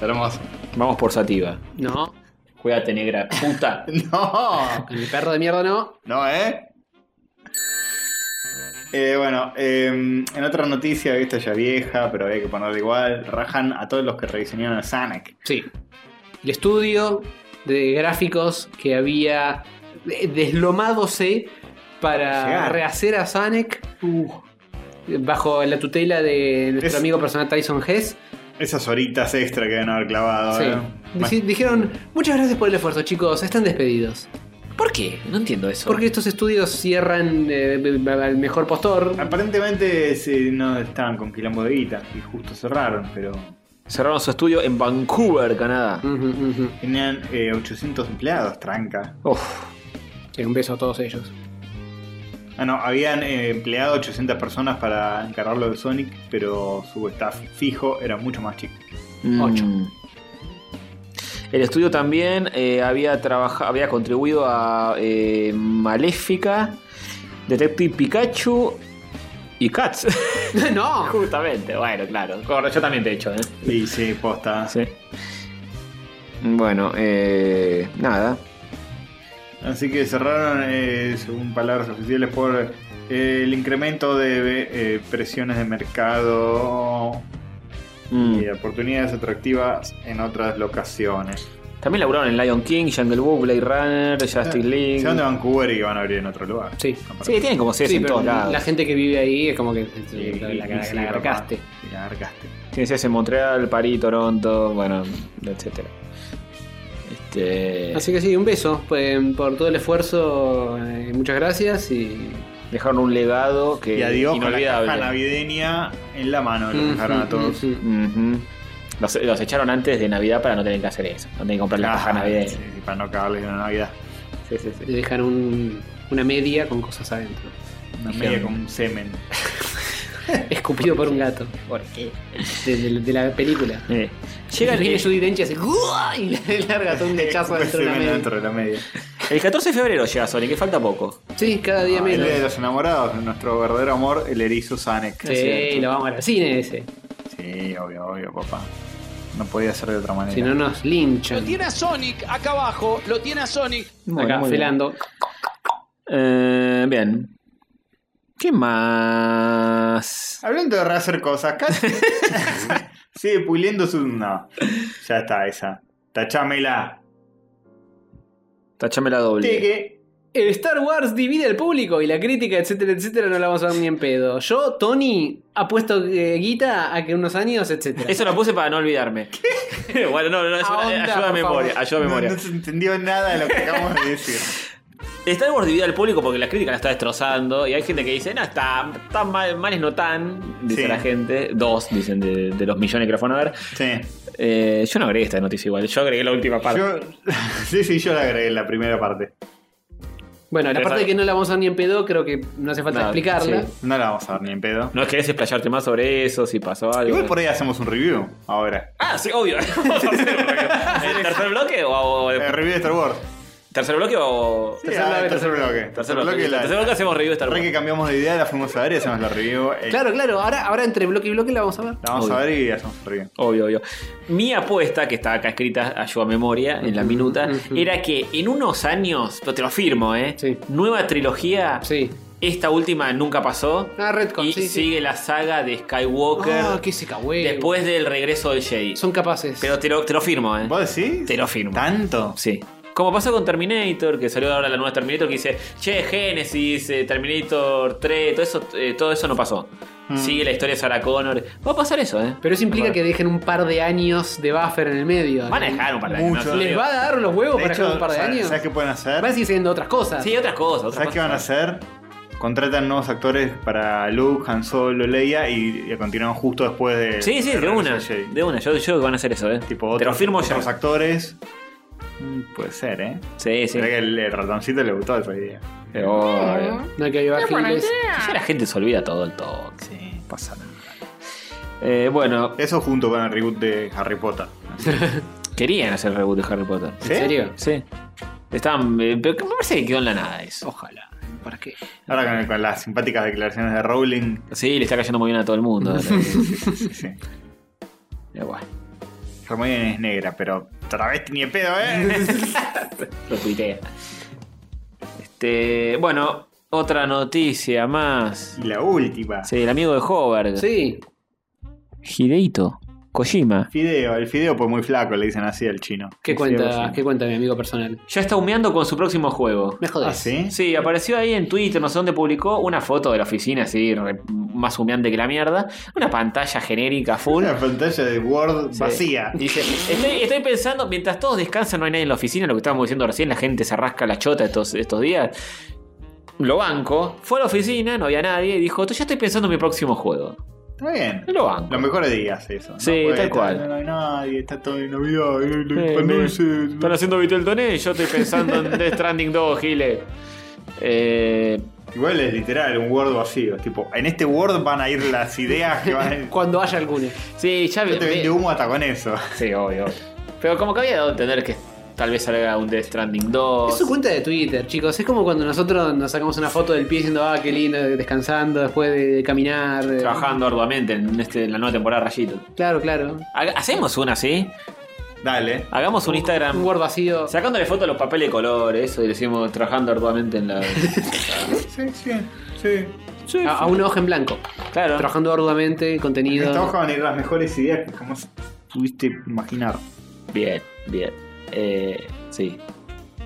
Hermoso.
Vamos por Sativa.
No,
Cuídate, negra. Puta. Oh.
No,
con el perro de mierda no.
no, ¿eh? Eh, bueno, eh, en otra noticia, esta ya vieja, pero había que ponerla igual. Rajan a todos los que rediseñaron a Sonic.
Sí. El estudio de gráficos que había de- deslomadose para
Llegar.
rehacer a Sonic bajo la tutela de nuestro
Es-
amigo personal Tyson Hess.
Esas horitas extra que deben haber clavado.
Sí.
¿eh? Más-
Dici- Dijeron, muchas gracias por el esfuerzo, chicos, están despedidos.
¿Por qué? No entiendo eso.
Porque estos estudios cierran eh, b- b- al mejor postor.
Ah. Aparentemente sí, no estaban con quilombo de guita y justo cerraron, pero
Cerraron su estudio en Vancouver, Canadá.
Ujú, ujú.
tenían eh, 800 empleados, tranca.
Uf.
Sí, Eh, un beso a todos ellos.
Ah, no, habían eh, empleado 800 personas para encargarlo de Sonic, pero su staff fijo era mucho más chico.
Mm.
Ocho.
El estudio también eh, había, trabaja- había contribuido a eh, Maléfica, Detective Pikachu y Cats.
no,
Justamente, bueno, claro. Corre, yo también te he hecho, ¿eh?
Y sí, posta.
Sí. Bueno, eh, nada.
Así que cerraron, eh, según palabras oficiales, por eh, el incremento de eh, presiones de mercado
Mm.
y oportunidades atractivas en otras locaciones.
También laburaron en Lion King, Jungle Book, Blade Runner,
Ah,
Justice League.
Se van de Vancouver y van a abrir en otro lugar.
Sí.
Sí, tienen como sedes
Sí,
en
pero
todos lados.
la gente que vive ahí es como que
Y-
la,
y-
la-
y
la-
sí,
la
papá,
garcaste.
y La garcaste.
Tiene sedes en Montreal, París, Toronto, bueno, etcétera. Este,
Eh, Así que sí, un beso pues, por todo el esfuerzo. eh, muchas gracias y
dejaron un legado que
Y adiós con la caja
inolvidable.
navideña en la mano, lo dejaron a todos.
Ujú, ujú.
Ujú. los, los echaron antes de Navidad para no tener que hacer eso, no tener que comprar la caja
Ah,
navideña.
sí, sí, para no cagarles en la Navidad.
Sí, sí, sí.
Le dejan un- una media con cosas adentro.
Una
Dijeron.
media con un semen.
Escupido por un gato. ¿Por qué? De, de- de la película.
Eh, Llega
Llega
el,
viene Judy Dench y hace "Guau", y le larga todo un lechazo
Un
dentro de la
semen
media.
dentro de la media.
el 14 de febrero llega Sonic, que falta poco.
Sí, cada día
Ah, el
menos.
día de los enamorados, nuestro verdadero amor, el erizo Sanic.
Sí, lo vamos a al cine ese.
Sí, obvio, obvio, papá. No podía ser de otra manera.
Si no nos
Lo
linchan.
tiene a Sonic acá abajo, lo tiene a Sonic.
Bueno,
Acá
muy bien.
felando.
Eh, bien. ¿Qué más?
Hablando de rehacer cosas, casi. Sigue puliendo su. No. Ya está esa. Tachámela.
Tachame la doble.
Teque.
El Star Wars divide al público y la crítica, etcétera, etcétera, no la vamos a dar ni en pedo. Yo, Tony, apuesto eh, guita a que unos años, etcétera.
Eso lo puse para no olvidarme. bueno, no, no, es una-
Ahonda,
ayuda a
por
memoria,
favor.
ayuda a
No,
memoria.
no se entendió nada de lo que acabamos de decir.
Star Wars divide al público porque la crítica la está destrozando y hay gente que dice, no, está, tan mal, males no tan, dice
Sí.
la gente, dos, dicen de, de los millones que lo fueron a ver.
Sí.
Eh, yo no agregué esta noticia igual, yo agregué la última parte.
Yo, sí, sí, yo la agregué en la primera parte.
Bueno, la
Pero
parte de
sabe-
que no la vamos a dar ni en pedo, creo que no hace falta
Nada,
explicarla.
sí.
No la vamos a dar ni en pedo.
No querés explayarte más sobre eso, si pasó algo.
Igual por ahí hacemos un review ahora.
Ah, sí, obvio. ¿El ¿Tercer bloque o, o-
Eh, review de Star Wars.
tercer bloque o
Sí, ah, tercer bloque.
tercer bloque?
la-
tercer bloque hacemos review de Star
Re
Wars.
que cambiamos de idea, la fuimos a ver y hacemos la review. eh,
Claro, claro, ahora, ahora entre bloque y bloque la vamos a ver.
La vamos a
Obvio.
ver y hacemos la review.
Obvio, obvio. Mi apuesta, que está acá escrita, ayuda a memoria, en la minuta,
ujú.
era que en unos años, te lo firmo, ¿eh?
Sí.
Nueva trilogía,
Sí,
esta última nunca pasó.
Ah, Redcon,
y
sí, sí.
sigue la saga de Skywalker
Ah, qué secahuevo.
después del regreso del Jedi.
son capaces.
Pero te lo, te lo firmo, ¿eh?
¿Vos decís?
Te lo firmo.
¿Tanto?
Sí. Como pasó con Terminator, que salió ahora la nueva Terminator, que dice, che, Genesis, eh, Terminator 3, todo eso, eh, todo eso no pasó. Sigue la historia de Sarah Connor. Va a pasar eso, ¿eh?
Mm. Pero eso implica que dejen un par de años de buffer en el medio.
Van a dejar un par de años,
Mucho.
no,
¿Les va a dar los huevos
De
para dejar
hecho,
un par de
¿sabes,
años?
sabes qué pueden hacer?
Van a seguir siendo otras cosas.
Sí, otras cosas. otras
¿Sabes qué
cosas.
van a hacer? Contratan nuevos actores para Luke, Han Solo, Leia y, y continúan justo después de.
Sí, sí, de
regreso
una.
de Jedi.
De una. Yo, yo creo que van a hacer eso, ¿eh?
Tipo,
Te lo
otros,
firmo ya.
otros actores. Mm, Puede ser, ¿eh?
Sí, sí.
Será que el, el ratoncito le gustó esa idea.
Pero, obvio.
No hay que llevar giles.
Ya la gente se olvida todo el toque.
Sí.
Pasa nada. Eh, bueno,
Eso junto con el reboot de Harry Potter.
querían hacer el reboot de Harry Potter.
¿En serio?
Sí. Estaban. eh, pero me parece que quedó en la nada eso.
Ojalá. ¿Para qué?
Ahora con, con las simpáticas declaraciones de Rowling.
Sí, le está cayendo muy bien a todo el mundo.
Sí, sí, sí.
Eh, bueno.
Hermione es negra, pero travesti ni en pedo, ¿eh?
Lo tuitea. Este, bueno, otra noticia más.
y la última.
Sí, el amigo de Hover.
Sí.
Hideito. Kojima.
Fideo, el fideo pues muy flaco, le dicen así al chino.
¿Qué cuenta, ¿Qué cuenta mi amigo personal?
Ya está humeando con su próximo juego.
Me jodés.
¿Ah, sí?
Sí, apareció ahí en Twitter, no sé dónde publicó, una foto de la oficina, así, re- más humeante que la mierda. Una pantalla genérica full.
Una pantalla de Word
Sí.
vacía.
Dice, estoy, estoy pensando, mientras todos descansan, no hay nadie en la oficina, lo que estábamos diciendo recién, la gente se rasca la chota estos, estos días. Lo banco. Fue a la oficina, no había nadie, y dijo, ya estoy pensando en mi próximo juego.
Está bien.
Lo banco.
Los mejores días eso. ¿no?
Sí,
Porque
tal
está-
cual.
No hay nadie, está todo en Navidad, eh, la
Eh,
cuando
me-
dice-
Están haciendo Vitel Toné, yo estoy pensando en Death Stranding 2, Giles. Eh,
Igual es literal, un Word vacío. Tipo, en este Word van a ir las ideas que van a...
Cuando haya alguna.
sí, ya
Yo te vende
vi.
humo hasta con eso.
Sí, obvio. Pero como que había dado a entender que tal vez salga un Death Stranding 2.
Es su cuenta de Twitter, chicos. Es como cuando nosotros nos sacamos una foto del pie diciendo, ah, qué lindo, descansando después de caminar. eh.
Trabajando arduamente en, este, en la nueva temporada Rayito.
Claro, claro.
Haga- Hacemos una, ¿sí?
Dale.
Hagamos un
Un
Instagram.
Word vacío.
Sacándole fotos a los papeles de color, eso, y decimos trabajando arduamente en la.
Sí, sí, sí.
A, a una hoja en blanco.
Claro.
Trabajando arduamente,
En esta
contenido.
hoja van a ir las mejores ideas que jamás pudiste imaginar.
Bien, bien. Eh, sí.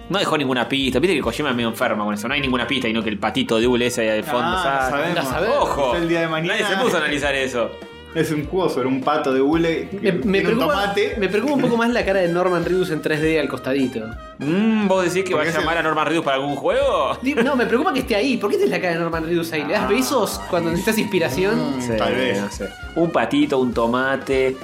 No dejó ninguna pista. Viste que Kojima es medio enferma con eso. No hay ninguna pista, y no que el patito de Ule ese ahí al fondo.
Ah,
sabe.
sabemos.
anda a saber.
Ojo.
El día de mañana.
Nadie se puso a analizar eso.
Es un cubo sobre un pato de hule que
Me, me
tiene un
preocupa,
tomate.
me preocupa un poco más la cara de Norman Reedus en 3D al costadito.
Mm, ¿Vos decís que vas
Porque
a
es el-
llamar a Norman Reedus para algún juego?
Di- No, me preocupa que esté ahí. ¿Por qué tenés la cara de Norman Reedus ahí? ¿Le das besos cuando necesitas inspiración?
Ah. Mm, Tal vez.
no sé. Un patito, un tomate.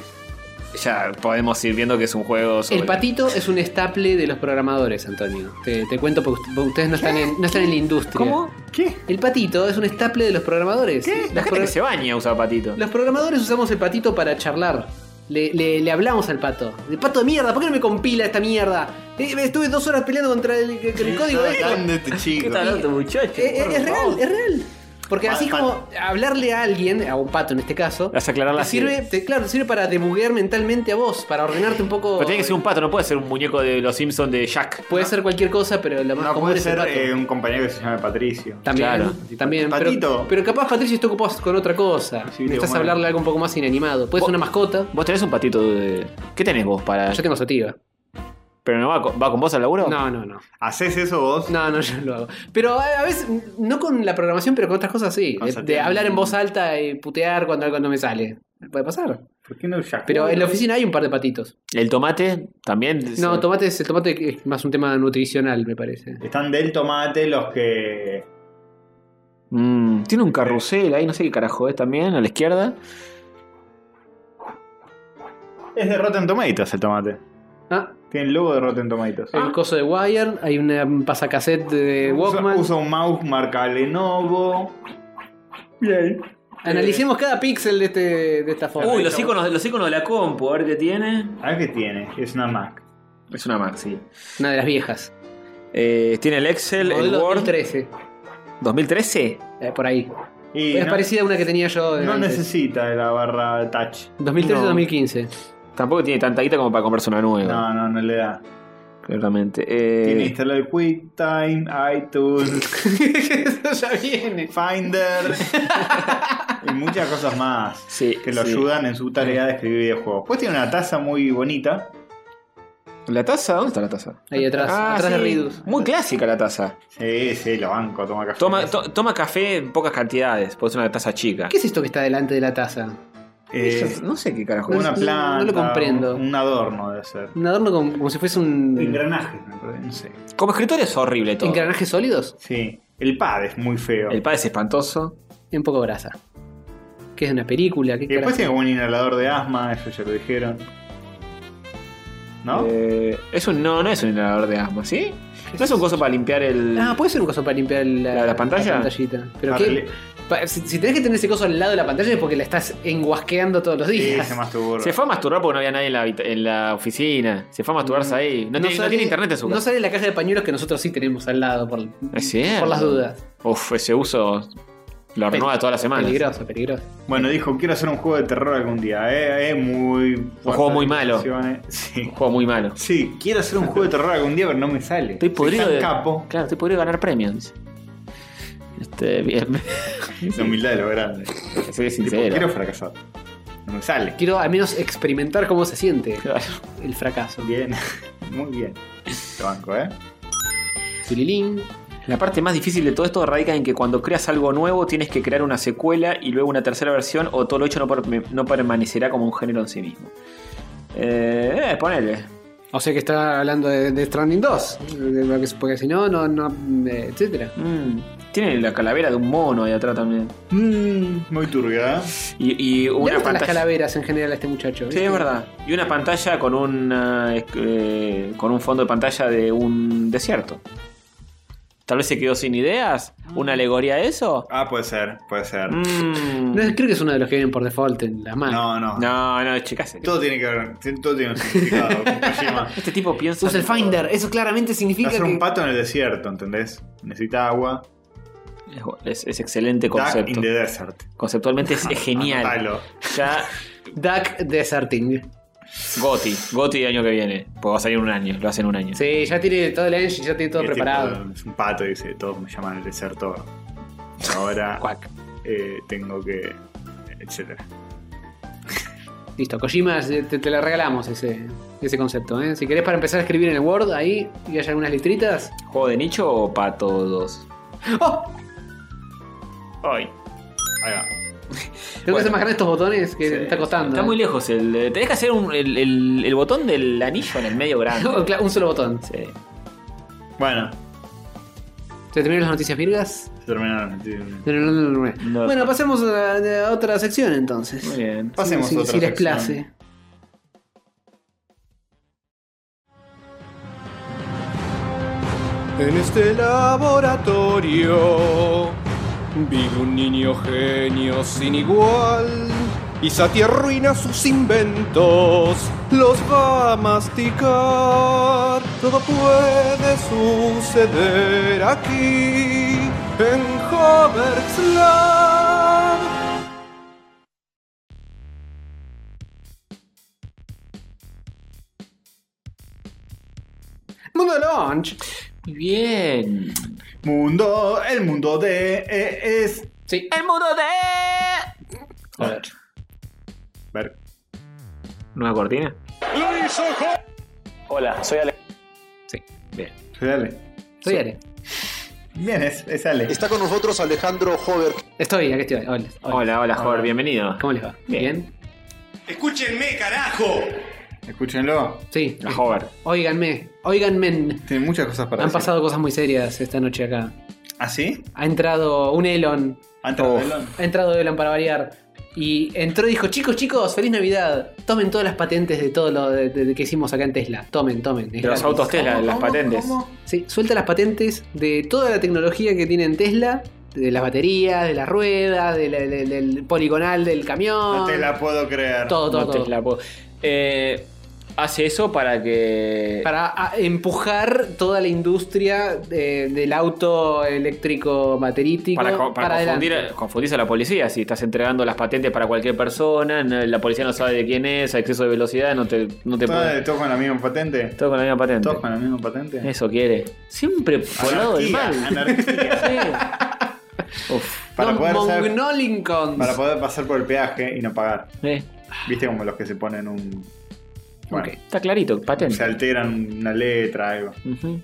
Ya podemos ir viendo que es un juego sobre-
El patito es un estaple de los programadores, Antonio. Te, te cuento porque ust- porque ustedes no están, en, no están en la industria.
¿Cómo?
¿Qué?
El patito es un estaple de los programadores. Los,
La gente
pro-
que se baña usa patito.
los programadores usamos el patito para charlar. Le, le- le hablamos al pato. El pato de mierda, ¿por qué no me compila esta mierda? Eh, estuve dos horas peleando contra el, con el código de esto.
Grande este chico.
muchacho?
Eh, eh, es real, es real. Porque
Pa-
así
pa-
como hablarle a alguien, a un pato en este caso,
Vas a aclarar
te
las
sirve,
ideas.
te- claro, te sirve para debuguear mentalmente a vos, para ordenarte un poco.
Pero tiene que ser un pato, no puede ser un muñeco de los Simpsons de Jack.
Puede ser cualquier cosa, pero lo más
No,
común
puede
es el
ser
pato.
eh, un compañero que se llama Patricio.
También,
Claro.
también. pero-
Patito.
Pero, capaz Patricio está ocupado con otra cosa.
Sí,
Necesitas
bueno.
hablarle algo un poco más inanimado. Puede ser
Vos-
una mascota.
Vos tenés un patito de. ¿Qué tenés vos para.?
Yo tengo sativa.
¿Pero no va con, va con vos al laburo?
No, no, no.
¿Haces eso vos?
No, no, yo lo hago. Pero eh, a a veces, no con la programación, pero con otras cosas sí.
Con
De,
sativa.
de hablar en voz alta y putear cuando algo no me sale. Puede pasar.
¿Por qué no ya?
Pero en la oficina hay un par de patitos.
¿El tomate también?
No,
Sí.
tomate es, el tomate es más un tema nutricional, me parece.
Están del tomate los que.
Mm, tiene un carrusel ahí, no sé qué carajo es también, a la izquierda.
Es de Rotten Tomatoes el tomate.
Ah,
Tiene el logo de Rotten Tomatoes.
el coso de Wire, hay una un pasacassette de
ah. usa,
Walkman.
usa un mouse marca Lenovo. Bien.
Analicemos cada píxel de, este, de esta foto.
Uy, los iconos, los iconos de la compu, a ver qué tiene.
A ver qué tiene. Es una Mac.
Es una Mac, sí.
Una de las viejas.
Eh, tiene el Excel, el
Modelo
Word.
2013,
2013.
eh, por ahí.
Y
es
no,
parecida a una que tenía yo. de
no
antes.
necesita la barra touch.
2013-2015.
Tampoco tiene tanta guita como para comprarse una nueva.
No, no, no le da.
Claramente. Eh,
Tiene instalado el QuickTime, iTunes,
Eso ya viene.
Finder y muchas cosas más
Sí,
que lo
sí.
ayudan en su tarea de escribir videojuegos. Pues tiene una taza muy bonita.
¿La taza? ¿Dónde está la taza?
Ahí atrás,
Ah,
atrás de
sí.
Ridus.
Muy clásica la taza.
Sí, sí, lo banco, toma café.
Toma, to- toma café en pocas cantidades, porque es una taza chica.
¿Qué es esto que está delante de la taza?
Eh,
Ellos- no sé qué carajo.
una
no-
planta.
no lo comprendo. Mm.
Un, un adorno debe ser.
Un adorno como, como si fuese un.
Engranaje, me parece, no sé.
Como escritorio es horrible todo.
¿Engranajes sólidos?
Sí. El pad es muy feo.
El pad es espantoso.
Un poco grasa. ¿Qué es una película? ¿Qué
Y después
carajo?
tiene como un inhalador de asma, eso ya lo dijeron. ¿No?
Eh, es un, no, no es un inhalador de asma, ¿sí? No es un coso para limpiar el.
Ah, puede ser un coso para limpiar la,
¿La- la pantalla?
pantallita. Pero
Para
qué.
Ah, le-
pa- si, si tenés que tener ese coso al lado de la pantalla es porque la estás enguasqueando todos los
Sí,
días.
se masturba.
Se fue a masturbar porque no había nadie en la, habita- en la oficina. Se fue a masturbarse
Mm.
ahí. No, tiene, no tiene internet en su
No
casa.
sale la caja de pañuelos que nosotros sí tenemos al lado, por,
Es cierto.
por las dudas.
Uf, ese uso Lo horneaba toda la semana.
Peligroso, peligroso.
Bueno, dijo, quiero hacer un juego de terror algún día. eh, Es muy...
juego muy malo.
Sí.
Un juego muy malo.
Sí, quiero hacer un juego de terror algún día, pero no me sale.
Estoy
Soy
podrido
tan
de.
capo.
Claro, estoy podrido de ganar premios. dice. Este, bien.
La humildad de lo grande.
Soy
Tipo,
sincero.
quiero fracasar. No me sale.
Quiero al menos experimentar cómo se siente
Claro.
el fracaso.
Bien. Muy bien. Te banco, ¿eh?
Tulilín.
La parte más difícil de todo esto radica en que cuando creas algo nuevo tienes que crear una secuela y luego una tercera versión o todo lo hecho no, per- no permanecerá como un género en sí mismo. Eh, eh, ponele.
O sea que está hablando de, de Stranding 2. de lo que- Porque si no, no, no. eh, etcétera.
Mm, tiene la calavera de un mono ahí atrás también.
Mm, muy turbia. ¿eh?
Y, y
Una
una
las
pantalla.
calaveras en general a este
Sí,
muchacho. ¿viste?
es verdad. Y una pantalla con un eh, con un fondo de pantalla de un desierto. Tal vez se quedó sin ideas. ¿Una alegoría a eso?
Ah, puede ser, puede ser.
Mm.
No, creo que es uno de los que vienen por default en la mano.
No, no.
No, no, chicas.
Todo tiene que ver. Todo tiene un significado. Kojima.
Este tipo piensa.
Usa el Finder. Eso claramente significa
Hacer
que.
un pato en el desierto, ¿entendés? Necesita agua.
Es, es excelente
Duck
concepto.
in the desert.
Conceptualmente es, es genial.
Anotalo.
Ya
Duck Deserting.
Goti. Goti el año que viene. Porque va a salir un año. Lo hacen un año.
Sí, ya tiene todo el engine, ya tiene todo
Es
preparado.
tipo, es un pato y dice, todos me llaman el desierto. Ahora
Cuac.
eh, tengo que. etcétera.
Listo, Kojima, eh, te, te le regalamos ese, ese concepto. ¿eh? Si querés para empezar a escribir en el Word, ahí y hay algunas letritas.
¿Juego de nicho o para todos?
¡Oh!
Ay.
Ahí va.
Tengo
Bueno.
que hacer más grandes estos botones que
Sí,
me está costando.
Está
¿eh?
muy lejos. El, eh, tenés que hacer un- el, el- el botón del anillo en el medio grande.
Claro, Un solo botón.
Sí.
Bueno,
¿Se terminan las noticias virgas?
se terminaron.
No.
Bueno, pasemos a, a otra sección entonces.
Muy bien.
Pasemos
si,
a
si-
otra
si les
sección.
place.
En este laboratorio vive un niño genio sin igual. Y Sati arruina sus inventos, los va a masticar. Todo puede suceder aquí, en Hogwarts Lab.
Mundo de Launch.
Muy bien.
Mundo, el mundo de. eh, es.
Sí.
El muro de. Joder.
Ver.
¿Nueva cortina? Hola, soy Ale. Sí, bien.
Dale.
Soy Ale.
Bien, es, es Ale.
Está con nosotros Alejandro Hover.
Estoy, aquí estoy. Hola. hola.
Hola, hola, Jorge, bienvenido.
¿Cómo les va?
Bien.
¡Escúchenme, carajo!
Escúchenlo.
Sí.
A Hover.
Óiganme. Óiganme.
Tiene muchas cosas para
Han
decir.
pasado cosas muy serias esta noche acá.
¿Ah, sí? Ah,
Ha entrado un Elon.
Antes
Oh.
de Elon.
Ha entrado Elon para variar. Y entró y dijo, chicos, chicos, feliz Navidad. Tomen todas las patentes de todo lo de- de- que hicimos acá en Tesla. Tomen, tomen. Es
De los
gratis".
autos Tesla, las patentes.
Sí, suelta las patentes de toda la tecnología que tiene en Tesla. De las baterías, de las ruedas, de la- de- del poligonal del camión.
No te la puedo creer.
Todo, todo,
No,
todo.
Tesla, po- Eh, hace eso para que.
Para a- empujar toda la industria de- del auto eléctrico baterítico
Para, co- para confundir,
adelante.
confundís a la policía. Si estás entregando las patentes para cualquier persona, no- la policía no sabe de quién es, a exceso de velocidad, no te, no te puede.
¿Todos, todos con la misma patente?
Todo con la misma patente.
¿Todos con la misma patente?
Eso quiere. Siempre por el lado del
Anarquía,
mal.
anarquía.
Sí. Uf.
Para
no,
poder ser-
Mongolincons.
Para poder pasar por el peaje y no pagar.
Eh,
Viste como los que se ponen un. Bueno,
Ok.
está clarito, patente.
se alteran una letra, algo.
Ujú.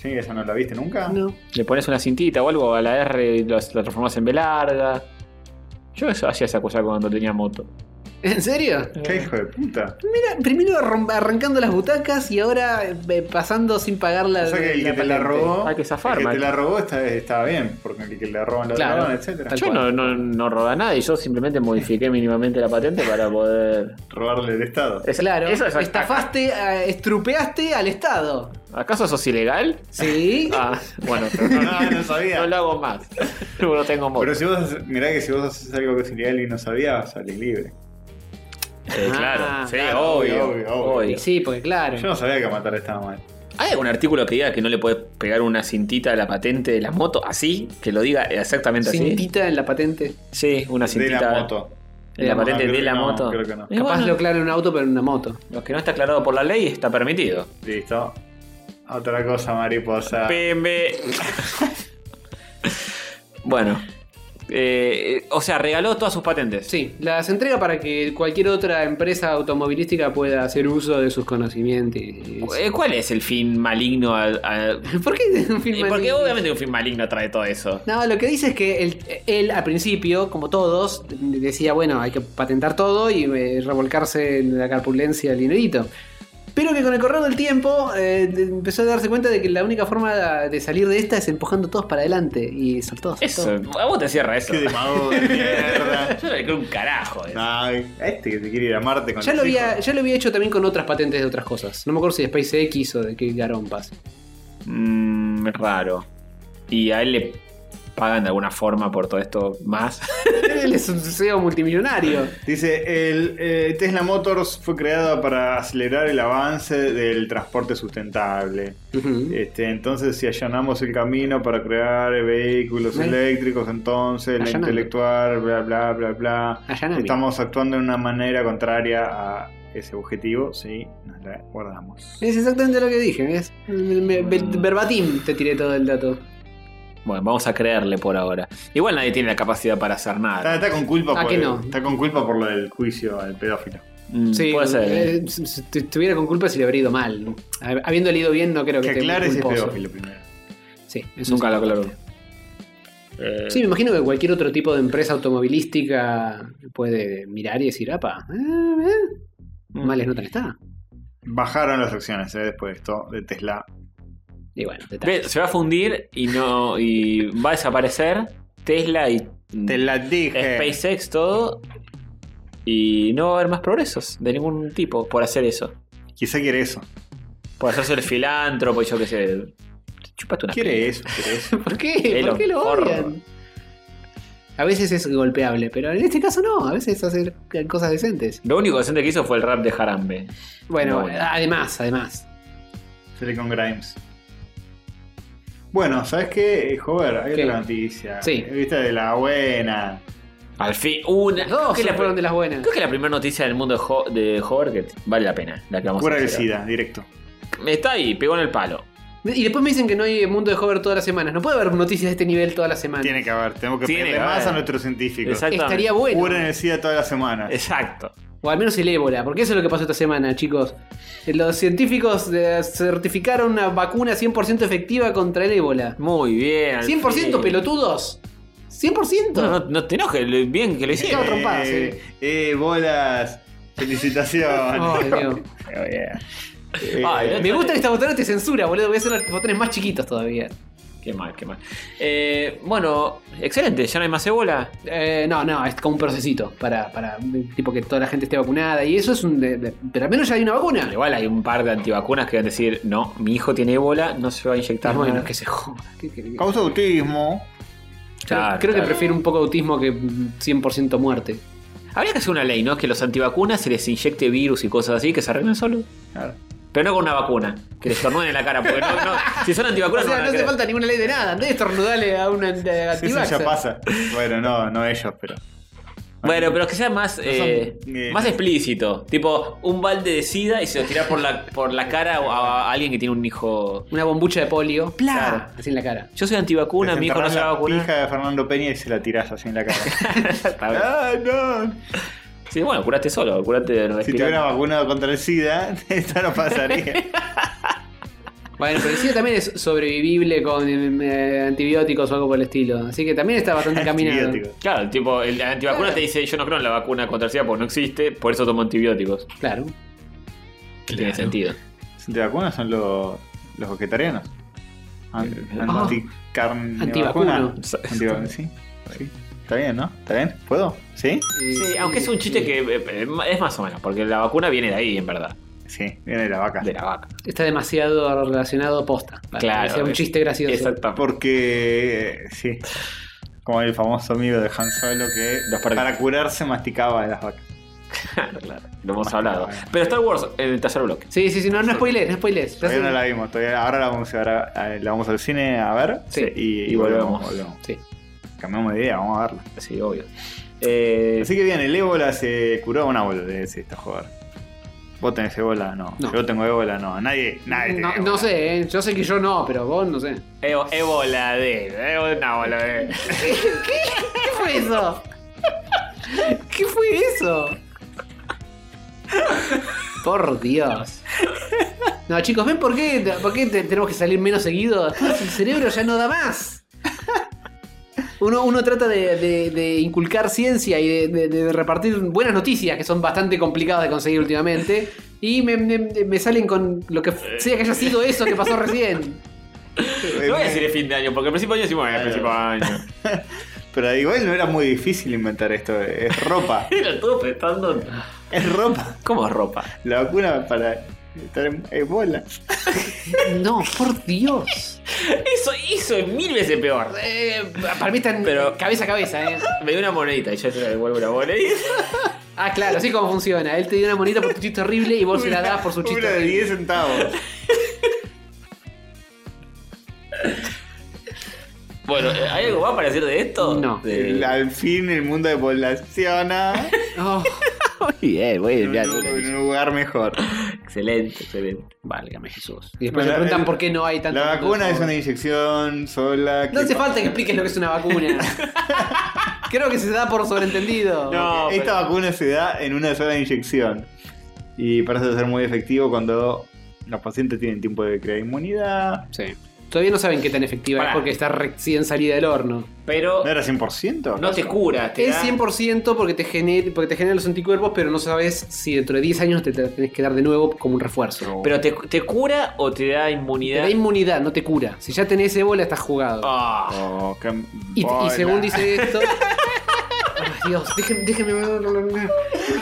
¿Sí? ¿Esa no la viste nunca?
No.
Le pones una cintita o algo a la R y lo- la transformas en B larga. Yo eso hacía esa cosa cuando tenía moto.
¿En serio?
¿Qué hijo de puta?
Mira, primero arrom- arrancando las butacas y ahora eh, pasando sin pagar la.
O sea que el
la
que te la
patente.
robó.
Hay que zafar,
El que
man.
te la robó está- estaba bien, porque el que le roban la
Claro.
roban, etc.
Tal
Yo no, no, no roba nada y yo simplemente modifiqué mínimamente la patente para poder.
Robarle el Estado.
Esa-
Claro,
eso es-
estafaste, eh, estrupeaste al Estado.
¿Acaso sos ilegal?
Sí.
Ah, bueno,
No, no, no sabía.
no lo hago más. No tengo moto.
Pero si vos haces- mirá que si vos haces algo que es ilegal y no sabías, salís libre.
Eh, claro, sí,
claro,
obvio,
obvio,
Eh, obvio,
obvio.
Ah, Sí, porque claro.
Yo no sabía que matar estaba mal.
¿Hay algún artículo que diga que no le puedes pegar una cintita a la patente de la moto? ¿Así? Que lo diga exactamente así.
Cintita en la patente.
Sí, una
de
cintita.
la moto.
En la
No,
patente
creo
de
que
la
no,
moto.
creo que no.
Y
Capaz
bueno,
lo claro en un auto, pero en una moto.
lo que no está aclarado por la ley está permitido.
Listo. Otra cosa, mariposa.
Pembe. bueno. Eh, eh, o sea, regaló todas sus patentes.
Sí, las entrega para que cualquier otra empresa automovilística pueda hacer uso de sus conocimientos.
Eh, ¿Cuál es el fin maligno? a- a-
¿Por qué un film
Eh, Porque
animado?
obviamente un fin maligno trae todo eso.
No, lo que dice es que él, él, al principio, como todos, decía, bueno, hay que patentar todo y eh, revolcarse en la carpulencia del dinerito. Pero que con el correr del tiempo eh, de- empezó a darse cuenta de que la única forma de salir de esta es empujando todos para adelante. Y soltó, soltó.
Eso, a vos te cierra eso.
Qué demagogo de mierda.
Yo le creo un carajo. eso.
Ay, a este que se quiere ir a Marte con
Ya lo,
los hijos.
había, ya lo había hecho también con otras patentes de otras cosas. No me acuerdo si de SpaceX o de qué garompas.
Mm, es raro. Y a él le pagan de alguna forma por todo esto más.
él es un CEO multimillonario.
Dice, el eh, Tesla Motors fue creada para acelerar el avance del transporte sustentable.
Ujú.
Este, entonces, si allanamos el camino para crear vehículos
¿Eh?
eléctricos, entonces la
Allanando.
intelectual, bla, bla, bla, bla.
Allanando.
Estamos actuando de una manera contraria a ese objetivo, sí, nos la guardamos.
Es exactamente lo que dije. ¿ves? Me- me-
Mm.
verbatim te tiré todo el dato.
Bueno, vamos a creerle por ahora. Igual nadie tiene la capacidad para hacer
Está,
nada.
está con culpa
¿A
por
Ah, que
el-
no?
está con culpa por lo del juicio al pedófilo.
Mm,
Sí,
puede ser.
eh, si si tuviera con culpa si le habría ido mal. Hab- Habiendo leído bien, no creo que,
Que
esté
aclare si es
culposo.
pedófilo primero.
Sí, eso
Nunca lo aclaró.
sí. Sí, me imagino que cualquier otro tipo de empresa automovilística puede mirar y decir, apa, eh, eh,
Mm.
males no tan está.
Bajaron las acciones eh, después de esto, de Tesla.
Y bueno, detalle.
Ve, Se va a fundir y no y va a desaparecer Tesla y
Te la dije.
eh.
SpaceX todo y no va a haber más progresos de ningún tipo por hacer eso.
Quizá quiere eso.
Por hacerse el filántropo y yo qué sé. Chupate una
Quiere eso, quiere eso.
¿Por qué?
Elon,
¿Por qué lo
porro.
odian? A veces es golpeable, pero en este caso no, a veces hace cosas decentes.
Lo único decente que hizo fue el rap de Jarambe.
Bueno,
No, bueno.
además, además.
Sale con Grimes. Bueno, ¿sabes qué? Eh, Jover, hay
¿Qué?
otra noticia.
Sí.
Viste de la buena.
Al fin, una.
Las dos
creo, que la,
fueron de las buenas.
creo que la primera noticia del mundo de, Ho- de Hover que vale la pena. La que vamos
Cura
a
del
hacer.
SIDA, directo.
Está ahí, pegó en el palo.
Y después me dicen que no hay mundo de hover todas las semanas. No puede haber noticias de este nivel todas las semanas.
Tiene que haber, tenemos que
Tiene
pedirle
que
más
haber.
a nuestros científicos.
Exacto.
Estaría bueno.
Curen el SIDA todas las semanas.
Exacto.
O al menos el ébola, porque eso es lo que pasó esta semana, chicos. Los científicos eh, certificaron una vacuna 100% efectiva contra el ébola.
Muy bien. al fin.
¿100% pelotudos? ¿100%?
No, no, no te enojes, lo- bien que lo hicieron.
cago trompadas,
eh, eh, bolas. Felicitaciones.
Ay, Dios.
Oh, yeah. Eh,
Ay, no-
Me gusta que esta botones te censura, boludo. Voy a hacer los botones más chiquitos todavía.
Qué mal, qué mal. Eh, bueno, excelente, ya no hay más cebola.
Eh, no, no, es como un procesito para, para tipo que toda la gente esté vacunada. Y eso es un. de- de- pero al menos ya hay una vacuna.
Igual hay un par de antivacunas que van a decir, no, mi hijo tiene ébola, no se va a inyectar.
bueno,
nada".
que se joda. ¿Qué- qué- qué?
Causa autismo.
Creo,
Claro,
creo que
claro.
prefiero un poco de autismo que 100% muerte.
Habría que hacer una ley, ¿no? Que los antivacunas se les inyecte virus y cosas así, que se arreglen solo.
Claro.
Pero no con una vacuna, que les estornuden en la cara, porque no, no, si son
O
antivacunas
sea,
no,
no
van a
hace
querer.
falta ninguna ley de nada. Andá y estornudale a una eh,
Eso
antivaxxer.
ya pasa. Bueno, no, no ellos, pero.
Bueno, pero que sea más, eh,
eh,
más explícito. Tipo, un balde de sida y se lo tira por la, por la cara a, a alguien que tiene un hijo.
Una bombucha de polio.
Pla.
Claro, así en la cara.
Yo soy antivacuna, mi hijo no
Desenterrás
se va a
la
vacunar.
pija de Fernando Peña y se la tirás así en la cara.
Está bien.
ah, no.
Sí, bueno, curate solo, curate
Si te hubiera
respirando.
vacunado contra el SIDA, esto no pasaría.
Bueno, pero el SIDA también es sobrevivible con eh, antibióticos o algo por el estilo. Así que también está bastante caminado.
Antibiótico.
Claro, tipo, el antivacuna
Claro.
te dice, yo no creo en la vacuna contra el SIDA porque no existe, por eso tomo antibióticos.
Claro.
Que Tiene sentido.
Si te vacunas son los, los vegetarianos. An-
Ah.
Anticarne.
Antivacuno.
vacuna. Antivacuno, sí. sí. Está bien, ¿no? ¿Está bien? ¿Puedo? ¿Sí?
Sí, aunque es un chiste que eh, eh, es más o menos, porque la vacuna viene de ahí, en verdad,
Sí, viene de la vaca.
de la vaca.
Está demasiado relacionado a posta. para
Claro.
que sea un
es-
chiste gracioso.
Exacto.
Porque. eh, Sí. Como el famoso amigo de Han Solo que
Los par-
para curarse masticaba de las vacas.
Lo hemos hablado. Pero Star Wars en el tercer bloque.
Sí, sí, sí, no, no spoilees, no spoilees. Ya
Todavía no
sé-
la vimos, todavía, ahora la vamos, a, ahora, eh, la vamos al cine a ver
Sí.
y,
Y volvemos.
Sí.
Cambiamos de idea, vamos a verla.
Sí, obvio. Eh,
Así que bien, el ébola se curó una boludez esta joder. ¿Vos tenés ébola? No.
No.
Yo tengo ébola, no. Nadie, nadie tiene
No,
ébola.
no sé, eh, yo sé que yo no, pero vos no sé.
Evo- Ébola de. Ébola, una bola de.
¿Qué fue eso? ¿Qué fue eso? Por Dios. No, chicos, ¿ven por qué, por qué te- tenemos que salir menos seguido? Después El cerebro ya no da más. Uno, uno trata de, de- de inculcar ciencia y de, de- de repartir buenas noticias que son bastante complicadas de conseguir últimamente. Y me, me- me salen con lo que sea que haya sido eso que pasó recién.
Eh,
No voy a decir el fin de año, porque al principio de año decimos, eh, al principio de año.
Pero igual no era muy difícil inventar esto. eh, Es ropa.
Era todo prestando.
es ropa.
¿Cómo es ropa?
La vacuna para estar en ébola.
No, por Dios.
Eso, eso es mil veces peor.
Eh, para mí están
Pero-
cabeza a cabeza, eh.
Me dio una monedita y yo te la devuelvo la monedita.
Ah, claro, así como funciona. Él te dio una monita por tu chiste horrible y vos se la das por su
Una
chiste
de
horrible.
10 centavos.
Bueno, eh, ¿hay algo más para decir de esto?
No.
De-
El- Al fin el mundo ebolaciona
Oh,
Muy bien, muy bien.
en,
mirá,
un-
mirá.
en un lugar mejor.
Excelente, excelente. Válgame Jesús.
y después
No,
te
la-
preguntan
el-
por qué no hay tanta
La vacuna es una inyección sola.
No hace
que-
falta que expliques lo que es una vacuna. Creo que se da por sobreentendido.
No,
Esta
pero-
vacuna se da en una sola inyección. Y parece ser muy efectivo cuando los pacientes tienen tiempo de crear inmunidad.
Sí. Todavía no saben qué tan efectiva
Pará.
es porque está recién salida del horno.
Pero
¿No era 100%?
no te cura, te
Es
da-
100% porque te, gener- porque te generan los anticuerpos, pero no sabes si dentro de 10 años te la tenés que dar de nuevo como un refuerzo.
Pero te, te cura o te da
Te
inmunidad.
da inmunidad, no te cura. Si ya tenés ébola, estás jugado.
Ah,
Oh, qué
Y, y
bola.
según dice esto. Ay, Dios, déjenme. déjenme-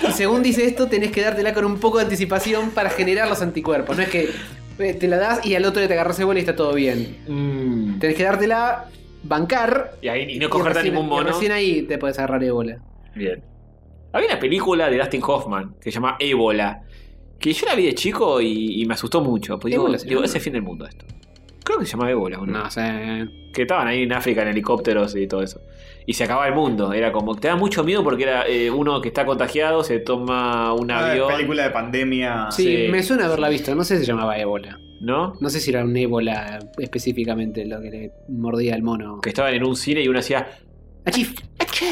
Y según dice esto, tenés que dártela con un poco de anticipación para generar los anticuerpos. No es que eh, te la das y al otro día te agarras bola y está todo bien.
mm.
Tenés que dártela, bancar.
Y, ahí, y
y
no cogerte a
recién-
ningún
y
mono.
recién ahí te puedes agarrar ébola.
Bien. Había una película de Dustin Hoffman que se llama Ébola. Que yo la vi de chico y, y me asustó mucho. Pues digo,
Ébola se
digo,
llama.
es el fin del mundo esto. Creo que se llama Ébola, ¿o no?
No sé.
Que estaban ahí en África en helicópteros y todo eso. Y se acaba el mundo. Era como. Te da mucho miedo porque era eh, uno que está contagiado, se toma un
Ah,
avión.
película de pandemia.
Sí,
sí.
me suena haberla visto. No sé si se llamaba ébola.
¿No?
No sé si era un ébola específicamente lo que le mordía al mono.
Que estaban en un cine y uno hacía.
¡Achif!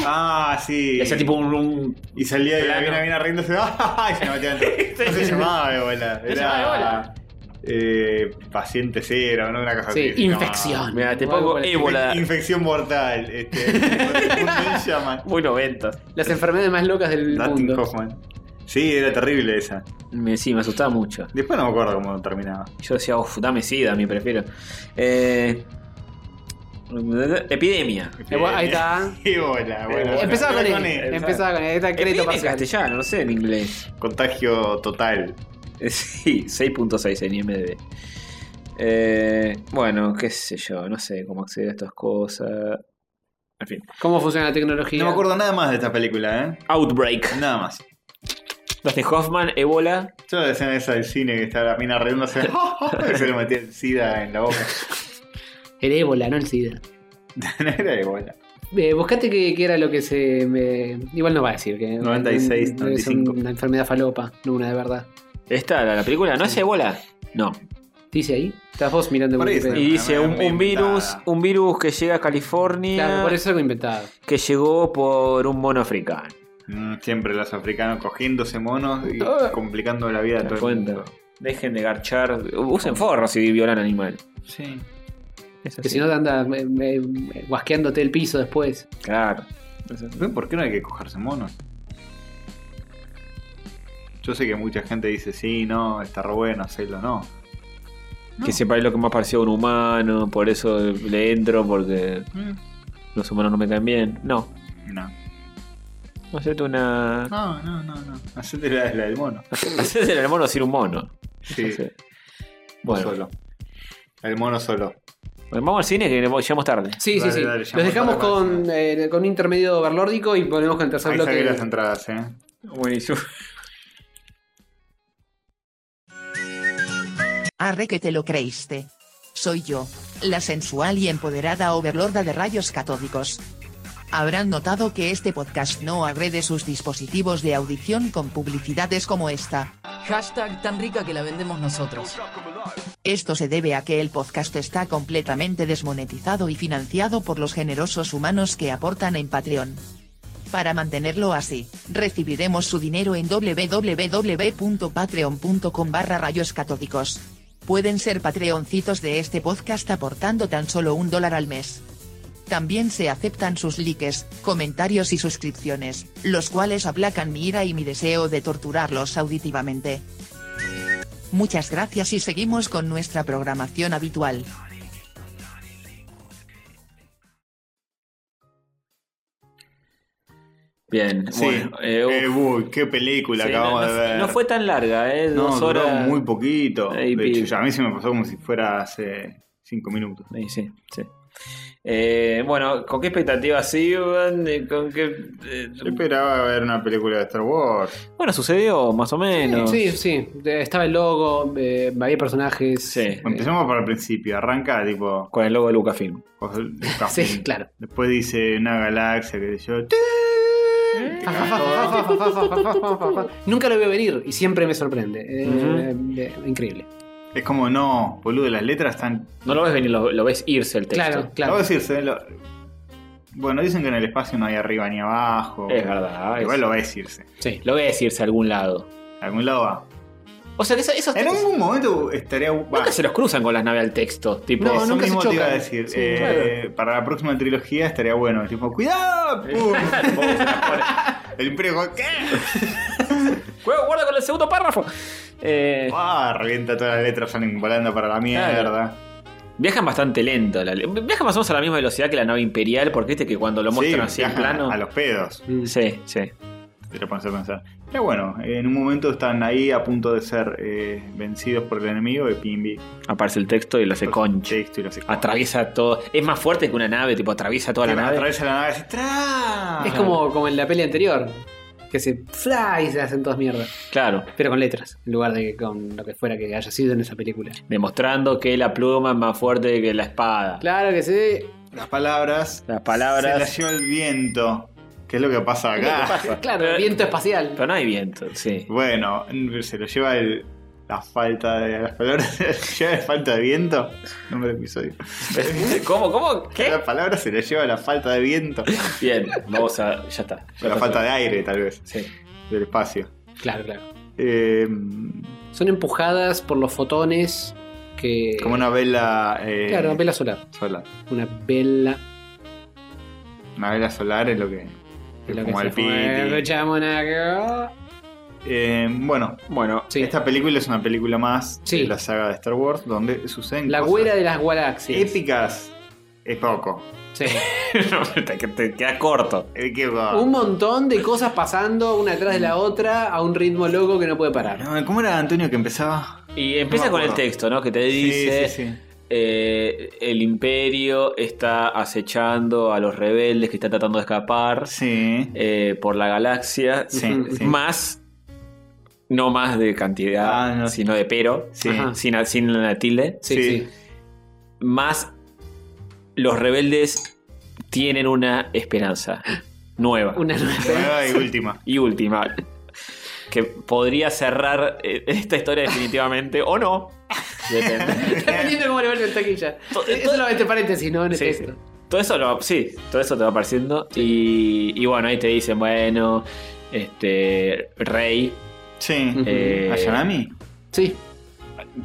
Ah, sí.
Y hacía tipo un. un-
Y salía y la
Plano.
mina bien riéndose. ¡Ah! Y se la metía dentro. No se llamaba ébola.
Se llamaba ébola.
Era. Eh, paciente cero, ¿no? Una cosa
Sí,
así. se llamaba.
infección.
Mira, te
O algo
pongo
por el-
Ébola.
Infección mortal. Este, ¿Cómo se llama?
Muy noventas.
Las enfermedades más locas del
Dustin
mundo.
Hoffman. Sí, era terrible esa.
Me, sí, me asustaba mucho.
Después no me acuerdo cómo terminaba.
Yo decía, uff, dame sida, me prefiero. Eh, epidemia.
Eh, bueno, ahí está.
Ébola, bueno.
Eh,
empezaba con E.
bueno,
él.
él.
Empezaba con él. Está crédito
Epidemia en
parcial.
castellano, no sé en inglés.
E. Contagio total.
Sí, 6.6 en IMDb. Eh, bueno, qué sé yo, no sé cómo acceder a estas cosas. En fin.
¿Cómo funciona la tecnología?
No me acuerdo nada más de esta película, ¿eh?
Outbreak.
Nada más.
Dustin Hoffman, Ebola.
Yo la escena esa del cine que está la mina riéndose. y se le metía el sida en la boca.
El ébola, no el SIDA.
no era ébola.
Eh, buscate qué qué era lo que se. me- Igual no va a decir que.
96,
debe ser
95.
Una enfermedad falopa, no una de verdad.
¿Esta, la, la película? ¿No es Ebola? No.
¿Dice ahí? Estás vos mirando
Por
Wikipedia.
eso.
Y dice
una
un,
manera
un
muy
virus,
inventada.
un virus que llega a California,
Claro, por eso es algo inventado.
que llegó por un mono africano.
Mm, Siempre los africanos cogiéndose monos y
Ah.
complicando la vida a
Me
todo el
cuento.
mundo.
Dejen de garchar. Usen forros si violan animal.
Sí.
Es
Que
así.
si no te andas eh, eh, guasqueándote el piso después.
Claro.
¿Ven por qué no hay que cogerse monos? Yo sé que mucha gente dice, sí, no, está re bueno, hacelo, no.
Que sepa es lo que más parecido a un humano, por eso le entro, porque
Mm.
los humanos no me caen bien. No,
No.
hacete una.
No, no, no, no. Hacete la, la del mono.
Hacete el mono sin un mono.
Sí,
Entonces,
vos
Bueno,
solo. El mono solo.
vamos al cine que llegamos tarde.
Sí,
Dale,
sí, sí.
dale,
Los
llamamos
dejamos
para la
con, eh, con un intermedio berlórdico y ponemos con el tercer
Ahí saqué
bloque.
las entradas, eh.
Buenísimo.
Arre que te lo creíste. Soy yo, la sensual y empoderada overlorda de rayos catódicos. Habrán notado que este podcast no agrede sus dispositivos de audición con publicidades como esta.
Hashtag tan rica que la vendemos nosotros.
Esto se debe a que el podcast está completamente desmonetizado y financiado por los generosos humanos que aportan en Patreon. Para mantenerlo así, recibiremos su dinero en www.patreon.com barra rayos catódicos. Pueden ser patreoncitos de este podcast aportando tan solo un dólar al mes. También se aceptan sus likes, comentarios y suscripciones, los cuales aplacan mi ira y mi deseo de torturarlos auditivamente. Muchas gracias y seguimos con nuestra programación habitual.
Bien,
Sí.
bueno. eh, uf.
Eh, uy, qué película
Sí,
acabamos
no, no
de
fue-
ver.
no fue tan larga, ¿eh?
No,
Dos
duró
horas.
muy poquito.
Eh, y
de hecho,
pico.
ya a mí se me pasó como si fuera hace cinco minutos.
Sí, sí, sí. Eh, bueno, ¿con qué expectativas iban? Eh, ¿Con qué, eh,
Yo esperaba ver una película de Star Wars.
bueno, sucedió más o menos.
Sí, sí. eh, Estaba el logo, eh, había personajes.
Sí.
eh,
Empecemos por el principio. Arranca tipo.
Con el logo de Lucasfilm.
con-
sí, claro.
Después dice una galaxia que yo.
Fa, fa, fa, fa, fa, fa, fa, fa, fa, fa, fa, fa. Nunca lo veo venir y siempre me sorprende. Eh,
Ujú.
eh, increíble.
Es como no, boludo, las letras están.
No lo ves venir, lo, lo ves irse el texto.
Claro,
Lo voy a
claro.
decir, se ve lo- Bueno, dicen que en el espacio no hay arriba ni abajo.
Es verdad. es-
Igual lo va a decirse.
Sí.
Lo ves irse a algún lado.
A algún lado va.
O sea que eso- esos
En
textos
algún momento estaría. va,
nunca se los cruzan con las naves al texto. Tipo,
No,
eso
nunca se
mismo te iba a
chocan.
decir.
Sí,
Eh,
claro.
Para la próxima trilogía estaría bueno. Tipo, ¡cuidado! ¡Pum! el imperio. ¿Qué?
Cuidado, guarda con el segundo párrafo. Eh,
¡Ah! Revienta todas las letras, salen volando para la mierda.
viajan bastante lento. la- viajan más o menos a la misma velocidad que la nave imperial, porque viste que cuando lo muestran así en
viajan
plano.
A los pedos,
Sí, sí.
te lo pones a pensar. Pero bueno, en un momento están ahí a punto de ser eh, vencidos por el enemigo y Pimbi.
Aparece el texto y lo hace concha.
Texto y lo hace-
Atraviesa todo. Es más fuerte que una nave, tipo, atraviesa toda la nave.
Atraviesa la nave y dice, "Tra".
Es como, como en la peli anterior, que se fly y se hacen todas mierdas.
Claro.
Pero con letras, en lugar de que con lo que fuera que haya sido en esa película.
Demostrando que la pluma es más fuerte que la espada.
Claro que sí.
Las palabras.
Las
Se
palabras.
las lleva el viento. ¿Qué es lo que pasa acá?
Claro, el viento espacial.
Pero no hay viento, sí.
Bueno, se lo lleva el- la falta de las palabras, se lo lleva la falta de viento. Nombre del episodio.
¿Cómo? ¿Cómo? ¿Qué?
La palabra se lo lleva la falta de viento.
Bien, vamos a. Ya está.
O la falta de aire, tal vez,
Sí.
del espacio.
Claro, claro.
Eh,
Son empujadas por los fotones que.
como una vela. eh,
Claro, una vela solar.
solar.
Una vela.
Una vela solar es lo que.
de lo que
como
se
el
fue.
piti.
Escuchamos una-
Eh, bueno,
Bueno,
Sí.
esta película es una película más
Sí.
de la saga de Star Wars donde suceden
La
cosas
güera de las galaxias.
épicas. Es poco.
Sí.
te, te quedas corto.
Es que
Ah.
va.
Un montón de cosas pasando una atrás de la otra a un ritmo loco que no puede parar.
No, ¿Cómo era Antonio que empezaba?
Y empieza
No me
con el
acuerdo.
texto, ¿no? Que te dice.
sí, sí, sí.
eh, el imperio está acechando a los rebeldes que están tratando de escapar
Sí.
eh, por la galaxia.
Sí, sí.
Más, no más de cantidad,
Ah, no.
sino de pero,
Sí.
Ajá.
sin, sin la tilde.
Sí,
Sí.
sí.
Más los rebeldes tienen una esperanza nueva.
Una nueva.
Nueva y última.
y última. Que podría cerrar eh, esta historia definitivamente o no. Depende.
Dependiendo de cómo le vaya el taquilla.
To-
Eh,
Eso lo entre paréntesis, ¿no? En este el
Sí,
texto.
Todo eso lo- sí, todo eso te va apareciendo. Y, y bueno, ahí te dicen, bueno, este Rey
Sí.
eh,
¿Ayanami?
Sí.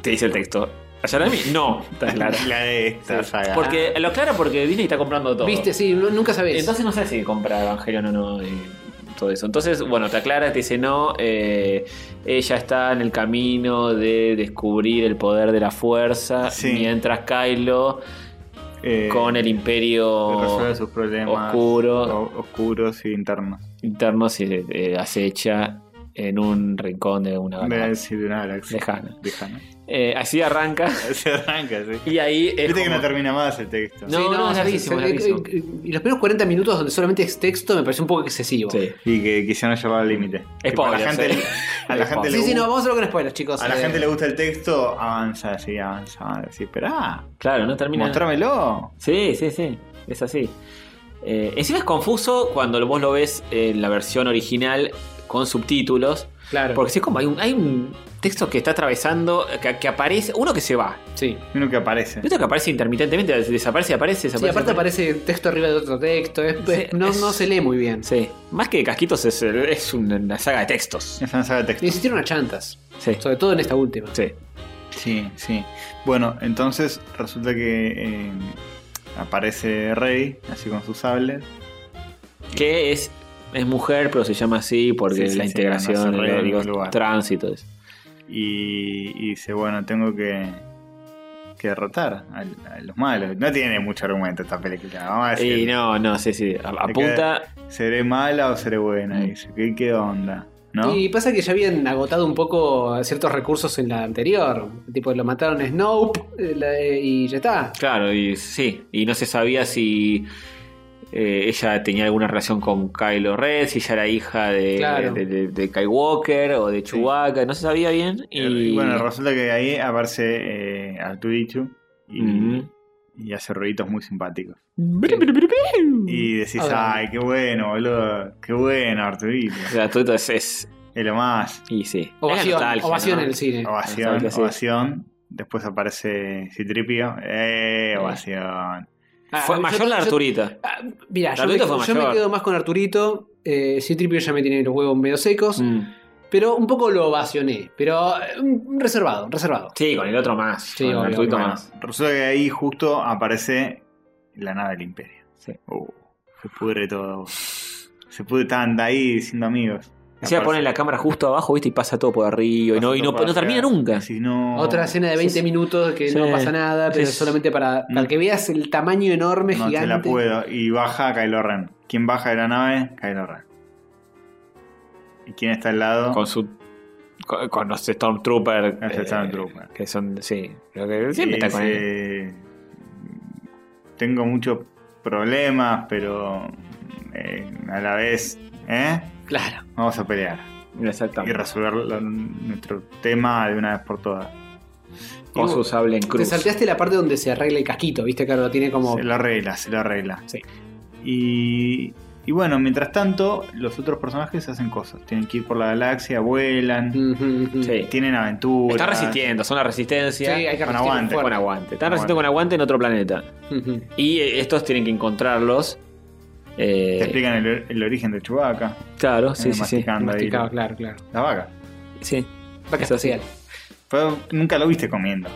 te dice el texto. Ayanami, no, está claro.
La de esta saga.
Porque lo claro porque Disney está comprando todo.
Viste, sí, no- nunca sabés.
Entonces no sé si compra Evangelion o no y todo eso. Entonces, bueno, te aclara, te dice no, eh, ella está en el camino de descubrir el poder de la fuerza,
Sí.
mientras Kylo
Eh,
con el
resuelve
imperio
sus problemas
oscuro.
o- oscuros y internos.
interno se eh, acecha en un rincón de una
De,
galaxia
Eh, sí, de una galaxia.
lejana.
Lejana.
Eh, así arranca.
Se arranca, sí.
Y ahí es.
Viste que
como-
no termina más el texto.
No,
Sí,
no, es
se-
larguísimo,
se-
es larguísimo.
eh, eh, Y los primeros 40 minutos donde solamente es texto me pareció un poco excesivo.
Sí.
Y que quisieron llevar al límite. Que para la
Spoilers,
gente,
eh.
a la gente le
Sí, sí, no,
gusta.
vamos a hablar con spoilers, chicos.
A la
Eh,
gente le gusta el texto, avanza, sí, avanza, avanza. Sí, esperá,
Claro, no termina.
mostrámelo.
Sí, sí, sí. Es así. Eh, encima es confuso cuando vos lo ves en la versión original con subtítulos.
Claro.
Porque sí, es como hay un, hay un texto que está atravesando, que, que aparece, uno que se va,
sí.
Uno que aparece.
y otro que aparece intermitentemente, desaparece, aparece,
Sí,
desaparece.
aparte aparece texto arriba de otro texto. es-
Sí,
es- no,
es-
no se lee muy bien.
Sí, más que casquitos es, es una saga de textos.
Es una saga de texto.
Insistieron a chantas.
Sí,
Sobre todo en esta última.
sí.
Sí, sí. Bueno, entonces resulta que eh, aparece Rey, así con sus sables.
Que es, es mujer, pero se llama así
Sí,
porque
sí,
la
sí,
integración,
no se ríe de
el-
ningún
los,
lugar.
tránsitos.
y, y dice, bueno, tengo que, que derrotar al- a, los malos. No tiene mucho argumento esta película, vamos a decir.
Y no, no, sí, sí. a- Apunta.
¿Seré mala o seré
Mm.
buena? Dice, ¿qué, qué onda? ¿No?
Y pasa que ya habían agotado un poco ciertos recursos en la anterior. Tipo, lo mataron a Snope eh, la- eh, y ya está.
Claro, y sí. Y no se sabía si eh, ella tenía alguna relación con Kylo Ren, si ella era hija de,
Claro.
de, de- de Kyle Walker o de Chewbacca, no se sabía bien. Y,
Y bueno, resulta que ahí aparece eh, Arturichu y,
Ujú.
y hace ruiditos muy simpáticos.
Y-
Y decís,
Ahora-
ay, qué bueno, boludo, qué bueno Arturito.
O sea, todo esto es, es-
Es lo más.
Y sí. Es
Ovación,
nostalgia,
ovación
¿no?
en el cine.
Ovación,
Exacto, sí.
ovación. Después aparece Citripio. Eh, ovación.
Ah,
Fue
yo-
mayor la
yo-
Arturita.
Ah, Mira, yo, me,
Arturito fue
yo me
mayor.
quedo más con Arturito. Eh, Citripio ya me tiene los huevos medio secos.
Mm.
Pero un poco lo ovacioné. Pero eh, un- un reservado, reservado.
Sí, con el otro más.
Sí,
con el
obvio,
Arturito
Bueno,
más.
resulta que ahí justo aparece la nave del Imperio.
Sí.
Uh, se pudre todo. Se pudre tanta ahí siendo amigos.
Encima
Aparece-
ponen la cámara justo abajo, ¿viste? Y pasa todo por arriba. Y no, y no,
Pasa
no
todo para
termina
acá.
nunca.
Sí, no.
Otra escena de 20 minutos que
Oh, Sí.
no pasa nada, pero
Sí.
solamente para, para
Mm.
que veas el tamaño enorme,
No
gigante.
te la puedo. Y baja Kylo Ren. ¿Quién baja de la nave? Kylo Ren. ¿Y quién está al lado? Este
Con su. Con, con los Stormtroopers.
Los Stormtroopers.
Que son. Sí. Lo que
Y
siempre está con él.
dice, Tengo muchos problemas, pero eh, a la vez, ¿eh?
Claro.
Vamos a pelear y
Exactamente.
resolver la- nuestro tema de una vez por todas.
Con
Y-
su sable en
Te
cruz.
salteaste la parte donde se arregla el casquito, viste, claro, lo tiene como.
Se lo arregla, se lo arregla.
Sí.
Y, y bueno, mientras tanto, los otros personajes hacen cosas. Tienen que ir por la galaxia, vuelan,
Ujú, ujú.
Sí.
tienen aventuras.
Están resistiendo, son la resistencia.
Sí, hay que
Con
resistir
aguante,
con
fuerte.
aguante.
Con
Están resistiendo con aguante en otro planeta.
Ujú.
Y eh, estos tienen que encontrarlos. Eh,
Te explican el, el origen de Chewbacca.
Claro,
eh,
sí, sí, sí.
masticando ahí
Masticado,
la,
claro, claro.
la vaca.
Sí.
Vaca
Eso sí.
espacial.
Este, Pero nunca lo viste comiendo.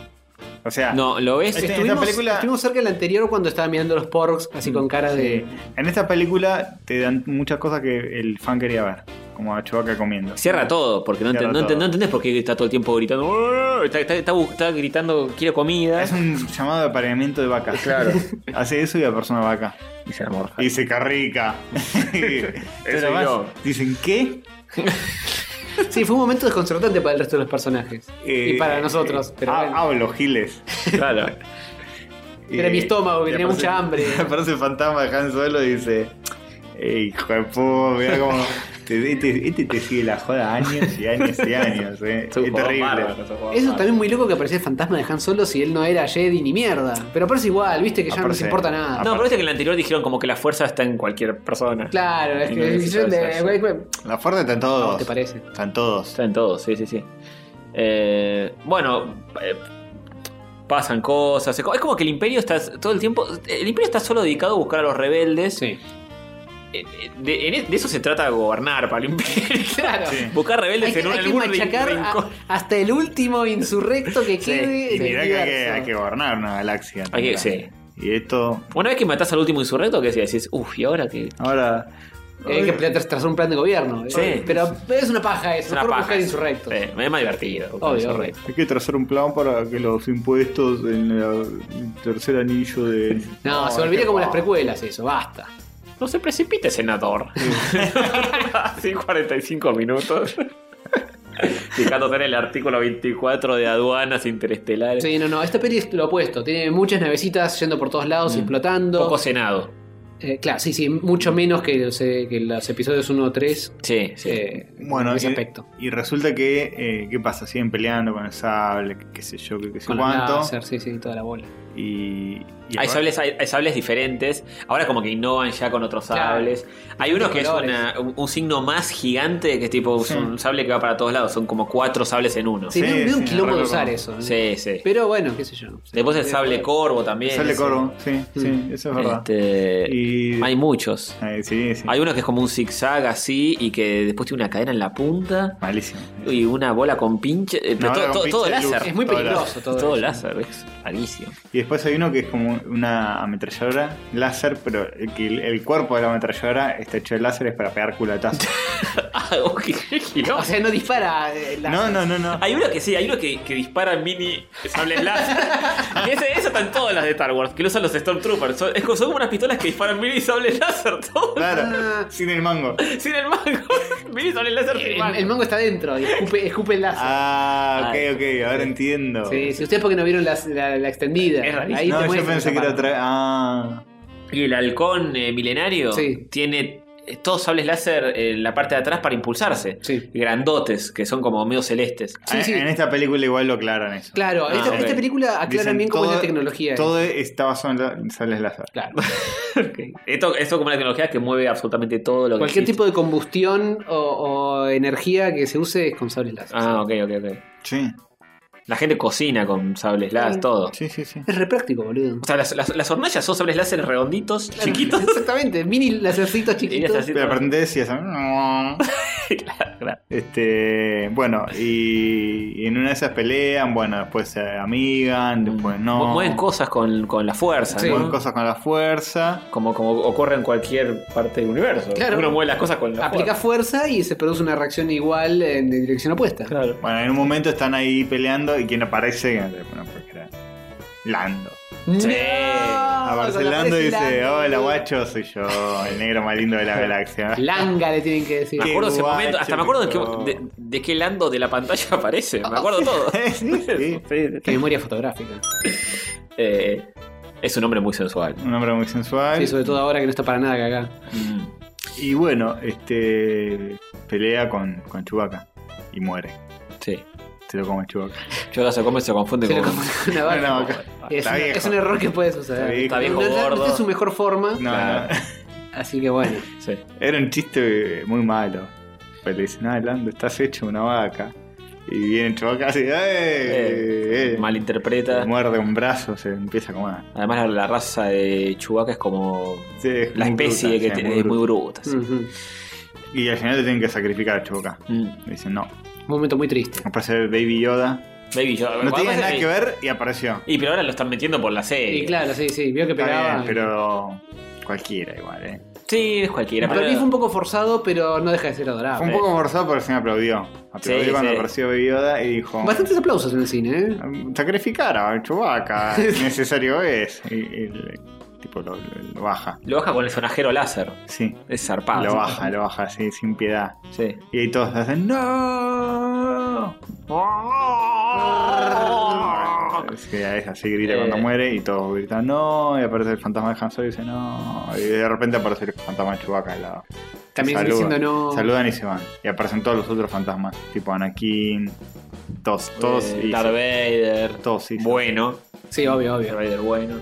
O sea,
No, lo ves.
Este-
Estuvimos,
esta película-
estuvimos cerca del anterior cuando estaba mirando los porks así con cara
eh,
de.
en esta película te dan muchas cosas que el fan quería ver. Como a Chewbacca comiendo.
Cierra todo, porque no, ent-
Cierra
no ent-
todo.
no entendés por qué está todo el tiempo gritando. "Uah", Está, está- está bu- está gritando, quiero comida.
Es un llamado de apareamiento de vacas. Claro. Hace eso y la persona vaca.
Y se amorja.
Y dice, carrica.
Eso
Pero más,
yo.
dicen, ¿qué?
Sí, fue un momento desconcertante para el resto de los personajes. y
Eh,
para nosotros.
eh,
Pero
ha-
bueno.
Hablo, Giles.
Claro.
Era
eh,
mi estómago, que
y
tenía
aparece-
mucha hambre.
Aparece el fantasma de Han Solo y dice: "Ey, Hijo de puta, mirá como. Este, este- este te sigue la joda años y años y años. eh. Es
Sos un
terrible.
bárbaro, sos un
Eso
bárbaro.
también muy loco que aparecía el fantasma de Han Solo si él no era Jedi ni mierda. Pero aparece igual, viste que ya no
Aparece.
se importa nada.
No, pero viste que en el anterior dijeron como que la fuerza está en cualquier persona.
Claro, es
Y
que.
no necesitaba
yo le-
hacerse.
güey, güey,
La fuerza está en
no,
todos.
te parece.
Están todos.
Está en todo, sí, sí, sí. Eh, bueno, eh, pasan cosas. Es co- es como que el imperio está todo el tiempo. El imperio está solo dedicado a buscar a los rebeldes.
Sí.
Eh, eh, De, en- de eso se trata gobernar para el imperio.
Claro.
Sí.
Buscar rebeldes
Hay que,
en un
hay que
algún rin-
machacar a-
rincón.
hasta el último insurrecto que
Sí,
quede.
Y
en
mirá
el
que hay, que
universo.
hay que gobernar una galaxia.
Hay que-
entera.
sí.
Y esto.
Una vez que matás al último insurrecto, que decís, uff, ¿y ahora qué?
Ahora.
Hay que tra- trazar un plan de gobierno.
Sí.
eh. Pero es una paja
Es
eso.
una
Mejor
paja.
buscar insurrectos.
Eh, es más divertido. buscar
Obvio,
insurrectos.
Hay que trazar un plan para que los impuestos en la- el tercer anillo de.
No, se volvería como las precuelas eso, basta.
No se precipite, senador. Así 45 minutos. Fijándose en el artículo 24 de aduanas interestelares.
Sí, no, no, esta peli es lo opuesto. Tiene muchas navecitas yendo por todos lados,
Mm.
explotando.
Poco cenado.
Eh, claro, sí, sí, mucho menos que, los, eh, que los episodios 1 o 3.
Sí, sí.
eh,
Bueno,
en ese
y-
aspecto.
Y resulta que, eh, ¿qué pasa? Siguen peleando con el sable, que- qué sé yo, que qué sé
Con los
cuánto.
láser, sí, sí, toda la bola.
Y, y
Hay sables, hay, hay sables diferentes. Ahora como que innovan ya con otros
Claro.
sables. Hay uno que es
colores.
una- un, un signo más gigante que es tipo es
Sí.
un sable que va para todos lados. Son como cuatro sables en uno.
Sí,
Sí,
veo veo
sí,
un quilombo de
re
usar
loco.
eso. ¿eh?
sí. sí.
Pero bueno, qué sé yo. Eh,
Después el sable corvo también.
Sale
ese.
corvo, sí, sí,
Mm.
eso es verdad.
Este,
Y-
Hay muchos.
Ay, sí, sí.
Hay uno que es como un zigzag así y que después tiene una cadena en la punta
Malísimo.
y una bola con pinche. eh, pero
Una
todo,
bola con
todo-
pinche
todo
de luz.
láser.
Es muy
Todo
peligroso todo.
todo
eso.
láser, es rarísimo.
Y después hay uno que es como una ametralladora láser, pero el, que el- el cuerpo de la ametralladora está hecho de láseres para pegar culatazos.
Ah, ok, qué quilombo.
O sea, no dispara. eh, la-
no, no, no, no.
Hay uno que sí, hay uno que, que dispara mini sables láser. Y ese, eso está en todas las de Star Wars, que lo usan los Stormtroopers. Son, es como, son como unas pistolas que disparan mini sables láser, todo
Ah.
Claro, sin el mango.
sin el mango. mini sables láser sin
El,
mango.
el mango está dentro y escupe, escupe el láser.
Ah, ok,
Ay,
ok, ahora entiendo.
Sí, si ustedes porque no vieron las- la, la extendida.
Es rarísimo.
Ahí te
no, yo
muestran
pensé
esa
que era
parte.
otra. Ah,
Y el halcón eh, milenario
Sí.
tiene eh, todos sables láser eh, en la parte de atrás para impulsarse.
Sí.
Grandotes, que son como medio celestes.
Sí,
en,
sí.
en esta película igual lo aclaran eso.
Claro,
Ah,
esta,
ok.
esta película aclara
Dicen
bien cómo es la
todo-
tecnología.
Todo está basado en la- en sables láser.
Claro.
Esto, esto como una tecnología que mueve absolutamente todo lo
Cualquier
que existe.
tipo de combustión o, o energía que se use es con sables láser.
Ah, ok, ok, ok.
Sí,
La gente cocina con sables láser, todo.
sí, sí. sí.
Es re práctico, boludo.
O sea, las, las, las hornallas son sables láser redonditos, chiquitos.
Exactamente, mini lacercitos
Y
chiquitos.
así
Pero
todo.
aparte decías. "Mm".
Claro, claro.
Este, bueno, y, y en una de esas pelean, bueno, después se amigan, después
Mm.
no.
Mu- Mueven cosas con, con la fuerza,
Sí.
¿no?
Mueven cosas con la fuerza.
Como, como ocurre en cualquier parte del universo.
Claro.
Uno mueve las cosas con la
Aplica
fuerza.
fuerza y se produce una reacción igual en dirección opuesta.
Claro.
Bueno, en un momento están ahí peleando y quien aparece, bueno, porque era Lando. Ah,
No,
Sí.
Aparece
Ah, cuando
Lando y
aparece
dice,
Lando.
hola guacho, soy yo, el negro más lindo de la galaxia.
Langa le tienen que decir.
Me acuerdo de ese
guacho
momento, hasta me acuerdo de,
que
qué- de, de qué lando de la pantalla aparece, me acuerdo todo.
Sí, sí.
Qué memoria fotográfica.
Eh, es un hombre muy sensual.
Un hombre muy sensual.
Sí, sobre todo ahora que no está para nada cagá.
Mm.
Y bueno, este pelea con, con Chewbacca y muere.
Sí.
Se lo come Chewbacca.
Yo ahora se come, se confunde
Se lo
con.
come con una vaca.
Una vaca.
Es,
Está
un-
viejo.
es un error que puede suceder.
Está
viejo.
No-
Está
no,
viejo,
no está en
gordo.
su mejor forma,
No,
Claro.
no.
así que bueno.
Sí.
Era un chiste muy malo. Pero le dicen, ah, Lando, estás hecho una vaca. Y viene Chewbacca así, ¡eh! eh, eh".
Malinterpreta.
Le Muerde un brazo, se empieza a comer.
Además, la, la raza de Chewbacca es como.
Sí, es
La
muy
especie
bruta,
que
sí,
tiene-
muy
es muy bruta.
bruta.
sí.
Ujú.
Y al final te tienen que sacrificar a Chewbacca.
Mm.
Le dicen, no.
Un momento muy triste.
Aparece Baby Yoda.
Baby, yo.
No tiene nada
Además,
que ver y apareció.
Y pero ahora lo están metiendo por la serie.
Y claro, sí, sí, vio que
Está
pegaba.
bien, pero cualquiera igual, ¿eh?
Sí, es cualquiera.
Para
pero-
mí fue un poco forzado, pero no deja de ser
Fue
adorable.
un poco forzado, pero se me aplaudió. Aplaudió
Ah, Sí,
cuando
sí.
apareció Baby Yoda y dijo...
Bastantes aplausos en el cine, ¿eh?
Ah. Sacrificar a Chewbacca, necesario es. Y, y el tipo lo, lo- lo baja.
Lo baja con el sonajero láser.
Sí,
Es zarpado.
lo baja, lo baja, sí, sin piedad.
Sí.
Y ahí todos hacen ¡No! Sí, es así grita
Eh.
cuando muere y todos gritan ¡No! Y aparece el fantasma de Han Solo y dice ¡No! Y de repente aparece el fantasma de Chewbacca al lado.
También
Saludan.
diciendo no.
Saludan y se van. Y aparecen todos los otros fantasmas, tipo Anakin, todos, todos.
Eh,
y
Darth Vader.
todos, sí, sí.
Bueno.
Sí, obvio,
Darth
obvio.
Vader bueno.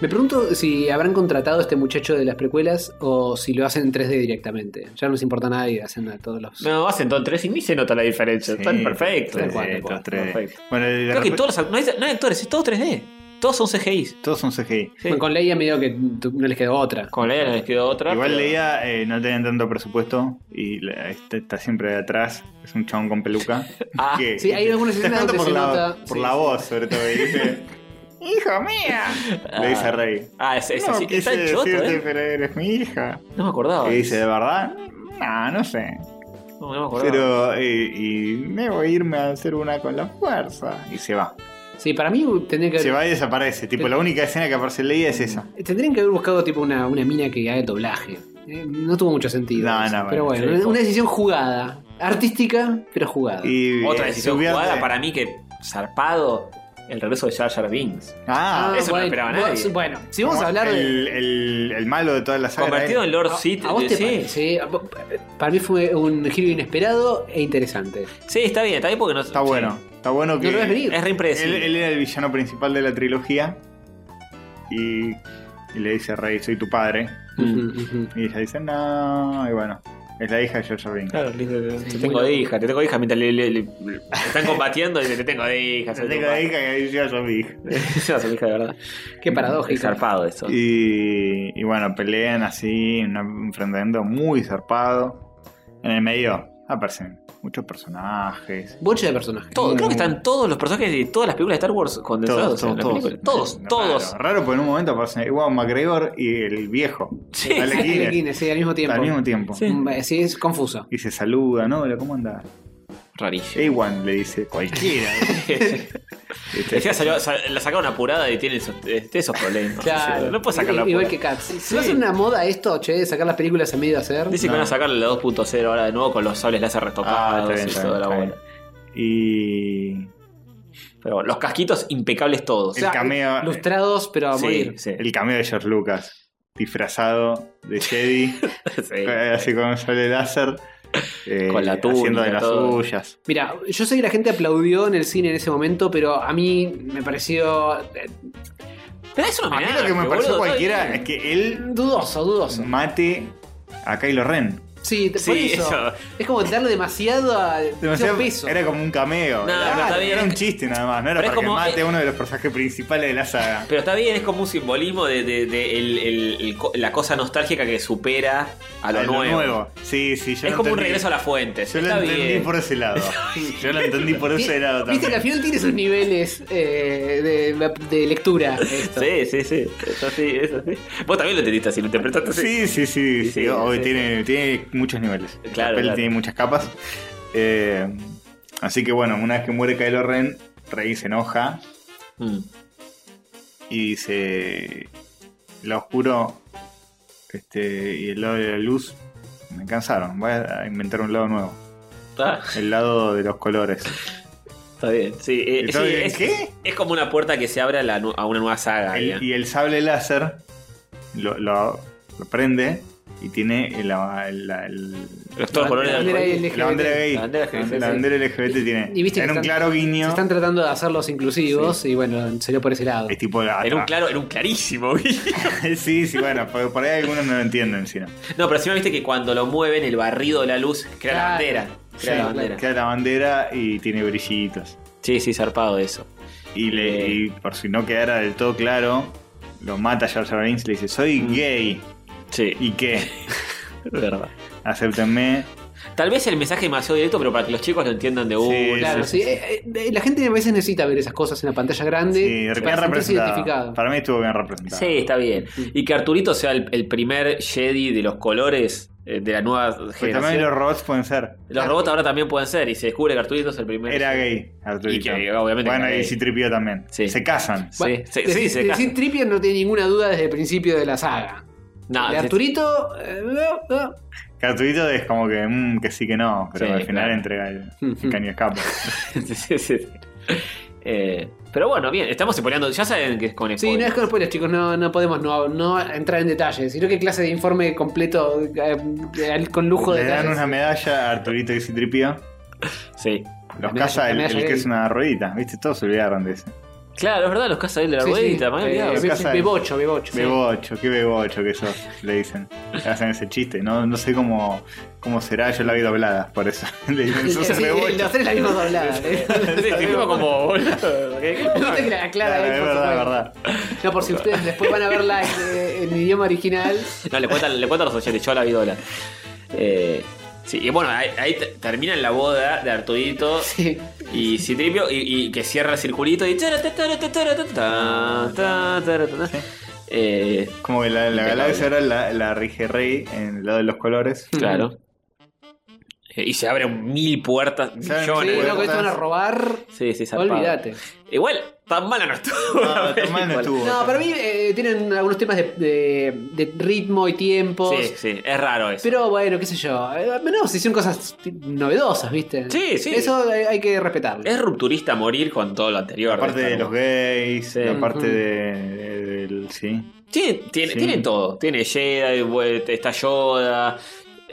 Me pregunto si habrán contratado a este muchacho de las precuelas o si lo hacen en 3D directamente. Ya no les importa nada y hacen a todos los.
No, hacen todo en 3 y ni se nota la diferencia.
Sí,
Están perfectos.
tres
Tal
D,
cual, tal cual,
todos tres D.
perfecto.
Bueno, de
Creo que
repente-
todos los, no, hay, no hay actores, es todo 3D. Todos son CGI.
todos son CGI.
Sí.
Bueno, con Leia medio que tu- no les quedó otra.
Con Leia no les quedó otra.
Igual
pero-
leía, eh, no tenían tanto presupuesto y la- este está siempre de atrás. Es un chabón con peluca.
Ah,
Que-
sí, hay algunas
Te
escenas
nota
donde
por
se
la,
nota-
por
sí,
la
sí.
voz, sobre todo. Y dice, ¡Hijo mía!
Ah.
Le dice a Rey.
Ah, es, es,
no
sí, está
quise
el choto,
decirte,
eh.
pero eres mi hija.
No me acordaba.
Y dice, ¿de verdad? No, no sé.
No, no me acordaba.
Pero, eh, y me voy a irme a hacer una con la fuerza. Y se va.
Sí, para mí tendrían que
Se
haber,
va y desaparece. Tipo, la única escena que aparece en Leia es esa.
tendrían que haber buscado tipo una, una mina que haga el doblaje. Eh, No tuvo mucho sentido.
No,
eso.
no,
pero
bueno,
bueno,
sí,
una
fue-
decisión jugada. Artística, pero jugada.
Y eh,
Otra decisión
subió-
jugada para mí que zarpado el regreso de Jar Jar Binks.
Ah,
eso no lo esperaba
vos-
nadie.
Bueno, si vamos a hablar de.
el, el, el malo de todas las saga. eh.
Convertido en Lord Sith.
Ah,
eh,
¿A vos te
sí.
parece? A vo- Para mí fue un giro inesperado e interesante.
Sí, está bien, está bien porque no
Está
sí.
bueno. Está bueno que.
No lo ves venir.
Es re
él,
impredecible.
él era el villano principal de la trilogía. Y, y le dice a Rey, soy tu padre.
Ujú, ujú.
Y ella dice, no. Y bueno, es la hija de George Ring.
Claro, le dice, te tengo de hija, te tengo de hija mientras le, le- le- le están combatiendo y dice, te tengo de hija. soy tu
tengo
padre".
de hija que yo soy mi hija.
Se va a ser hija de verdad.
Qué
Es
paradójico.
Mm, zarpado eso.
Y, y bueno, pelean así, un enfrentamiento muy zarpado. En el medio aparecen muchos personajes.
Bocha de personajes.
Todo- creo que están todos los personajes de todas las películas de Star Wars condensados
Todos,
en la
todos,
película.
todos.
Todos, todos.
Raro, raro, porque en un momento aparecen Ewan McGregor y el viejo.
Sí,
Alec
sí,
Guinness,
Telequines, sí, al mismo tiempo.
Al mismo tiempo.
Sí.
Mm, eh, Sí, es confuso.
Y se saludan, ¿no? Hola, ¿Cómo andás?
Rarillo.
Ewan le dice cualquiera. Este,
Decía, salió- sal- la sacaron apurada y tiene esos, este, esos problemas.
Claro.
No puedes sacarla
Igual
apurada.
que Cats. Si ¿No es una moda esto, che, de sacar las películas a medio hacer?
Dice
No.
que van a sacarle la 2.0 ahora de nuevo con los sables láser
Ah,
retocados
está bien,
y
está
toda
bien,
la
está
bola.
bien. Y
Pero bueno, los casquitos impecables todos.
el cameo, eh,
Lustrados, pero a
Sí,
morir.
sí.
el cameo de George Lucas, disfrazado de Jedi, eh,
Sí.
así con un sable láser, eh,
Con la túnica,
haciendo de las
todo.
suyas.
Mira, yo sé que la gente aplaudió en el cine en ese momento, pero a mí me pareció eh,
Pero es una
A mí
homenaje,
lo que me
boludo,
pareció
todo
cualquiera
bien.
es que él
dudoso, dudoso.
mate a Kylo Ren.
Sí, te-
Sí,
por eso.
eso.
Es como darle demasiado a demasiado
Demasiado-
peso.
era como un cameo.
No,
era,
pero está bien.
era un chiste nada más, no era
Pero es
para que
como-
mate a uno de los personajes principales de la saga.
Pero está bien, es como un simbolismo de, de- de el- el- el co- la cosa nostálgica que supera a lo,
De
nuevo.
Sí, sí, yo
Es
lo
como un
entendí.
regreso a las fuentes.
Yo lo
está
entendí
bien.
por ese lado. Yo lo entendí por
Vi-
ese lado
Viste que
también.
al final tiene esos niveles eh, de, de lectura. esto.
Sí, sí, sí. Es así, es así. Vos también lo entendiste así, lo interpretaste así.
Sí, sí, sí, sí.
Sí, sí,
Hoy
sí.
Tiene, tiene muchos niveles.
Claro,
el papel
claro.
tiene muchas capas. Eh, así que bueno, una vez que muere Kylo Ren, Rey se enoja
Mm.
y dice: Lo oscuro este, y el lado de la luz me cansaron. Voy a inventar un lado nuevo:
Ah,
el lado de los colores.
está bien. Sí, eh, sí,
Entonces,
es,
¿Qué?
es como una puerta que se abre a, la nu- a una nueva saga.
El-
digamos.
y el sable láser lo, lo- lo prende y tiene la, la- el-
Los todos
La
colores del
bandera
arcoíris.
LGBT.
la bandera gay.
La bandera LGBT,
La bandera LGBT tiene.
Y viste que
en un
están-
claro
Se
guiño.
están tratando de hacerlos inclusivos y bueno, salió por ese lado.
Es tipo la.
Era un claro, era un clarísimo. güey.
sí, sí, bueno, por, por ahí algunos no lo entienden, sí, no.
no, pero encima viste que cuando lo mueven, el barrido de la luz crea la
Claro.
bandera. Crea
Sí,
la bandera.
Queda la bandera y tiene brillitos.
Sí, sí, zarpado eso.
Y, le,
Eh.
y por si no quedara del todo claro, lo mata George Binks le dice: Soy
Mm.
gay.
Sí,
¿Y qué?
es verdad.
Acéptenme.
Tal vez el mensaje es demasiado directo, pero para que los chicos lo entiendan de
Sí,
una.
Claro, sí. Eh, eh, La gente a veces necesita ver esas cosas en la pantalla grande
Sí, bien
para sentirse
representado.
identificado.
Para mí estuvo bien representado.
Sí, está bien. Y que Arturito sea el, el primer Jedi de los colores eh, de la nueva
Porque Pues también
generación.
los
Los,
robots pueden ser.
robots ahora también pueden ser. Y se descubre que Arturito es el primer.
Era gay, Arturito.
Y que, obviamente,
bueno,
era
y
gay.
Citripio también.
Sí.
Se casan.
Sí,
Bueno,
sí,
de-
sí, se
de-
casa.
decir Trippier no tiene ninguna duda desde el principio de la saga.
No,
de
Ah, sí,
Arturito. eh, no, no.
Que Arturito es como que, mm, que sí que no, pero
Sí,
al final
claro.
entrega el,
Ujú.
el caño de escape.
sí, sí, sí. Eh, pero bueno, bien, estamos spoileando. Ya saben que es con
Sí, no es
spoilers.
con spoilers, chicos, no, no podemos no, no entrar en detalles, sino qué clase de informe completo eh, eh, con lujo de
Le dan
detalles.
una medalla a Arturito y Citripio.
Sí.
Los
medalla- la
casa el,
medalla
el que
gay.
es una ruedita, ¿viste? Todos se olvidaron de eso.
Claro, es verdad, los casa de la
Sí, sí,
ruedita. me había
eh,
olvidado.
Los
be-
casa-
Bebocho, bebocho. sí.
Bebocho, qué bebocho que sos, le dicen. Le hacen ese chiste. No, no sé cómo, cómo será, yo la vi doblada, por eso. Le dicen,
Sí,
sos
sí,
bebocho.
los tres la misma doblada. eh.
Sí, sí, fue como, boludo, ¿qué?
Me gusta que la aclara
Claro,
ahí,
es
por
verdad,
supuesto.
verdad.
No, por si ustedes después van a verla eh, en idioma original.
No, le cuentan, le cuentan a los oyentes, yo la vi doblada. Eh, sí, y bueno, ahí, ahí te- termina en la boda de Arturito
Sí.
y Citripio y, y que cierra el circulito y. tara, ta, tara, ta, tara, ta, ta, ta, tara, ta, ta. Eh,
Como que la, la
Impecable.
galaxia ahora la, la rige Rey en el lado de los colores.
Mm.
claro. Eh, Y se abren mil puertas,
Se abren
millones.
Sí,
mil
de
loco, esto van a robar.
Sí, sí, zarpado.
Olvídate.
Igual, Tan mala no estuvo.
No,
la
tan mal Ah, no
película.
estuvo.
No, para mí eh, tienen algunos temas de, de- de ritmo y tiempos.
Sí, sí, es raro eso.
Pero bueno, qué sé yo. Eh, Al menos hicieron cosas t- novedosas, ¿viste?
Sí, sí.
Eso hay, hay que respetarlo.
Es rupturista morir con todo lo anterior.
La parte
Star
de los
Wars.
gays,
Sí.
la parte de, del- Sí.
Tiene, tiene,
Sí.
tiene todo. Tiene Jedi, bueno, está Yoda.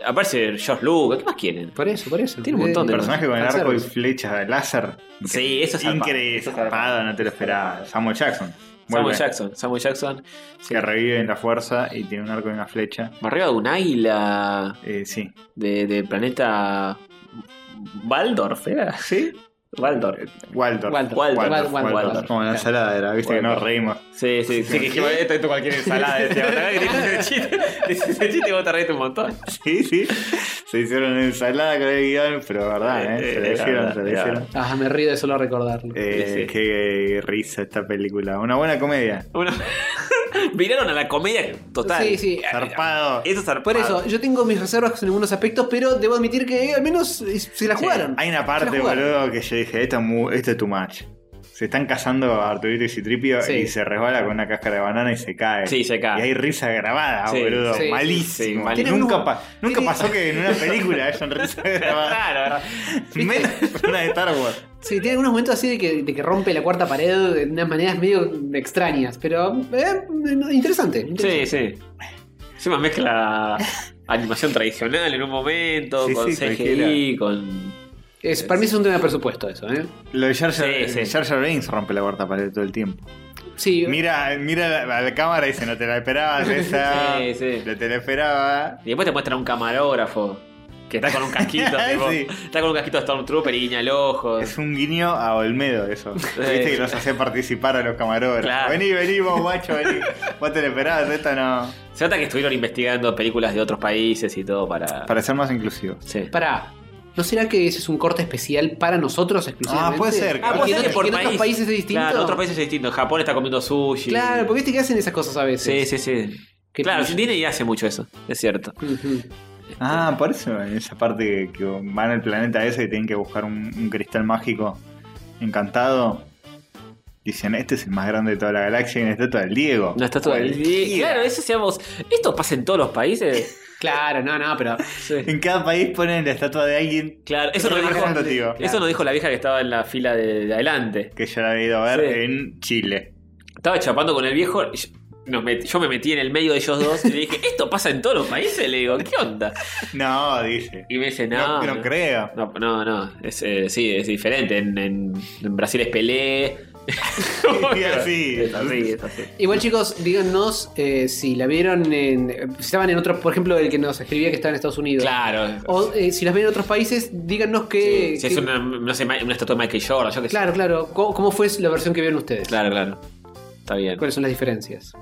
Aparece Josh Luke. ¿Qué más quieren?
Por eso, por eso. Eh,
Tiene un montón
El
de
personaje con el arco
fanservice.
y flechas de láser.
Sí, eso es zarpado.
Increíble,
Eso es zarpado.
zarpado, no te lo esperaba. Samuel Jackson.
Samuel
Vuelve,
Jackson. Samuel Jackson. sí.
Que revive en la fuerza y tiene un arco y una flecha.
Arriba de un águila
Eh, sí.
de, de planeta. Waldorf, ¿era? Sí. Waldorf.
Waldorf.
Waldorf,
Waldorf. Wal- Wal-
Waldorf.
Waldorf.
Como la ensalada era, viste que
Waldorf.
no reímos.
Sí, sí, sí. que- que- esto es cualquier ensalada. decía, ¿verdad? Que te- ese chiste, ese chiste vos te reíste un montón.
Sí, sí. Se hicieron ensalada con el guión, pero verdad, ¿eh? Se la
Eh,
hicieron, se la
era,
hicieron.
Ah, me río de solo recordarlo.
Eh,
Sí.
Qué risa esta película. Una buena comedia.
Bueno, viraron a la comedia total.
Sí, sí.
Zarpado.
Eso es zarpado.
Por eso, yo tengo mis reservas en algunos aspectos, pero debo admitir que eh, al menos eh, se la jugaron.
Hay una
Se
parte,
la jugaron.
boludo, que yo dije, esto es, mu- esto es too much. Se están cazando a Arturito y Citripio
Sí.
y se resbala con una cáscara de banana y se cae.
Sí, se cae.
Y hay risa grabada,
Sí,
boludo.
sí,
sí,
Malísimo.
malísimo.
Nunca,
Tiene
pa- nunca
tiene-
pasó que en una película hayan risa grabada.
Claro, ¿verdad?
Menos una de Star Wars.
Sí, tiene algunos momentos así de que, de que rompe la cuarta pared de unas maneras medio extrañas, pero eh, interesante. interesante.
Sí, sí. Encima mezcla animación tradicional en un momento,
Sí,
con
sí,
CGI, con.
Es- para mí es un tema de presupuesto eso, ¿eh?
Lo de Jar Jar,
Sí, sí.
Jar Jar Binks rompe la cuarta pared todo el tiempo.
Sí,
Mira, mira a la, a la cámara y dice, no te la esperabas esa.
Sí, sí.
No te la esperaba.
Y después te muestran un camarógrafo que está con un casquito, tipo,
Sí.
está con un casquito de Stormtrooper y guiña el ojo.
Es un guiño a Olmedo eso. Viste que los hace participar a los camarógrafos.
Claro.
Vení, vení vos, guacho, vení. Vos te la esperabas, esta no.
Se nota que estuvieron investigando películas de otros países y todo para.
Para ser más inclusivos.
Sí.
para. ¿No será que ese es un corte especial para nosotros exclusivamente?
Ah, puede ser.
Ah,
¿Y
puede
en
ser que
otro-
por
y en otros
país.
países es distinto.
Claro, en otros países es distinto. Japón está comiendo sushi.
Claro, porque viste que hacen esas cosas a
Sí,
veces.
sí, sí.
Que
Claro,
pillan.
Disney hace mucho eso, es cierto.
Ujú.
Ah, por eso en esa parte que, que van al planeta ese y tienen que buscar un, un cristal mágico encantado. Dicen, este es el más grande de toda la galaxia y en estatua del Diego.
No está todo el Claro, eso seamos. Esto pasa en todos los países.
Claro, no, no, pero.
En cada país ponen la estatua de alguien
Claro, eso nos dijo,
representativo.
eso nos dijo la vieja que estaba en la fila de, de adelante.
que yo la había ido a ver
Sí.
en Chile.
Estaba chapando con el viejo. y Yo, nos met- yo me metí en el medio de ellos dos y le dije, ¿esto pasa en todos los países? Le digo, ¿qué onda?
No, dice.
Y me dice, no.
No, no creo.
No, no, no. Es, eh, sí, es diferente. En, en- en Brasil es Pelé.
Sí, así.
Es así, es así.
Igual, chicos, díganos eh, si la vieron en. Si estaban en otros. Por ejemplo, el que nos escribía que estaba en Estados Unidos.
Claro.
O eh, si las ven en otros países, díganos que.
Sí, si es
que-
una, no sé, ma- una estatua de Michael Jordan, yo qué sé.
Claro, claro. ¿Cómo, cómo fue la versión que vieron ustedes?
Claro, claro. Está bien.
¿Cuáles son las diferencias?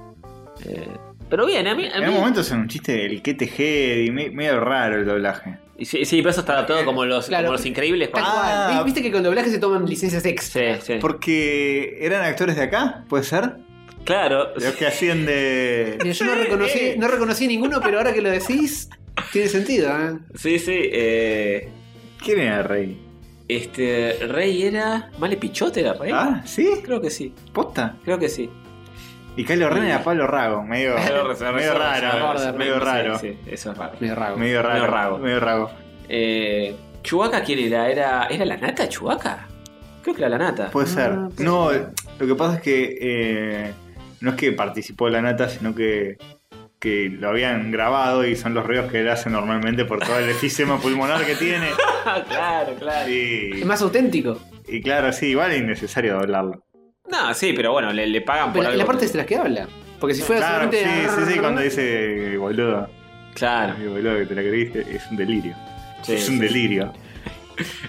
Eh, pero bien, a mí. a
En
mí-
un momento son un chiste del que te jedi, me- medio raro el doblaje.
y Sí, sí, pero eso está adaptado como los,
Claro.
como los increíbles.
Tal
cuando-
Ah.
cual. Viste que con doblaje se toman licencias extra.
Sí, sí.
Porque eran actores de acá, ¿puede ser?
Claro.
Los que hacían
Mira,
de.
yo no reconocí, no reconocí ninguno, pero ahora que lo decís, tiene sentido, ¿eh?
Sí, sí. eh,
¿Quién era el Rey?
este. Rey era. Male Pichote era Rey.
¿Ah? ¿Sí?
Creo que sí.
¿Posta?
Creo que sí.
Y Kylo Ren era Pablo Rago, medio, medio raro.
reserva,
Medio
Sí,
raro.
Sí, eso es raro.
Medio raro.
Medio
Medio
raro.
Rago.
Medio raro.
Eh, ¿Chubaca quién era? ¿Era, ¿Era la nata Chubaca? Creo que era la nata.
Puede ser.
Ah, puede
No, lo que pasa es que eh, no es que participó la nata, sino que, que lo habían grabado y son los ruidos que él hace normalmente por todo el efisema pulmonar que tiene.
claro, claro.
Y,
Es más auténtico.
y claro, sí, igual es innecesario hablarlo.
No, sí, pero bueno, le, le pagan
Pero
por
la,
algo.
parte es de las que habla. Porque si fuera
Claro, sí,
solamente.
sí, sí, cuando dice boludo,
Claro.
ay, boludo que te la creíste, es un delirio.
Sí,
es un
sí.
delirio.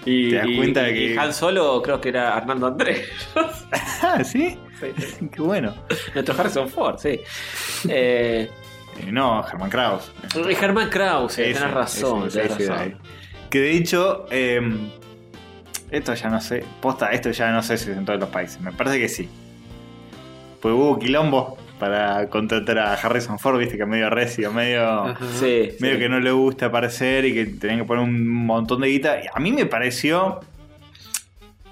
Y,
Te das
y-
cuenta
y-
que-
y Han Solo creo que era Arnaldo Andrés.
Ah, ¿sí? Qué bueno.
Nuestro Harrison Ford, sí. Eh,
Eh, no, Germán Kraus.
y Germán Krause,
Ese,
tenés razón,
ese,
tenés
ese de
razón.
ahí. Que de hecho, eh, esto ya no sé. Posta, esto ya no sé si es en todos los países. Me parece que sí. Pues hubo quilombo para contratar a Harrison Ford, viste que medio recio,
Ah,
medio.
Ajá.
Sí,
Medio
sí.
que no le gusta aparecer y que tenían que poner un montón de guita. Y a mí me pareció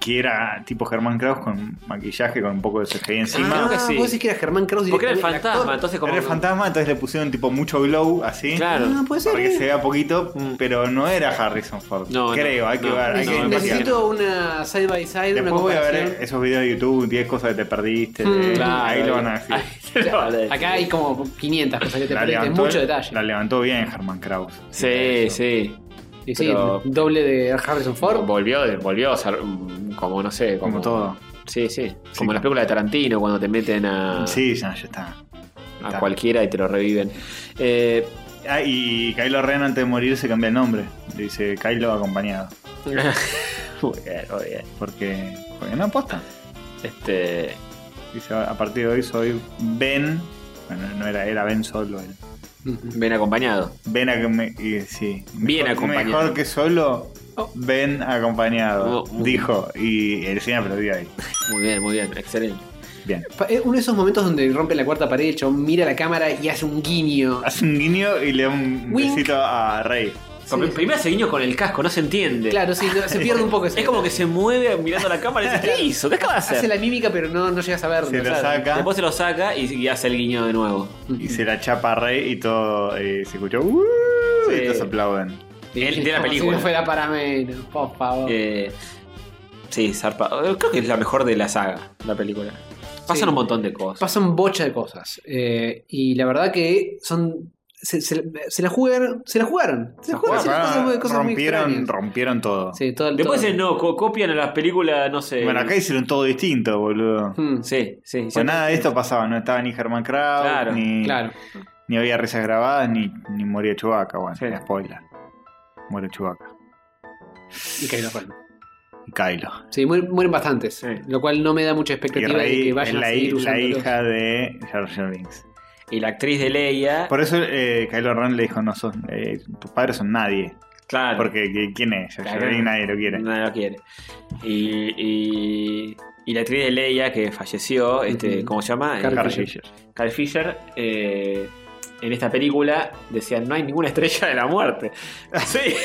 que era tipo Germán Kraus con maquillaje, con un poco de CGI
creo
encima.
que sí.
vos decís que era Germán Kraus
Porque era el
directamente,
fantasma,
actor.
entonces como.
Era el fantasma, entonces le pusieron tipo mucho glow así.
Claro. Mm.
Ah, puede ser.
Para que
eh.
se vea poquito, pero no era Harrison Ford.
No, no,
creo, hay que
no,
ver. hay
no,
que
me parece que
investigar.
Necesito una side by side, una
Después voy a ver
comparación.
esos videos de YouTube, 10 cosas que te perdiste. de-
Mm, Claro.
ahí lo van a decir.
Ahí lo van a decir.
Acá hay como 500 cosas que te
la,
perdiste,
levantó,
mucho detalle.
la levantó bien Germán Kraus.
Sí, sí.
Y sí,
pero-
doble de Harrison Ford.
Volvió, volvió a ser mm, como, no sé, como,
Como todo.
Sí, sí.
Sí.
Como las películas de Tarantino, cuando te meten a,
Sí, ya, ya está.
a
está.
cualquiera y te lo reviven. Eh,
Ah, y Kylo Ren antes de morir se cambia el nombre. Le Dice Kylo acompañado.
muy bien, muy bien.
Porque, porque no aposta.
Este,
Dice, a partir de hoy soy Ben. Bueno, no era, era Ben solo. él.
ven acompañado.
Ben ac- me- y, sí.
Bien
Mejor-
acompañado.
Mejor que solo,
Oh.
Ben acompañado.
Oh, muy
dijo. Y el cine aplaudió ahí.
Muy bien, muy bien, excelente.
Bien.
Pa- es Uno de esos momentos donde rompe la cuarta pared, el chabón mira la cámara y hace un guiño.
Hace un guiño y le da un
Wink.
besito a Rey.
Con- Primero hace guiño con el casco, no se entiende.
Claro, sí, no, se pierde un poco eso.
Es como que se mueve mirando la cámara y dice, ¿qué hizo? ¿Qué acaba de
hace
hacer?
la mímica, pero no, no llegas a verlo.
Se lo
¿sabes?
saca
Después se lo saca y, y hace el guiño de nuevo.
y se la chapa a Rey y todo eh, se escuchó. "Uh",
Sí.
Y todos aplauden.
El de la
Como Si
película.
no fuera para menos, por favor.
Eh, sí, zarpa. eh, Creo que es la mejor de la saga, la película. Pasan
Sí.
un montón de cosas.
Pasan bocha de cosas. eh, y la verdad que son. Se, se- se la jugaron. Se la jugaron. Se la jugaron. se la
Bueno,
pasaron cosas muy
rompieron,
extrañas.
rompieron todo.
Sí, todo el
Después
todo.
eh, no, co- copian a las películas, no sé.
Bueno, acá hicieron todo distinto, boludo.
Mm,
Eh, Sí, sí.
Pues
hicieron-
nada de esto pasaba, no estaba ni Germán Kraus,
Claro,
ni,
Claro.
ni había risas grabadas, ni, ni moría Chubaca. Bueno,
Sí.
spoiler. Muere Chubaca.
Y Kylo Ren.
Y Kylo.
Sí, mueren, mueren bastantes.
Sí.
Lo cual no me da mucha
Y
expectativa de
Rey
que
es
vayan a
la, hi-
seguir
la
usándolos.
hija de George Binks.
Y la actriz de Leia.
Por eso eh, Kylo Ren le dijo, no sos, eh, tus padres son nadie.
claro.
Porque ¿qui- ¿quién es? George
Claro.
Binks nadie lo quiere.
Nadie lo quiere. Y, y, y la actriz de Leia que falleció, este,
Ujú.
¿cómo se llama? Eh,
Carrie
Carl
Fisher.
Fisher.
Carrie Fisher. eh, en esta película decían: No hay ninguna estrella de la muerte. Sí,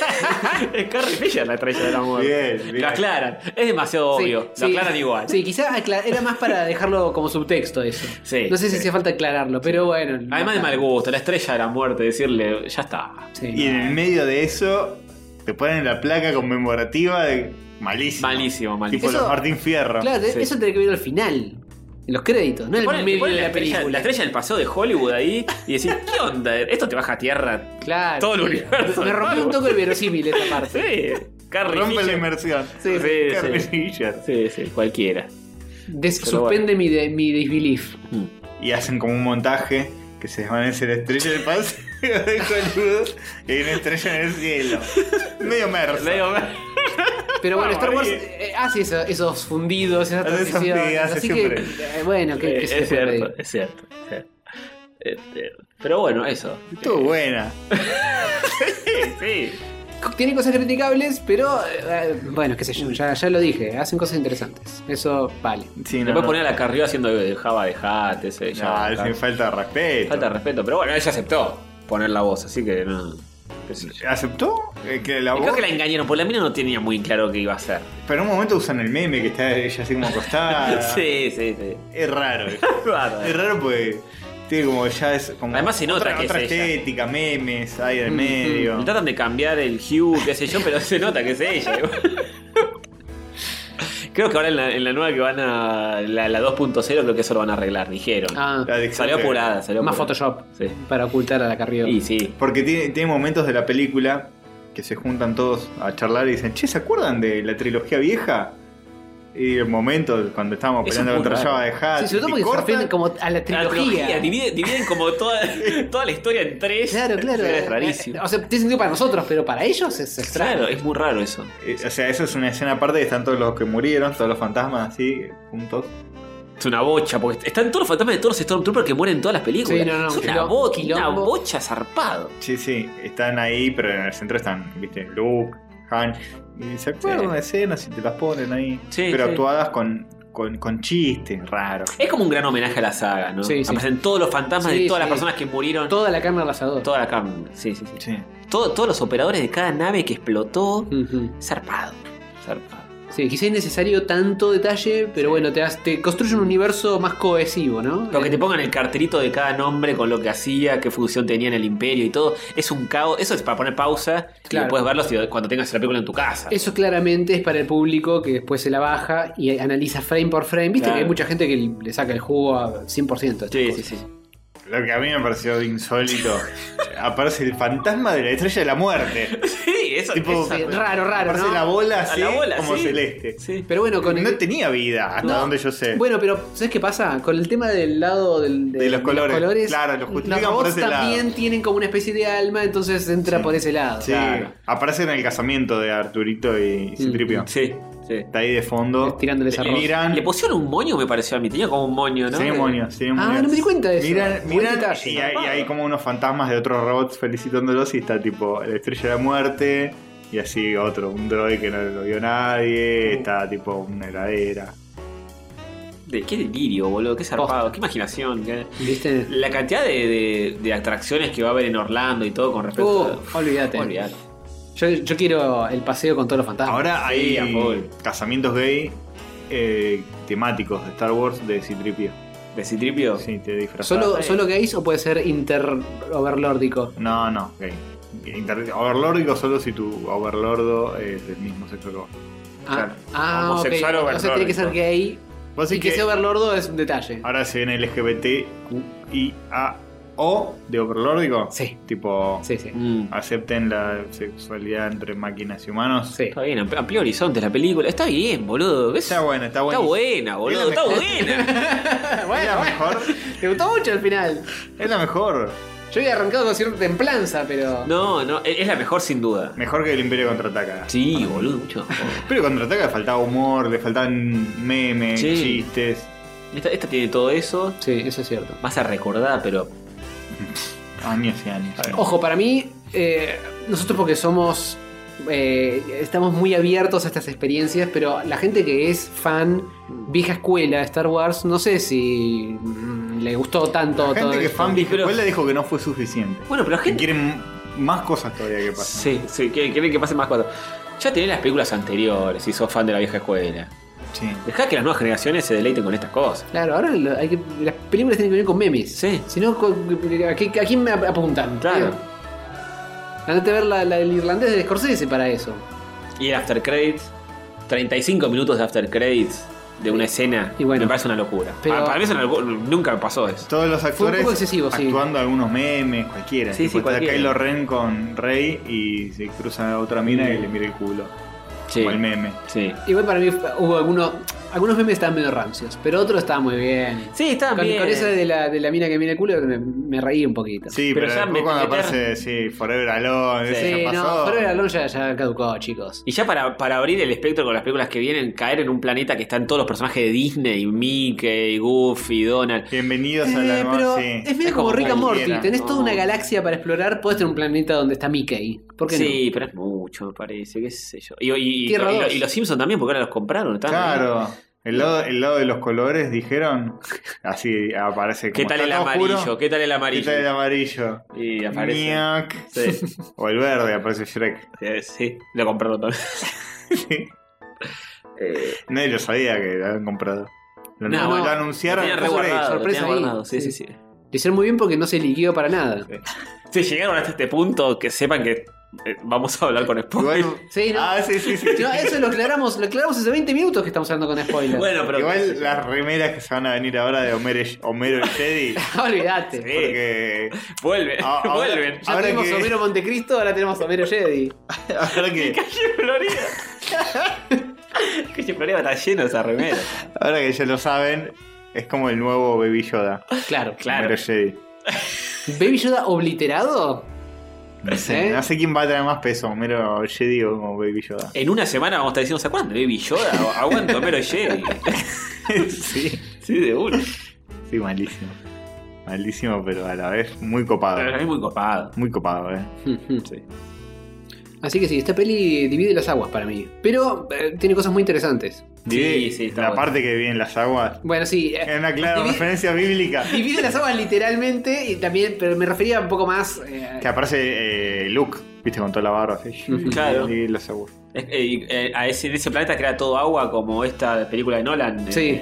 es Carrie Fisher la estrella de la muerte.
Bien, bien.
Lo aclaran. Es demasiado
Sí,
obvio.
sí.
lo aclaran igual.
Sí, quizá acla- era más para dejarlo como subtexto eso.
Sí,
no sé si
sí.
hacía falta aclararlo, pero bueno.
Además de mal gusto, la estrella de la muerte, decirle, ya está.
Sí,
Y en el medio de eso te ponen la placa conmemorativa de malísimo.
Malísimo,
Tipo
malísimo.
Eso-
los Martín Fierro.
Claro, te-
Sí.
eso tiene que ver al final. En los créditos, no en el
Ponen-
medio
ponen
de
la,
la
estrella, la
película.
estrella del paseo de Hollywood ahí y decís, ¿qué onda? Esto te baja a tierra.
Claro.
todo el
sí.
universo.
Me rompió un toque el verosímil esta parte.
Sí, Carrie
Rompe la
Fisher.
inmersión.
Sí, sí,
Carrie
sí.
Fisher.
Sí, sí, cualquiera.
Des-
Pero
suspende mi, de- mi disbelief.
Y hacen como un montaje que se desvanece la estrella del paseo de Hollywood y hay una estrella en el cielo. Medio merda.
Le digo,
Pero bueno,
Vamos,
Star Wars
ahí.
eh, hace eso- esos fundidos, esas
Hace esos
transiciones.
fundidos, hace
Así que,
siempre.
eh, bueno, que,
es, cierto, es cierto, es cierto. Este, Pero bueno, eso.
Estuvo buena.
Sí.
Tiene cosas criticables, pero eh, bueno, qué sé yo, ya, ya lo dije, hacen cosas interesantes. Eso vale.
Sí,
Después poner a la carrió haciendo de Java de Hat, ese. ya,
No,
acá.
sin falta de respeto.
Falta de respeto, pero bueno, ella aceptó poner la voz, así que no. qué sé yo.
¿Aceptó? eh, que la
Y Creo
voz-
que la engañaron, porque la mina no tenía muy claro qué iba a hacer.
Pero en un momento usan el meme que está ella así como acostada.
Sí, sí, sí.
Es raro.
Bárbaro.
Es raro porque tiene como ya es como
Además se nota
otra,
que es
otra
ella.
estética, memes, ahí en el
Mm,
medio.
Le Tratan de cambiar el hue, qué sé yo, pero se nota que es ella. creo que ahora en la, en la nueva que van a. La, la 2.0, creo que eso lo van a arreglar, dijeron.
Ah,
La adicción
salió
que-
apurada, salió
más
apurada.
Photoshop
Sí.
para ocultar a la Carrió.
Y sí.
Porque tiene, tiene momentos de la película que se juntan todos a charlar y dicen, che, ¿se acuerdan de la trilogía vieja? Y el momento cuando estábamos
Eso
peleando
es muy
contra
raro.
Java de Hat.
Sí, sobre todo
y
porque se
cortan,
refieren como a la
La
trilogía.
trilogía, dividen, dividen como toda, toda la historia en tres.
Claro, claro. Eh,
Es rarísimo.
O sea, tiene sentido para nosotros, pero para ellos es extraño.
Claro, es muy raro eso.
eh, O sea, eso es una escena aparte, están todos los que murieron, todos los fantasmas así, juntos.
Es una bocha, porque están todos los fantasmas de todos los Stormtroopers que mueren en todas las películas.
Sí, no, no,
es
un
una,
quilombo,
bo- una
quilombo.
bocha zarpado.
Sí, sí, están ahí, pero en el centro están, viste, Luke, Han. Y se acuerdan
Sí.
de escenas y te las ponen ahí.
Sí,
pero
sí.
actuadas con, con, con chistes raros.
Es como un gran homenaje a la saga, ¿no?
Sí, sí.
Aparecen todos los fantasmas
Sí,
de todas las
sí.
personas que murieron.
Toda la carne al asador.
Toda la carne. Sí, sí, sí.
Sí.
Mm.
Todo- todos los operadores de cada nave que explotó.
Ujú.
Zarpado. Zarpado.
Sí, quizá es necesario tanto detalle, pero bueno, te, has- te construye un universo más cohesivo, ¿no? Eh,
Lo que te pongan el cartelito de cada nombre con lo que hacía, qué función tenía en el imperio y todo, es un caos. Eso es para poner pausa
Claro.
y puedes verlo si- cuando tengas la película en tu casa.
Eso claramente es para el público que después se la baja y analiza frame por frame. Viste
Claro.
que hay mucha gente que le saca el jugo a 100%. a estas
Sí, sí,
cosas.
sí.
Lo que a mí me pareció insólito. aparece el fantasma de la estrella de la muerte.
Sí, eso
Tipo,
eso-
Sí, raro, raro,
Aparece
¿no?
la bola
a
así,
la bola,
como
sí.
celeste.
Sí.
Pero bueno, con el-
No tenía vida, hasta
No.
donde yo sé.
Bueno, pero ¿sabes qué pasa? Con el tema del lado del-
De los colores. Claro, los justifican por
robots
ese
también
lado.
tienen como una especie de alma, entonces entra
Sí.
por ese lado.
sí,
Claro. Mm.
aparece en el casamiento de Arturito y Citripio.
Sí, sí.
Está ahí de fondo.
Estirándoles
Y
arroz.
Miran.
Le pusieron un moño, me pareció a mí. Tenía como un moño, ¿no?
Sí, moños, sí, moños.
no me di cuenta de eso.
Miran,
Buen
miran
detalle.
y, hay, y hay como unos fantasmas de otros robots felicitándolos y está tipo la estrella de la muerte y así otro, un droid que no lo vio nadie,
Uh.
está tipo una heladera.
De- qué delirio, boludo. Qué zarpado. Qué imaginación. qué-
¿Viste?
La cantidad de, de- de atracciones que va a haber en Orlando y todo con respecto
Uh, olvídate.
a. Olvidate.
Yo, yo quiero el paseo con todos los fantasmas.
Ahora
sí,
hay
a full.
casamientos gay eh, temáticos de Star Wars de Citripio.
¿De Citripio?
Sí, te disfrazas.
¿Solo, ¿Solo gays o puede ser inter-overlordico?
No, no, gay. Inter- Overlordico solo si tu overlordo es del mismo sexo que vos.
Claro.
Ah, ah ok.
Homosexual o
Entonces tiene que ser
overlordico.
gay.
Vos
y
decís
que, sea overlordo es un detalle.
Ahora se viene LGBTQIAO de Overlordico.
Sí.
Tipo,
Sí, sí.
Mm.
acepten la sexualidad entre máquinas y humanos.
Sí.
Está bien, ampli- amplió horizontes la película. Está bien, boludo. ¿ves?
Está buena, está buena.
Está buena, boludo. Está buena.
Es
bueno,
la
bueno.
mejor.
Te gustó mucho al final.
Es la mejor.
Yo había arrancado con cierta templanza, pero.
No, no. e-, Es es la mejor sin duda.
Mejor que el Imperio Contraataca.
Sí, boludo. Mucho.
El Imperio Contraataca le faltaba humor, le faltaban memes,
Sí.
chistes.
Esta, esta tiene todo eso.
Sí, eso es cierto.
Vas a recordar, pero.
Años y años.
Ojo, para mí, eh, nosotros porque somos. eh, estamos muy abiertos a estas experiencias, pero la gente que es fan, vieja escuela de Star Wars, no sé si mm, le gustó tanto
La
todo.
gente que
esto.
fan de
Pero-
escuela dijo que no fue suficiente.
Bueno, pero la
Que
gente.
quieren más cosas todavía que pasen.
Sí, sí, quieren, quieren que pasen más cosas. Ya tenés las películas anteriores y sos fan de la vieja escuela.
Sí.
Dejá que las nuevas generaciones se deleiten con estas cosas.
Claro, ahora lo- hay que- las películas tienen que venir con memes.
Sí.
Si no, co- ¿a, qué- a quién me ap- apuntan?
Claro.
Andate a ver la, la- el irlandés de Scorsese para eso.
Y el After Credits. 35 minutos de After Credits de una escena.
Y bueno.
me parece una locura.
Pero-
para, para mí es una locura. Nunca me pasó eso.
Todos los
poco
actores
excesivo, sí.
actuando algunos memes, cualquiera.
Sí,
Tipo,
sí,
está
cualquiera.
Kylo Ren con Rey y se cruza a otra mina y le mira el culo.
Sí.
Como el meme.
Sí.
Igual para mí hubo algunos. Algunos memes estaban medio rancios, pero otros estaban muy bien.
Sí, está
Con,
bien.
con esa de la, de la mina que mira el culo me, me reí un poquito.
Sí,
Pero
pero,
ya
después
me-
cuando
meter-
aparece, sí, Forever Alone,
Sí.
eso
Sí,
ya pasó.
no, pero el Alone ya, ya caducó, chicos.
Y ya para, para abrir el espectro con las películas que vienen, caer en un planeta que están todos los personajes de Disney, Mickey, Goofy, Donald.
Bienvenidos a la
Eh,
nueva-
pero
sí.
es medio
Es
como
como
Rick and Morty.
cualquiera.
Tenés toda una
No.
galaxia para explorar, podés tener un planeta donde está Mickey. ¿Por qué
sí, pero es mucho, me parece, qué sé yo. Y, y- y-
Tierra
y lo-
dos.
y los Simpsons también, porque ahora los compraron. están ahí.
Claro. El lado, el lado de los colores, dijeron. Así aparece.
¿Qué
como
tal
está
el
todo oscuro,
amarillo? ¿Qué tal el
¿Qué
amarillo?
tal el amarillo?
Y aparece.
Ñac.
Sí,
O el verde, aparece Shrek.
sí, sí, lo compraron también. Eh,
Nadie lo sabía que lo habían comprado. Lo,
No,
lo
no,
anunciaron.
tenían
fue por ahí.
reguardado,
sorpresa
tenían
ahí.
guardado, Sí, sí,
Sí.
sí.
no? Lo hicieron muy bien porque no se liquió para nada.
Si llegaron hasta este punto, que sepan que eh, vamos a hablar con spoilers.
Igual,
Bueno,
Sí, ¿no?
Ah, sí, sí, sí.
No, eso lo aclaramos, lo aclaramos hace 20 minutos que estamos hablando con spoilers.
pero.
Igual las remeras que se van a venir ahora de Homero, y- Homero y Teddy.
Olvídate.
Sí.
Porque
Vuelven,
Ah, ahora-
vuelven.
Ya
Ahora
tenemos
que-
Homero Montecristo, ahora tenemos Homero Jedi.
ahora que,
Florida. Calle Florida está lleno de esa remera.
ahora que ya lo saben, es como el nuevo Baby Yoda.
Claro.
Claro.
Homero Jedi.
¿Baby Yoda obliterado?
No sé,
¿Eh?
no sé quién va a tener más peso, Homero Jedi o como Baby Yoda.
En una semana vamos a estar diciendo, ¿se acuerdan de Baby Yoda? Aguanto, Homero Jedi.
sí,
Sí, de uno.
sí, malísimo. Malísimo, pero a la vez muy
Ah.
copado.
Pero es muy copado.
Muy copado, eh.
Sí.
Así que sí, esta peli divide las aguas para mí. Pero eh, tiene cosas muy interesantes.
Divide
sí, está
la
bueno.
parte que vive en las aguas.
Bueno, sí. eh,
Es una clara
divi-
referencia bíblica.
Eh.
Divide las aguas literalmente, y también, pero me refería un poco más. eh,
Que aparece eh, Luke, viste, con toda la barba así.
Ujú.
Mm, Claro.
Y las aguas.
Es- eh, eh, a ese, de ese planeta que era todo agua, como esta película de Nolan. eh,
Sí.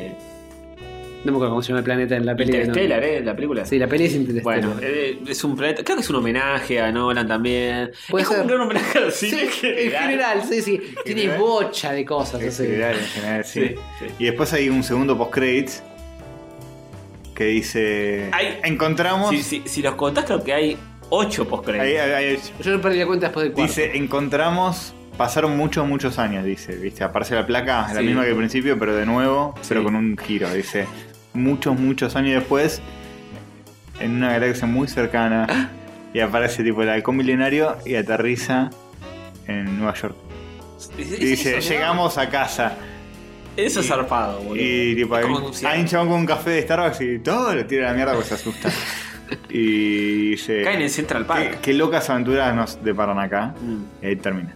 no me acuerdo cómo se llama el planeta en la peli. de
Interstellar, ¿eh? La película.
Sí, la peli es Interstellar.
Bueno, eh, es un planeta. Creo que es un homenaje a Nolan también.
Puede
es
ser.
un gran homenaje al
Sí,
cine en
en
general.
general, sí, sí. Tiene
general.
bocha de cosas.
En
así.
general, en general, sí.
Sí, sí.
Y después hay un segundo post-credits que dice:
Ay.
Encontramos.
Si, si- si los contás, creo que hay ocho post
Ahí- ahí- ahí-
Yo perdí la cuenta después del cuarto.
dice: Encontramos. Pasaron muchos, muchos años, dice. ¿Viste? Aparece la placa, es la
Sí.
misma que al principio, pero de nuevo, pero
Sí.
con un giro. Dice: Muchos, muchos años después, en una galaxia muy cercana, y aparece tipo el halcón milenario y aterriza en Nueva York. Y dice: Llegamos a casa.
Eso es zarpado, boludo.
Y tipo,
Es
hay,
como
un-
anunciar.
hay un chabón con un café de Starbucks y todo lo tira a la mierda porque se asusta. y dice.
Caen en Central
¿Qué,
Park.
qué locas aventuras nos deparan acá.
Mm.
Y ahí termina.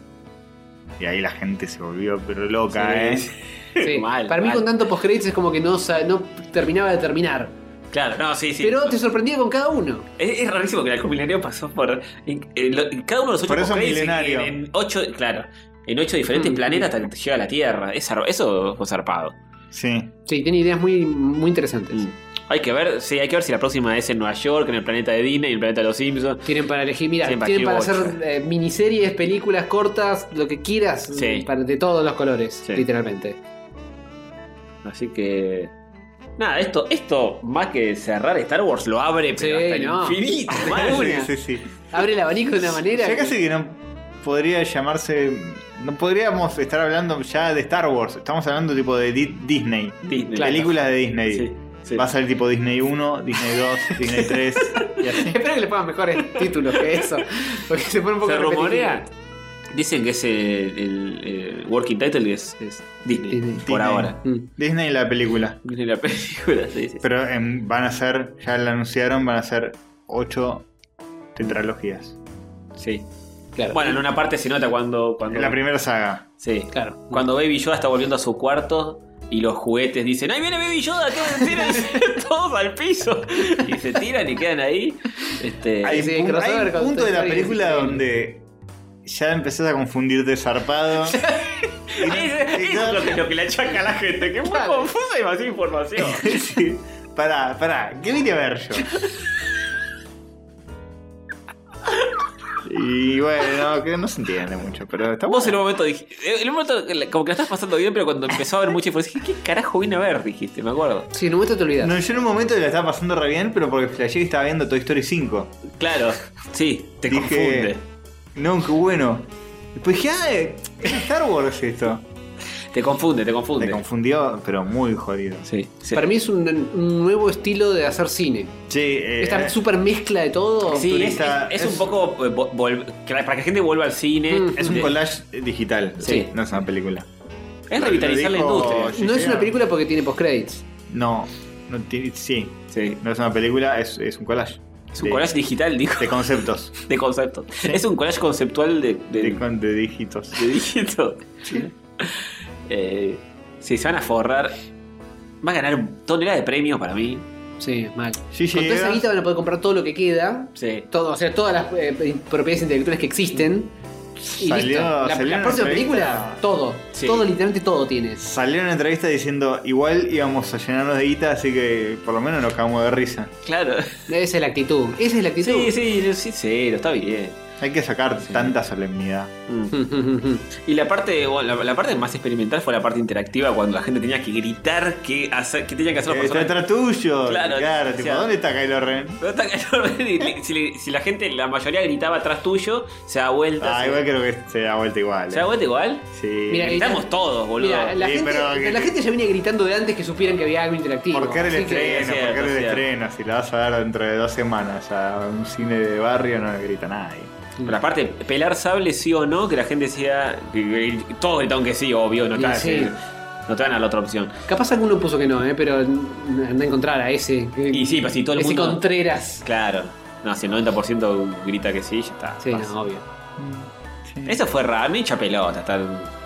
Y ahí la gente se volvió pero loca,
Sí.
¿eh?
Sí.
Mal,
Para mí,
mal.
con tanto post-credits es como que no, sa- no terminaba de terminar.
Claro, no, sí, sí.
Pero te sorprendía con cada uno.
Es, es rarísimo que el halcón milenario pasó por. en- en lo- en cada uno de los ocho
Por eso
post-credits
milenario.
En, en ocho, claro. En ocho diferentes
Mm.
planetas hasta que llega a la Tierra. Es zar- eso fue zarpado.
Sí.
Sí, tiene ideas muy, muy interesantes.
Mm. Hay que ver, sí, hay que ver si la próxima es en Nueva York, en el planeta de Disney, en el planeta de los Simpsons.
Tienen para elegir, mira,
Siempre
tienen para
aquí
hacer
bocha.
eh, miniseries, películas cortas, lo que quieras,
Sí.
para, de todos los colores,
Sí.
literalmente.
Así que. Nada, esto, esto más que cerrar Star Wars lo abre, pero
Sí,
hasta el
no.
infinito, más de una.
Sí, sí, sí.
Abre el abanico de una manera.
Ya
que-
casi que no podría llamarse. No podríamos estar hablando ya de Star Wars. Estamos hablando tipo de Di- Disney.
Disney.
Películas de Disney.
Sí, sí.
Va a ser tipo Disney 1, Disney 2, Disney 3 y así.
Espero que le pongan mejores títulos que eso. Porque se pone un poco
Se
repetitivo.
rumorea. Dicen que es el, el- el working title y es, es Disney,
Disney.
por
Disney.
ahora.
Mm.
Disney la película.
Disney la película, sí, sí.
Pero em, van a ser, ya lo anunciaron, van a ser ocho tetralogías.
Sí.
Claro.
Bueno, en una parte se nota cuando. cuando
En la primera saga.
sí.
claro.
Cuando Baby Yoda está volviendo a su cuarto y los juguetes dicen, ¡ay, viene Baby Yoda! ¿qué? Tiran todos al piso. Y se tiran y quedan ahí. Este,
Hay,
sí,
un pu-
crossover
hay un
con
punto de la
Toy Story
película
es
donde ya empezás a confundirte zarpado. Y no-
es,
y
es
no-
lo, que, lo que le achaca a la gente, que es muy
Claro.
confusa y vacía información.
Sí. Pará, pará, ¿qué vine a ver yo? Y bueno, no, que no se entiende mucho, pero está
Vos en
bueno.
un momento dijiste, en un momento como que la estás pasando bien, pero cuando empezó a haber mucha información, dije, ¿qué carajo vine a ver? Dijiste, me acuerdo.
Sí, en un momento te olvidas.
No, yo en un momento la estaba pasando re bien, pero porque flashé que estaba viendo Toy Story 5.
Claro, sí, te
Dije,
confunde.
No, qué bueno. Después dije, ah, eh, es Star Wars esto.
Te confunde, te confunde.
Me confundió, pero muy jodido.
Sí, sí.
Para mí es un, un nuevo estilo de hacer cine.
Sí, eh,
Esta super mezcla de todo.
Sí, es-
turista,
es, es un
es-
poco eh, vo- vol- que la- para que la gente vuelva al cine.
Mm.
es un
De-
collage digital.
Sí.
No es una película.
Es revitalizar la
Lo dijo-
industria.
No
Sí,
es una
sí.
película porque tiene post-credits.
No, no ti- sí,
Sí.
no es una película, es, es un collage.
Es un
de,
collage digital, dijo,
de conceptos.
de conceptos. Es un collage conceptual de, de,
De, con- de dígitos.
de dígito. Eh, sí, se van a forrar. Va a ganar tonelada de premios para mí.
Sí, mal.
Sí,
Con toda
llega.
esa guita van a poder comprar todo lo que queda.
Sí.
Todo, o sea, todas las eh, propiedades intelectuales que existen. Y
Salió-
listo. La,
salió
la
una
próxima
entrevista.
película, todo.
Sí.
Todo, literalmente todo tienes.
Salió una entrevista diciendo, igual íbamos a llenarnos de guita, así que por lo menos nos cagamos de risa.
Claro.
Esa es la actitud. Esa es la actitud.
Sí, sí, sí, sí, está bien.
Hay que sacar tanta solemnidad.
Mm.
sí.
Y la parte, bueno, la, la parte más experimental fue la parte interactiva cuando la gente tenía que gritar qué hacer, qué tenía que hacer
Eh,
los
Está
personajes.
detrás tuyo.
Claro,
Claro,
o
tipo,
sea-
¿dónde está Kylo Ren?
No está cañón. Y le- si, le- si la gente, la mayoría gritaba atrás tuyo, se da vuelta.
Ah,
se,
igual creo que se da vuelta igual.
¿Se da
eh.
vuelta igual?
Sí.
Mira, y-
Gritamos todos, boludo.
Mira, la,
Sí,
gente,
pero que-
la gente ya venía gritando de antes que supieran que había algo interactivo.
¿Por qué era el
Así que-
estreno?
cierto,
¿Por qué era el
cierto.
estreno? Si la vas a ver dentro de dos semanas a un cine de barrio no le grita nadie.
Pero aparte, pelar sable sí o no, que la gente decía. y- y- Todos gritaron que sí, obvio, no te,
Y
van a
sí.
decir- no te van a dar la otra opción.
Capaz alguno puso que no, ¿eh? pero anda a encontrar a ese. que-
Y sí,
pues,
pero si todo el
ese
mundo.
Contreras.
Claro. No, si el 90% grita que sí, ya está.
Sí,
pasa.
no, obvio.
Eso fue raro, me hincha pelota. Estar...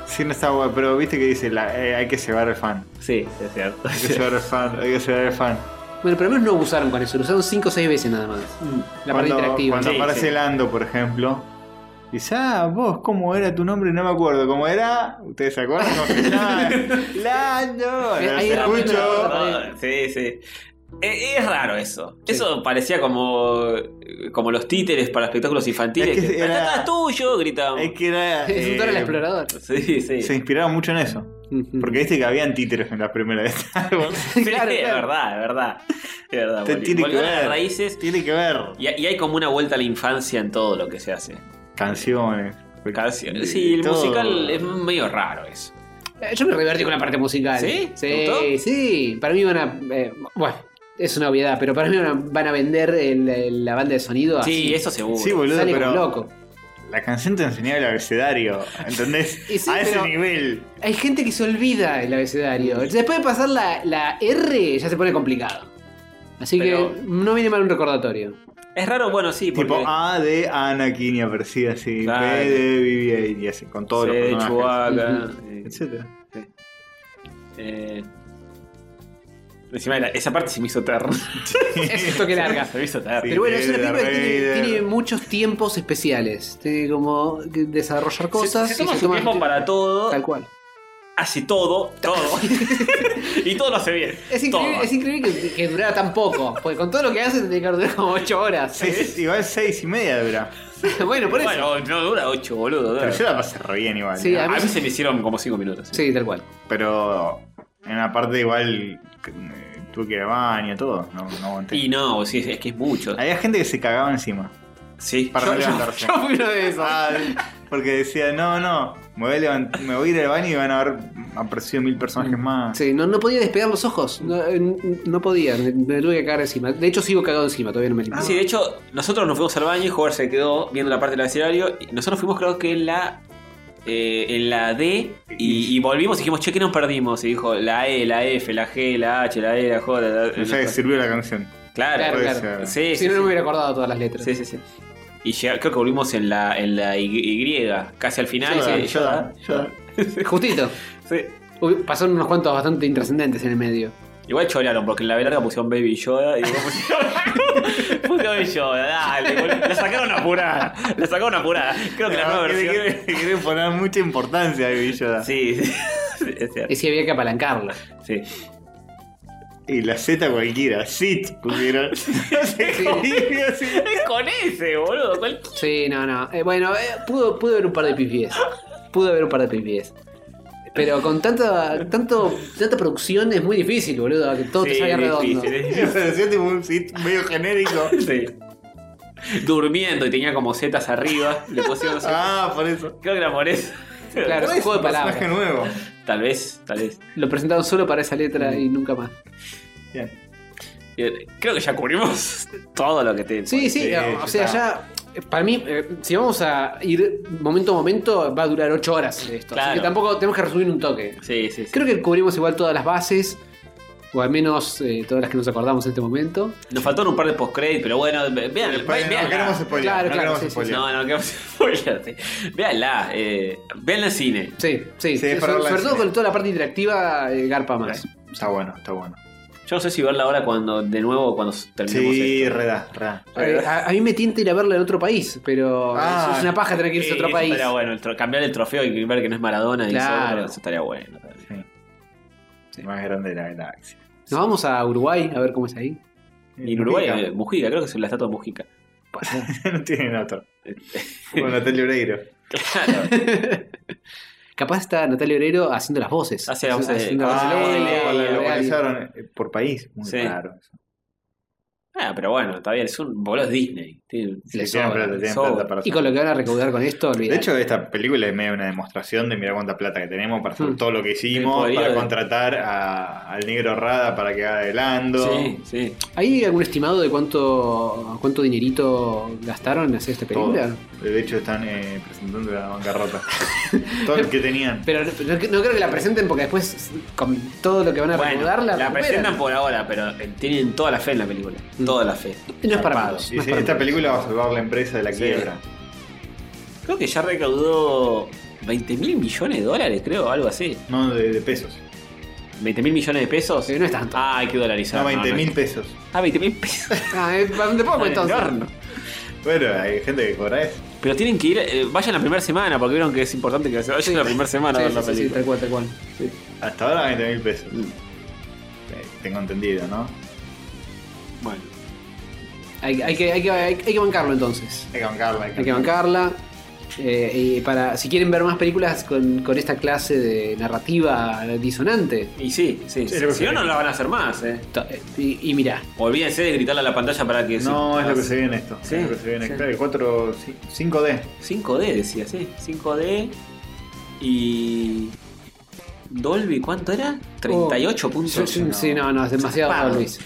Sí, no está bueno, pero viste que dice, la- eh, hay que llevar al fan.
Sí, sí, es cierto.
Hay que llevar al fan, hay que llevar al fan.
Bueno, pero al menos no abusaron con eso, lo usaron 5 o 6 veces nada más. La parte
cuando
interactiva.
cuando
Sí,
aparece
sí.
Lando, por ejemplo. Dice, ah, vos, ¿cómo era tu nombre? No me acuerdo. ¿Cómo era? ¿Ustedes se acuerdan? Como que, "Ah, ¡Lando!
Eh,
¡No
ahí
te
era
escucho!
primero.
Ah, sí, sí. E- Es raro eso.
Sí.
Eso parecía como, como los títeres para espectáculos infantiles.
Es que
que,
era-
"Tatá, es tuyo! gritaban.
Es que era.
Es un toro el
eh,
explorador.
Sí, sí.
Se inspiraron mucho en eso. Porque viste que habían títeres en la primera de Star Wars.
Sí,
Claro,
es
claro.
verdad, es verdad. Es verdad.
Te
volvi-
tiene que
volver a las
ver.
raíces.
Tiene que ver.
Y, y hay como una vuelta a la infancia en todo lo que se hace.
Canciones.
Casi- Sí, el
todo.
musical es medio raro eso.
Eh, Yo me revertí con la parte musical.
¿Sí? ¿Te
Sí,
gustó?
sí. Para mí van a. eh, bueno, es una obviedad, pero para mí van a, van a vender el- el- la banda de sonido así.
Sí, eso seguro.
Ah, Sí, boludo,
Sale
pero.
como loco.
La canción te enseñaba el abecedario, ¿entendés?
Y sí,
a ese
pero-
nivel.
Hay gente que se olvida el abecedario. Después de pasar la, la R ya se pone complicado. Así
Pero-
que no viene mal un recordatorio.
Es raro, bueno, sí, porque
Tipo A de Anakin y aparecía así,
Claro.
B de BB-8 y así, con todos
C
los
de
personajes.
Chewbacca, eh,
Etcétera.
eh, encima de la- esa parte se me hizo eterna.
Es un toque larga.
se me hizo eterna.
Sí.
Pero bueno, es una
Vader,
película que tiene,
Vader.
tiene muchos tiempos especiales. Tiene como que desarrollar cosas.
se,
y
se toma
se
su
toma-
tiempo para todo,
Tal cual.
hace todo, todo. y todo lo hace bien.
Es increíble,
todo.
es increíble que, que durara tan poco. Porque con todo lo que hace tendría que haber durado como 8 horas.
Seis- igual seis y media dura.
bueno, por eso.
Bueno, no dura 8, boludo.
Pero yo la pasé re bien igual.
Sí,
¿no?
A mí se me hicieron como 5 minutos.
Sí, tal cual.
Pero en la parte igual eh, tuve que ir al baño, todo. No, no aguanté.
Y no, sí, es- es que es mucho.
Había gente que se cagaba encima.
Sí.
Para no levantarse.
Yo fui uno de esos.
Ah, porque decía, no, no, me voy, a levant- me voy a ir al baño y van a haber aparecido mil personajes más.
Sí, no, no podía despegar los ojos. No, eh, no podía. Me, me tuve que cagar encima. De hecho, sigo cagado encima. Todavía no me
Ah.
limpio.
Ah, Sí, de hecho, nosotros nos fuimos al baño y Howard se quedó viendo la parte del abecedario. y Nosotros fuimos, creo que en la. eh, en la D y, y volvimos y dijimos, che, que nos perdimos. Y dijo la E, la F, la G, la H, la E, la J. La,
No sé, sirvió la canción.
claro,
Claro,
puede
claro.
ser.
Sí, sí,
si no, no
sí.
me hubiera acordado todas las letras.
Sí, sí, sí. Y llega- creo que volvimos en la, en la Y, griega, casi al final.
Yoda,
sí,
Yoda, Yoda.
Justito.
Sí.
Uy, Pasaron unos cuantos bastante intrascendentes en el medio.
Igual chorearon, porque en la velarga pusieron Baby Yoda y luego pusieron. pusieron Baby Yoda, dale. boludo. La sacaron apurada. La sacaron apurada. Creo que la nueva
No, que le
versión.
quiere- eh, le quiere poner mucha importancia a Baby Yoda.
Sí, sí. sí, es cierto,
Es si había que apalancarlo.
sí.
Y la Z cualquiera, Sit pusieron. No sé cómo digo, sí.
Con ese, boludo. cual-
Sí, no, no. Eh, bueno, eh, pudo, pudo haber un par de pipies. Pudo haber un par de pipies. Pero con tanta, tanto, tanta producción es muy difícil, boludo, que todo te
Sí,
salga
es
redondo.
difícil, es
Me
difícil.
pareció tipo un Sit medio genérico.
Sí. Durmiendo y tenía como setas arriba. Le pusieron.
Ah, por eso.
Creo que era por eso.
Claro, es un juego de palabras.
Personaje nuevo.
Tal vez, tal vez.
Lo presentaron solo para esa letra y nunca más.
Bien.
Bien, Eh, Creo que ya cubrimos todo lo que te.
Sí, sí,
Sí,
o
ya
sea,
está.
ya. eh, Para mí, eh, si vamos a ir momento a momento, va a durar 8 horas esto. Así
Claro.
que tampoco tenemos que resumir un toque.
Sí, sí, sí.
Creo que cubrimos igual todas las bases, o al menos eh, todas las que nos acordamos en este momento.
Nos faltaron un par de post-credits, pero bueno, ve- vean,
Después,
ve-
no queremos
veanla.
spoilear.
Claro,
no
claro,
queremos
sí, sí,
spoilear.
No, no, queremos spoilearte. Veanla, eh, veanla en cine.
Sí, sí.
Sí, es para
sobre
verla en
sobre todo
cine.
con toda la parte interactiva, eh, garpa más.
Está bueno, está bueno.
Yo no sé si verla ahora cuando, de nuevo, cuando terminemos
Sí,
esto.
reda, reda.
Eh, a, a mí me tienta ir a verla en otro país, pero
Ah,
eso es una paja tener que irse a
Eh,
otro
eso
país.
estaría bueno, el tro- cambiar el trofeo y ver que no es Maradona y
Claro.
eso, eso estaría bueno.
Más grande de la galaxia.
Nos vamos a Uruguay a ver cómo es ahí.
Y en Uruguay, eh,
Mujica.
Mujica, creo que es la estatua de Mujica.
eh.
no tienen otro. Con Natalia Oreiro.
Claro,
Capaz está Natalia Oreiro haciendo las voces.
Hace las voces de-
Haciendo
Ah,
las voces de
bueno,
Leia,
bueno,
de
lo
bueno,
alguien.
organizaron eh, por país. Muy
Sí.
raro.
Ah, pero bueno, está bien, es un boludo es Disney. Tiene-
Sí,
Les
tienen
sobra,
plata, tienen
sobra.
plata para
Y
hacer.
con lo que van a recaudar con esto,
De
olvidate.
hecho, esta película es medio una demostración de mira cuánta plata que tenemos para hacer
Mm.
todo lo que
El
hicimos,
poderío
para
de-
contratar a- al negro Rada para que haga de Lando.
Sí, sí.
¿hay algún estimado de cuánto cuánto dinerito gastaron en hacer esta
todo.
película?
De hecho, están eh, presentando la bancarrota. todo lo que tenían.
Pero no, no creo que la presenten porque después, con todo lo que van a
Bueno,
recaudarla,
la
recuperan.
presentan por ahora, pero eh, tienen toda la fe en la película.
Mm.
Toda la fe.
Y no es para
Zarpado.
menos.
Y
más
dice,
para
esta
menos.
película va a salvar la empresa de la quiebra.
Creo que ya recaudó 20 mil millones de dólares, creo, algo así.
No, de, de pesos.
20 mil millones de pesos.
Sí, Eh, no es tanto.
Ah, hay que dolarizar.
No, 20 mil
no.
pesos.
Ah, 20 mil pesos.
Ah, es bastante poco entonces.
Enorme.
Bueno, hay gente que cobra eso.
Pero tienen que ir, eh, vayan la primera semana, porque vieron que es importante que se vayan la primera semana a
Sí,
ver la
sí, sí, sí,
película.
tal cual, tal cual. Sí.
Hasta ahora 20 mil pesos.
Mm.
Eh, Tengo entendido, ¿no?
Bueno,
Hay, hay que, hay, que, hay, hay que bancarlo entonces.
Hay que bancarla.
Hay que bancarla. Eh, y para, si quieren ver más películas con, con esta clase de narrativa disonante.
y sí, sí.
Sí,
sí.
lo que
Si no,
sea.
no la van a hacer más, eh.
to- Y, y mirá,
Olvídense de gritarle a la pantalla para que.
No,
se-
es lo que se viene esto.
Sí,
es lo que se viene.
sí.
Claro, el 4, 5D.
5D decía, sí. 5D y. Dolby, ¿cuánto era? 38 puntos.
Sí, sí, sí, no, no, es demasiado,
Zarpado.
Luis.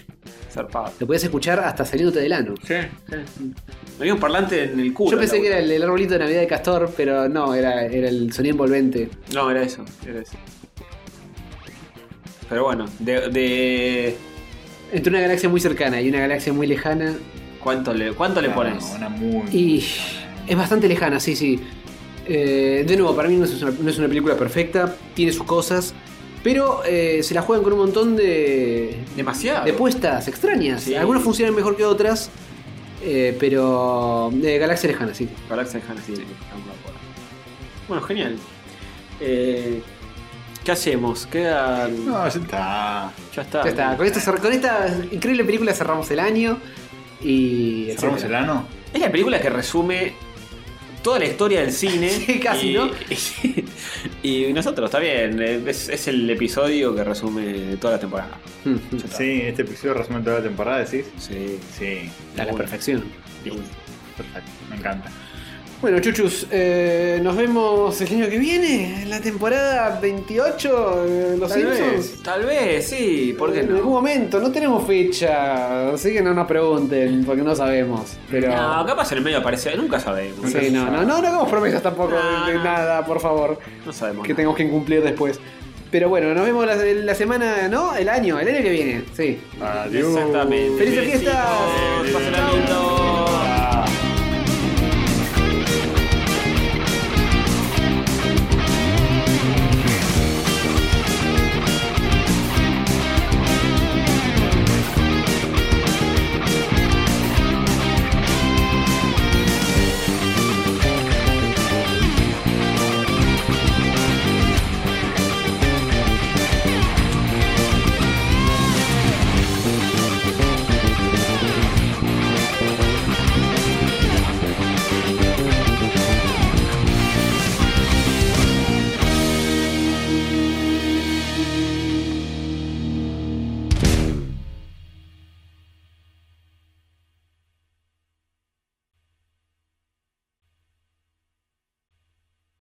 Zarpado.
Lo podías escuchar hasta saliéndote del ano.
Sí, Había un parlante en el culo.
Yo pensé
la
que era
boca.
el, el arbolito de Navidad de Castor, pero no, era, era el sonido envolvente.
No, era eso, era eso. Pero bueno, de, de-
Entre una galaxia muy cercana y una galaxia muy lejana.
¿cuánto le, cuánto le
Ah,
pones?
Una muy.
Y es bastante lejana, sí, sí. Eh, de nuevo, para mí no es, una, no es una película perfecta, tiene sus cosas, pero eh, se la juegan con un montón de,
Demasiado.
de puestas extrañas.
Sí.
Algunas funcionan mejor que otras, eh, pero de galaxia lejana, sí.
Galaxy Hanna sí, estamos de acuerdo. Bueno, genial. Eh, ¿Qué hacemos? Queda.
No, ya está.
ya está.
Ya está, con, esta cer- con esta increíble película cerramos el año y...
¿Cerramos el
etcétera.
ano?
Es la película que resume toda la historia del cine.
Sí, casi,
y,
¿no?
Y, nosotros, está bien. Es, es el episodio que resume toda la temporada.
Mm, mm.
Ya está.
Sí, este episodio resume toda la temporada, decís.
Sí.
Sí,
A la
Bueno.
perfección.
perfecto. Me encanta.
Bueno, chuchus, eh, nos vemos el año que viene, en la temporada 28 de Los
Tal vez.
Simpsons.
Tal vez, sí. ¿Por qué
en algún
no?
momento, no tenemos fecha, así que no nos pregunten, porque no sabemos. Pero.
No, capaz en el medio aparece. Nunca sabemos.
sí, no, no, no, no hagamos promesas tampoco
No,
de, de
no.
nada, por favor,
No sabemos.
que
nada.
tengamos que incumplir después. Pero bueno, nos vemos la, la semana, ¿no? El año, el año que viene, sí.
Adiós.
Exactamente.
¡Felices fiestas!
Besitos, pásenla lindo.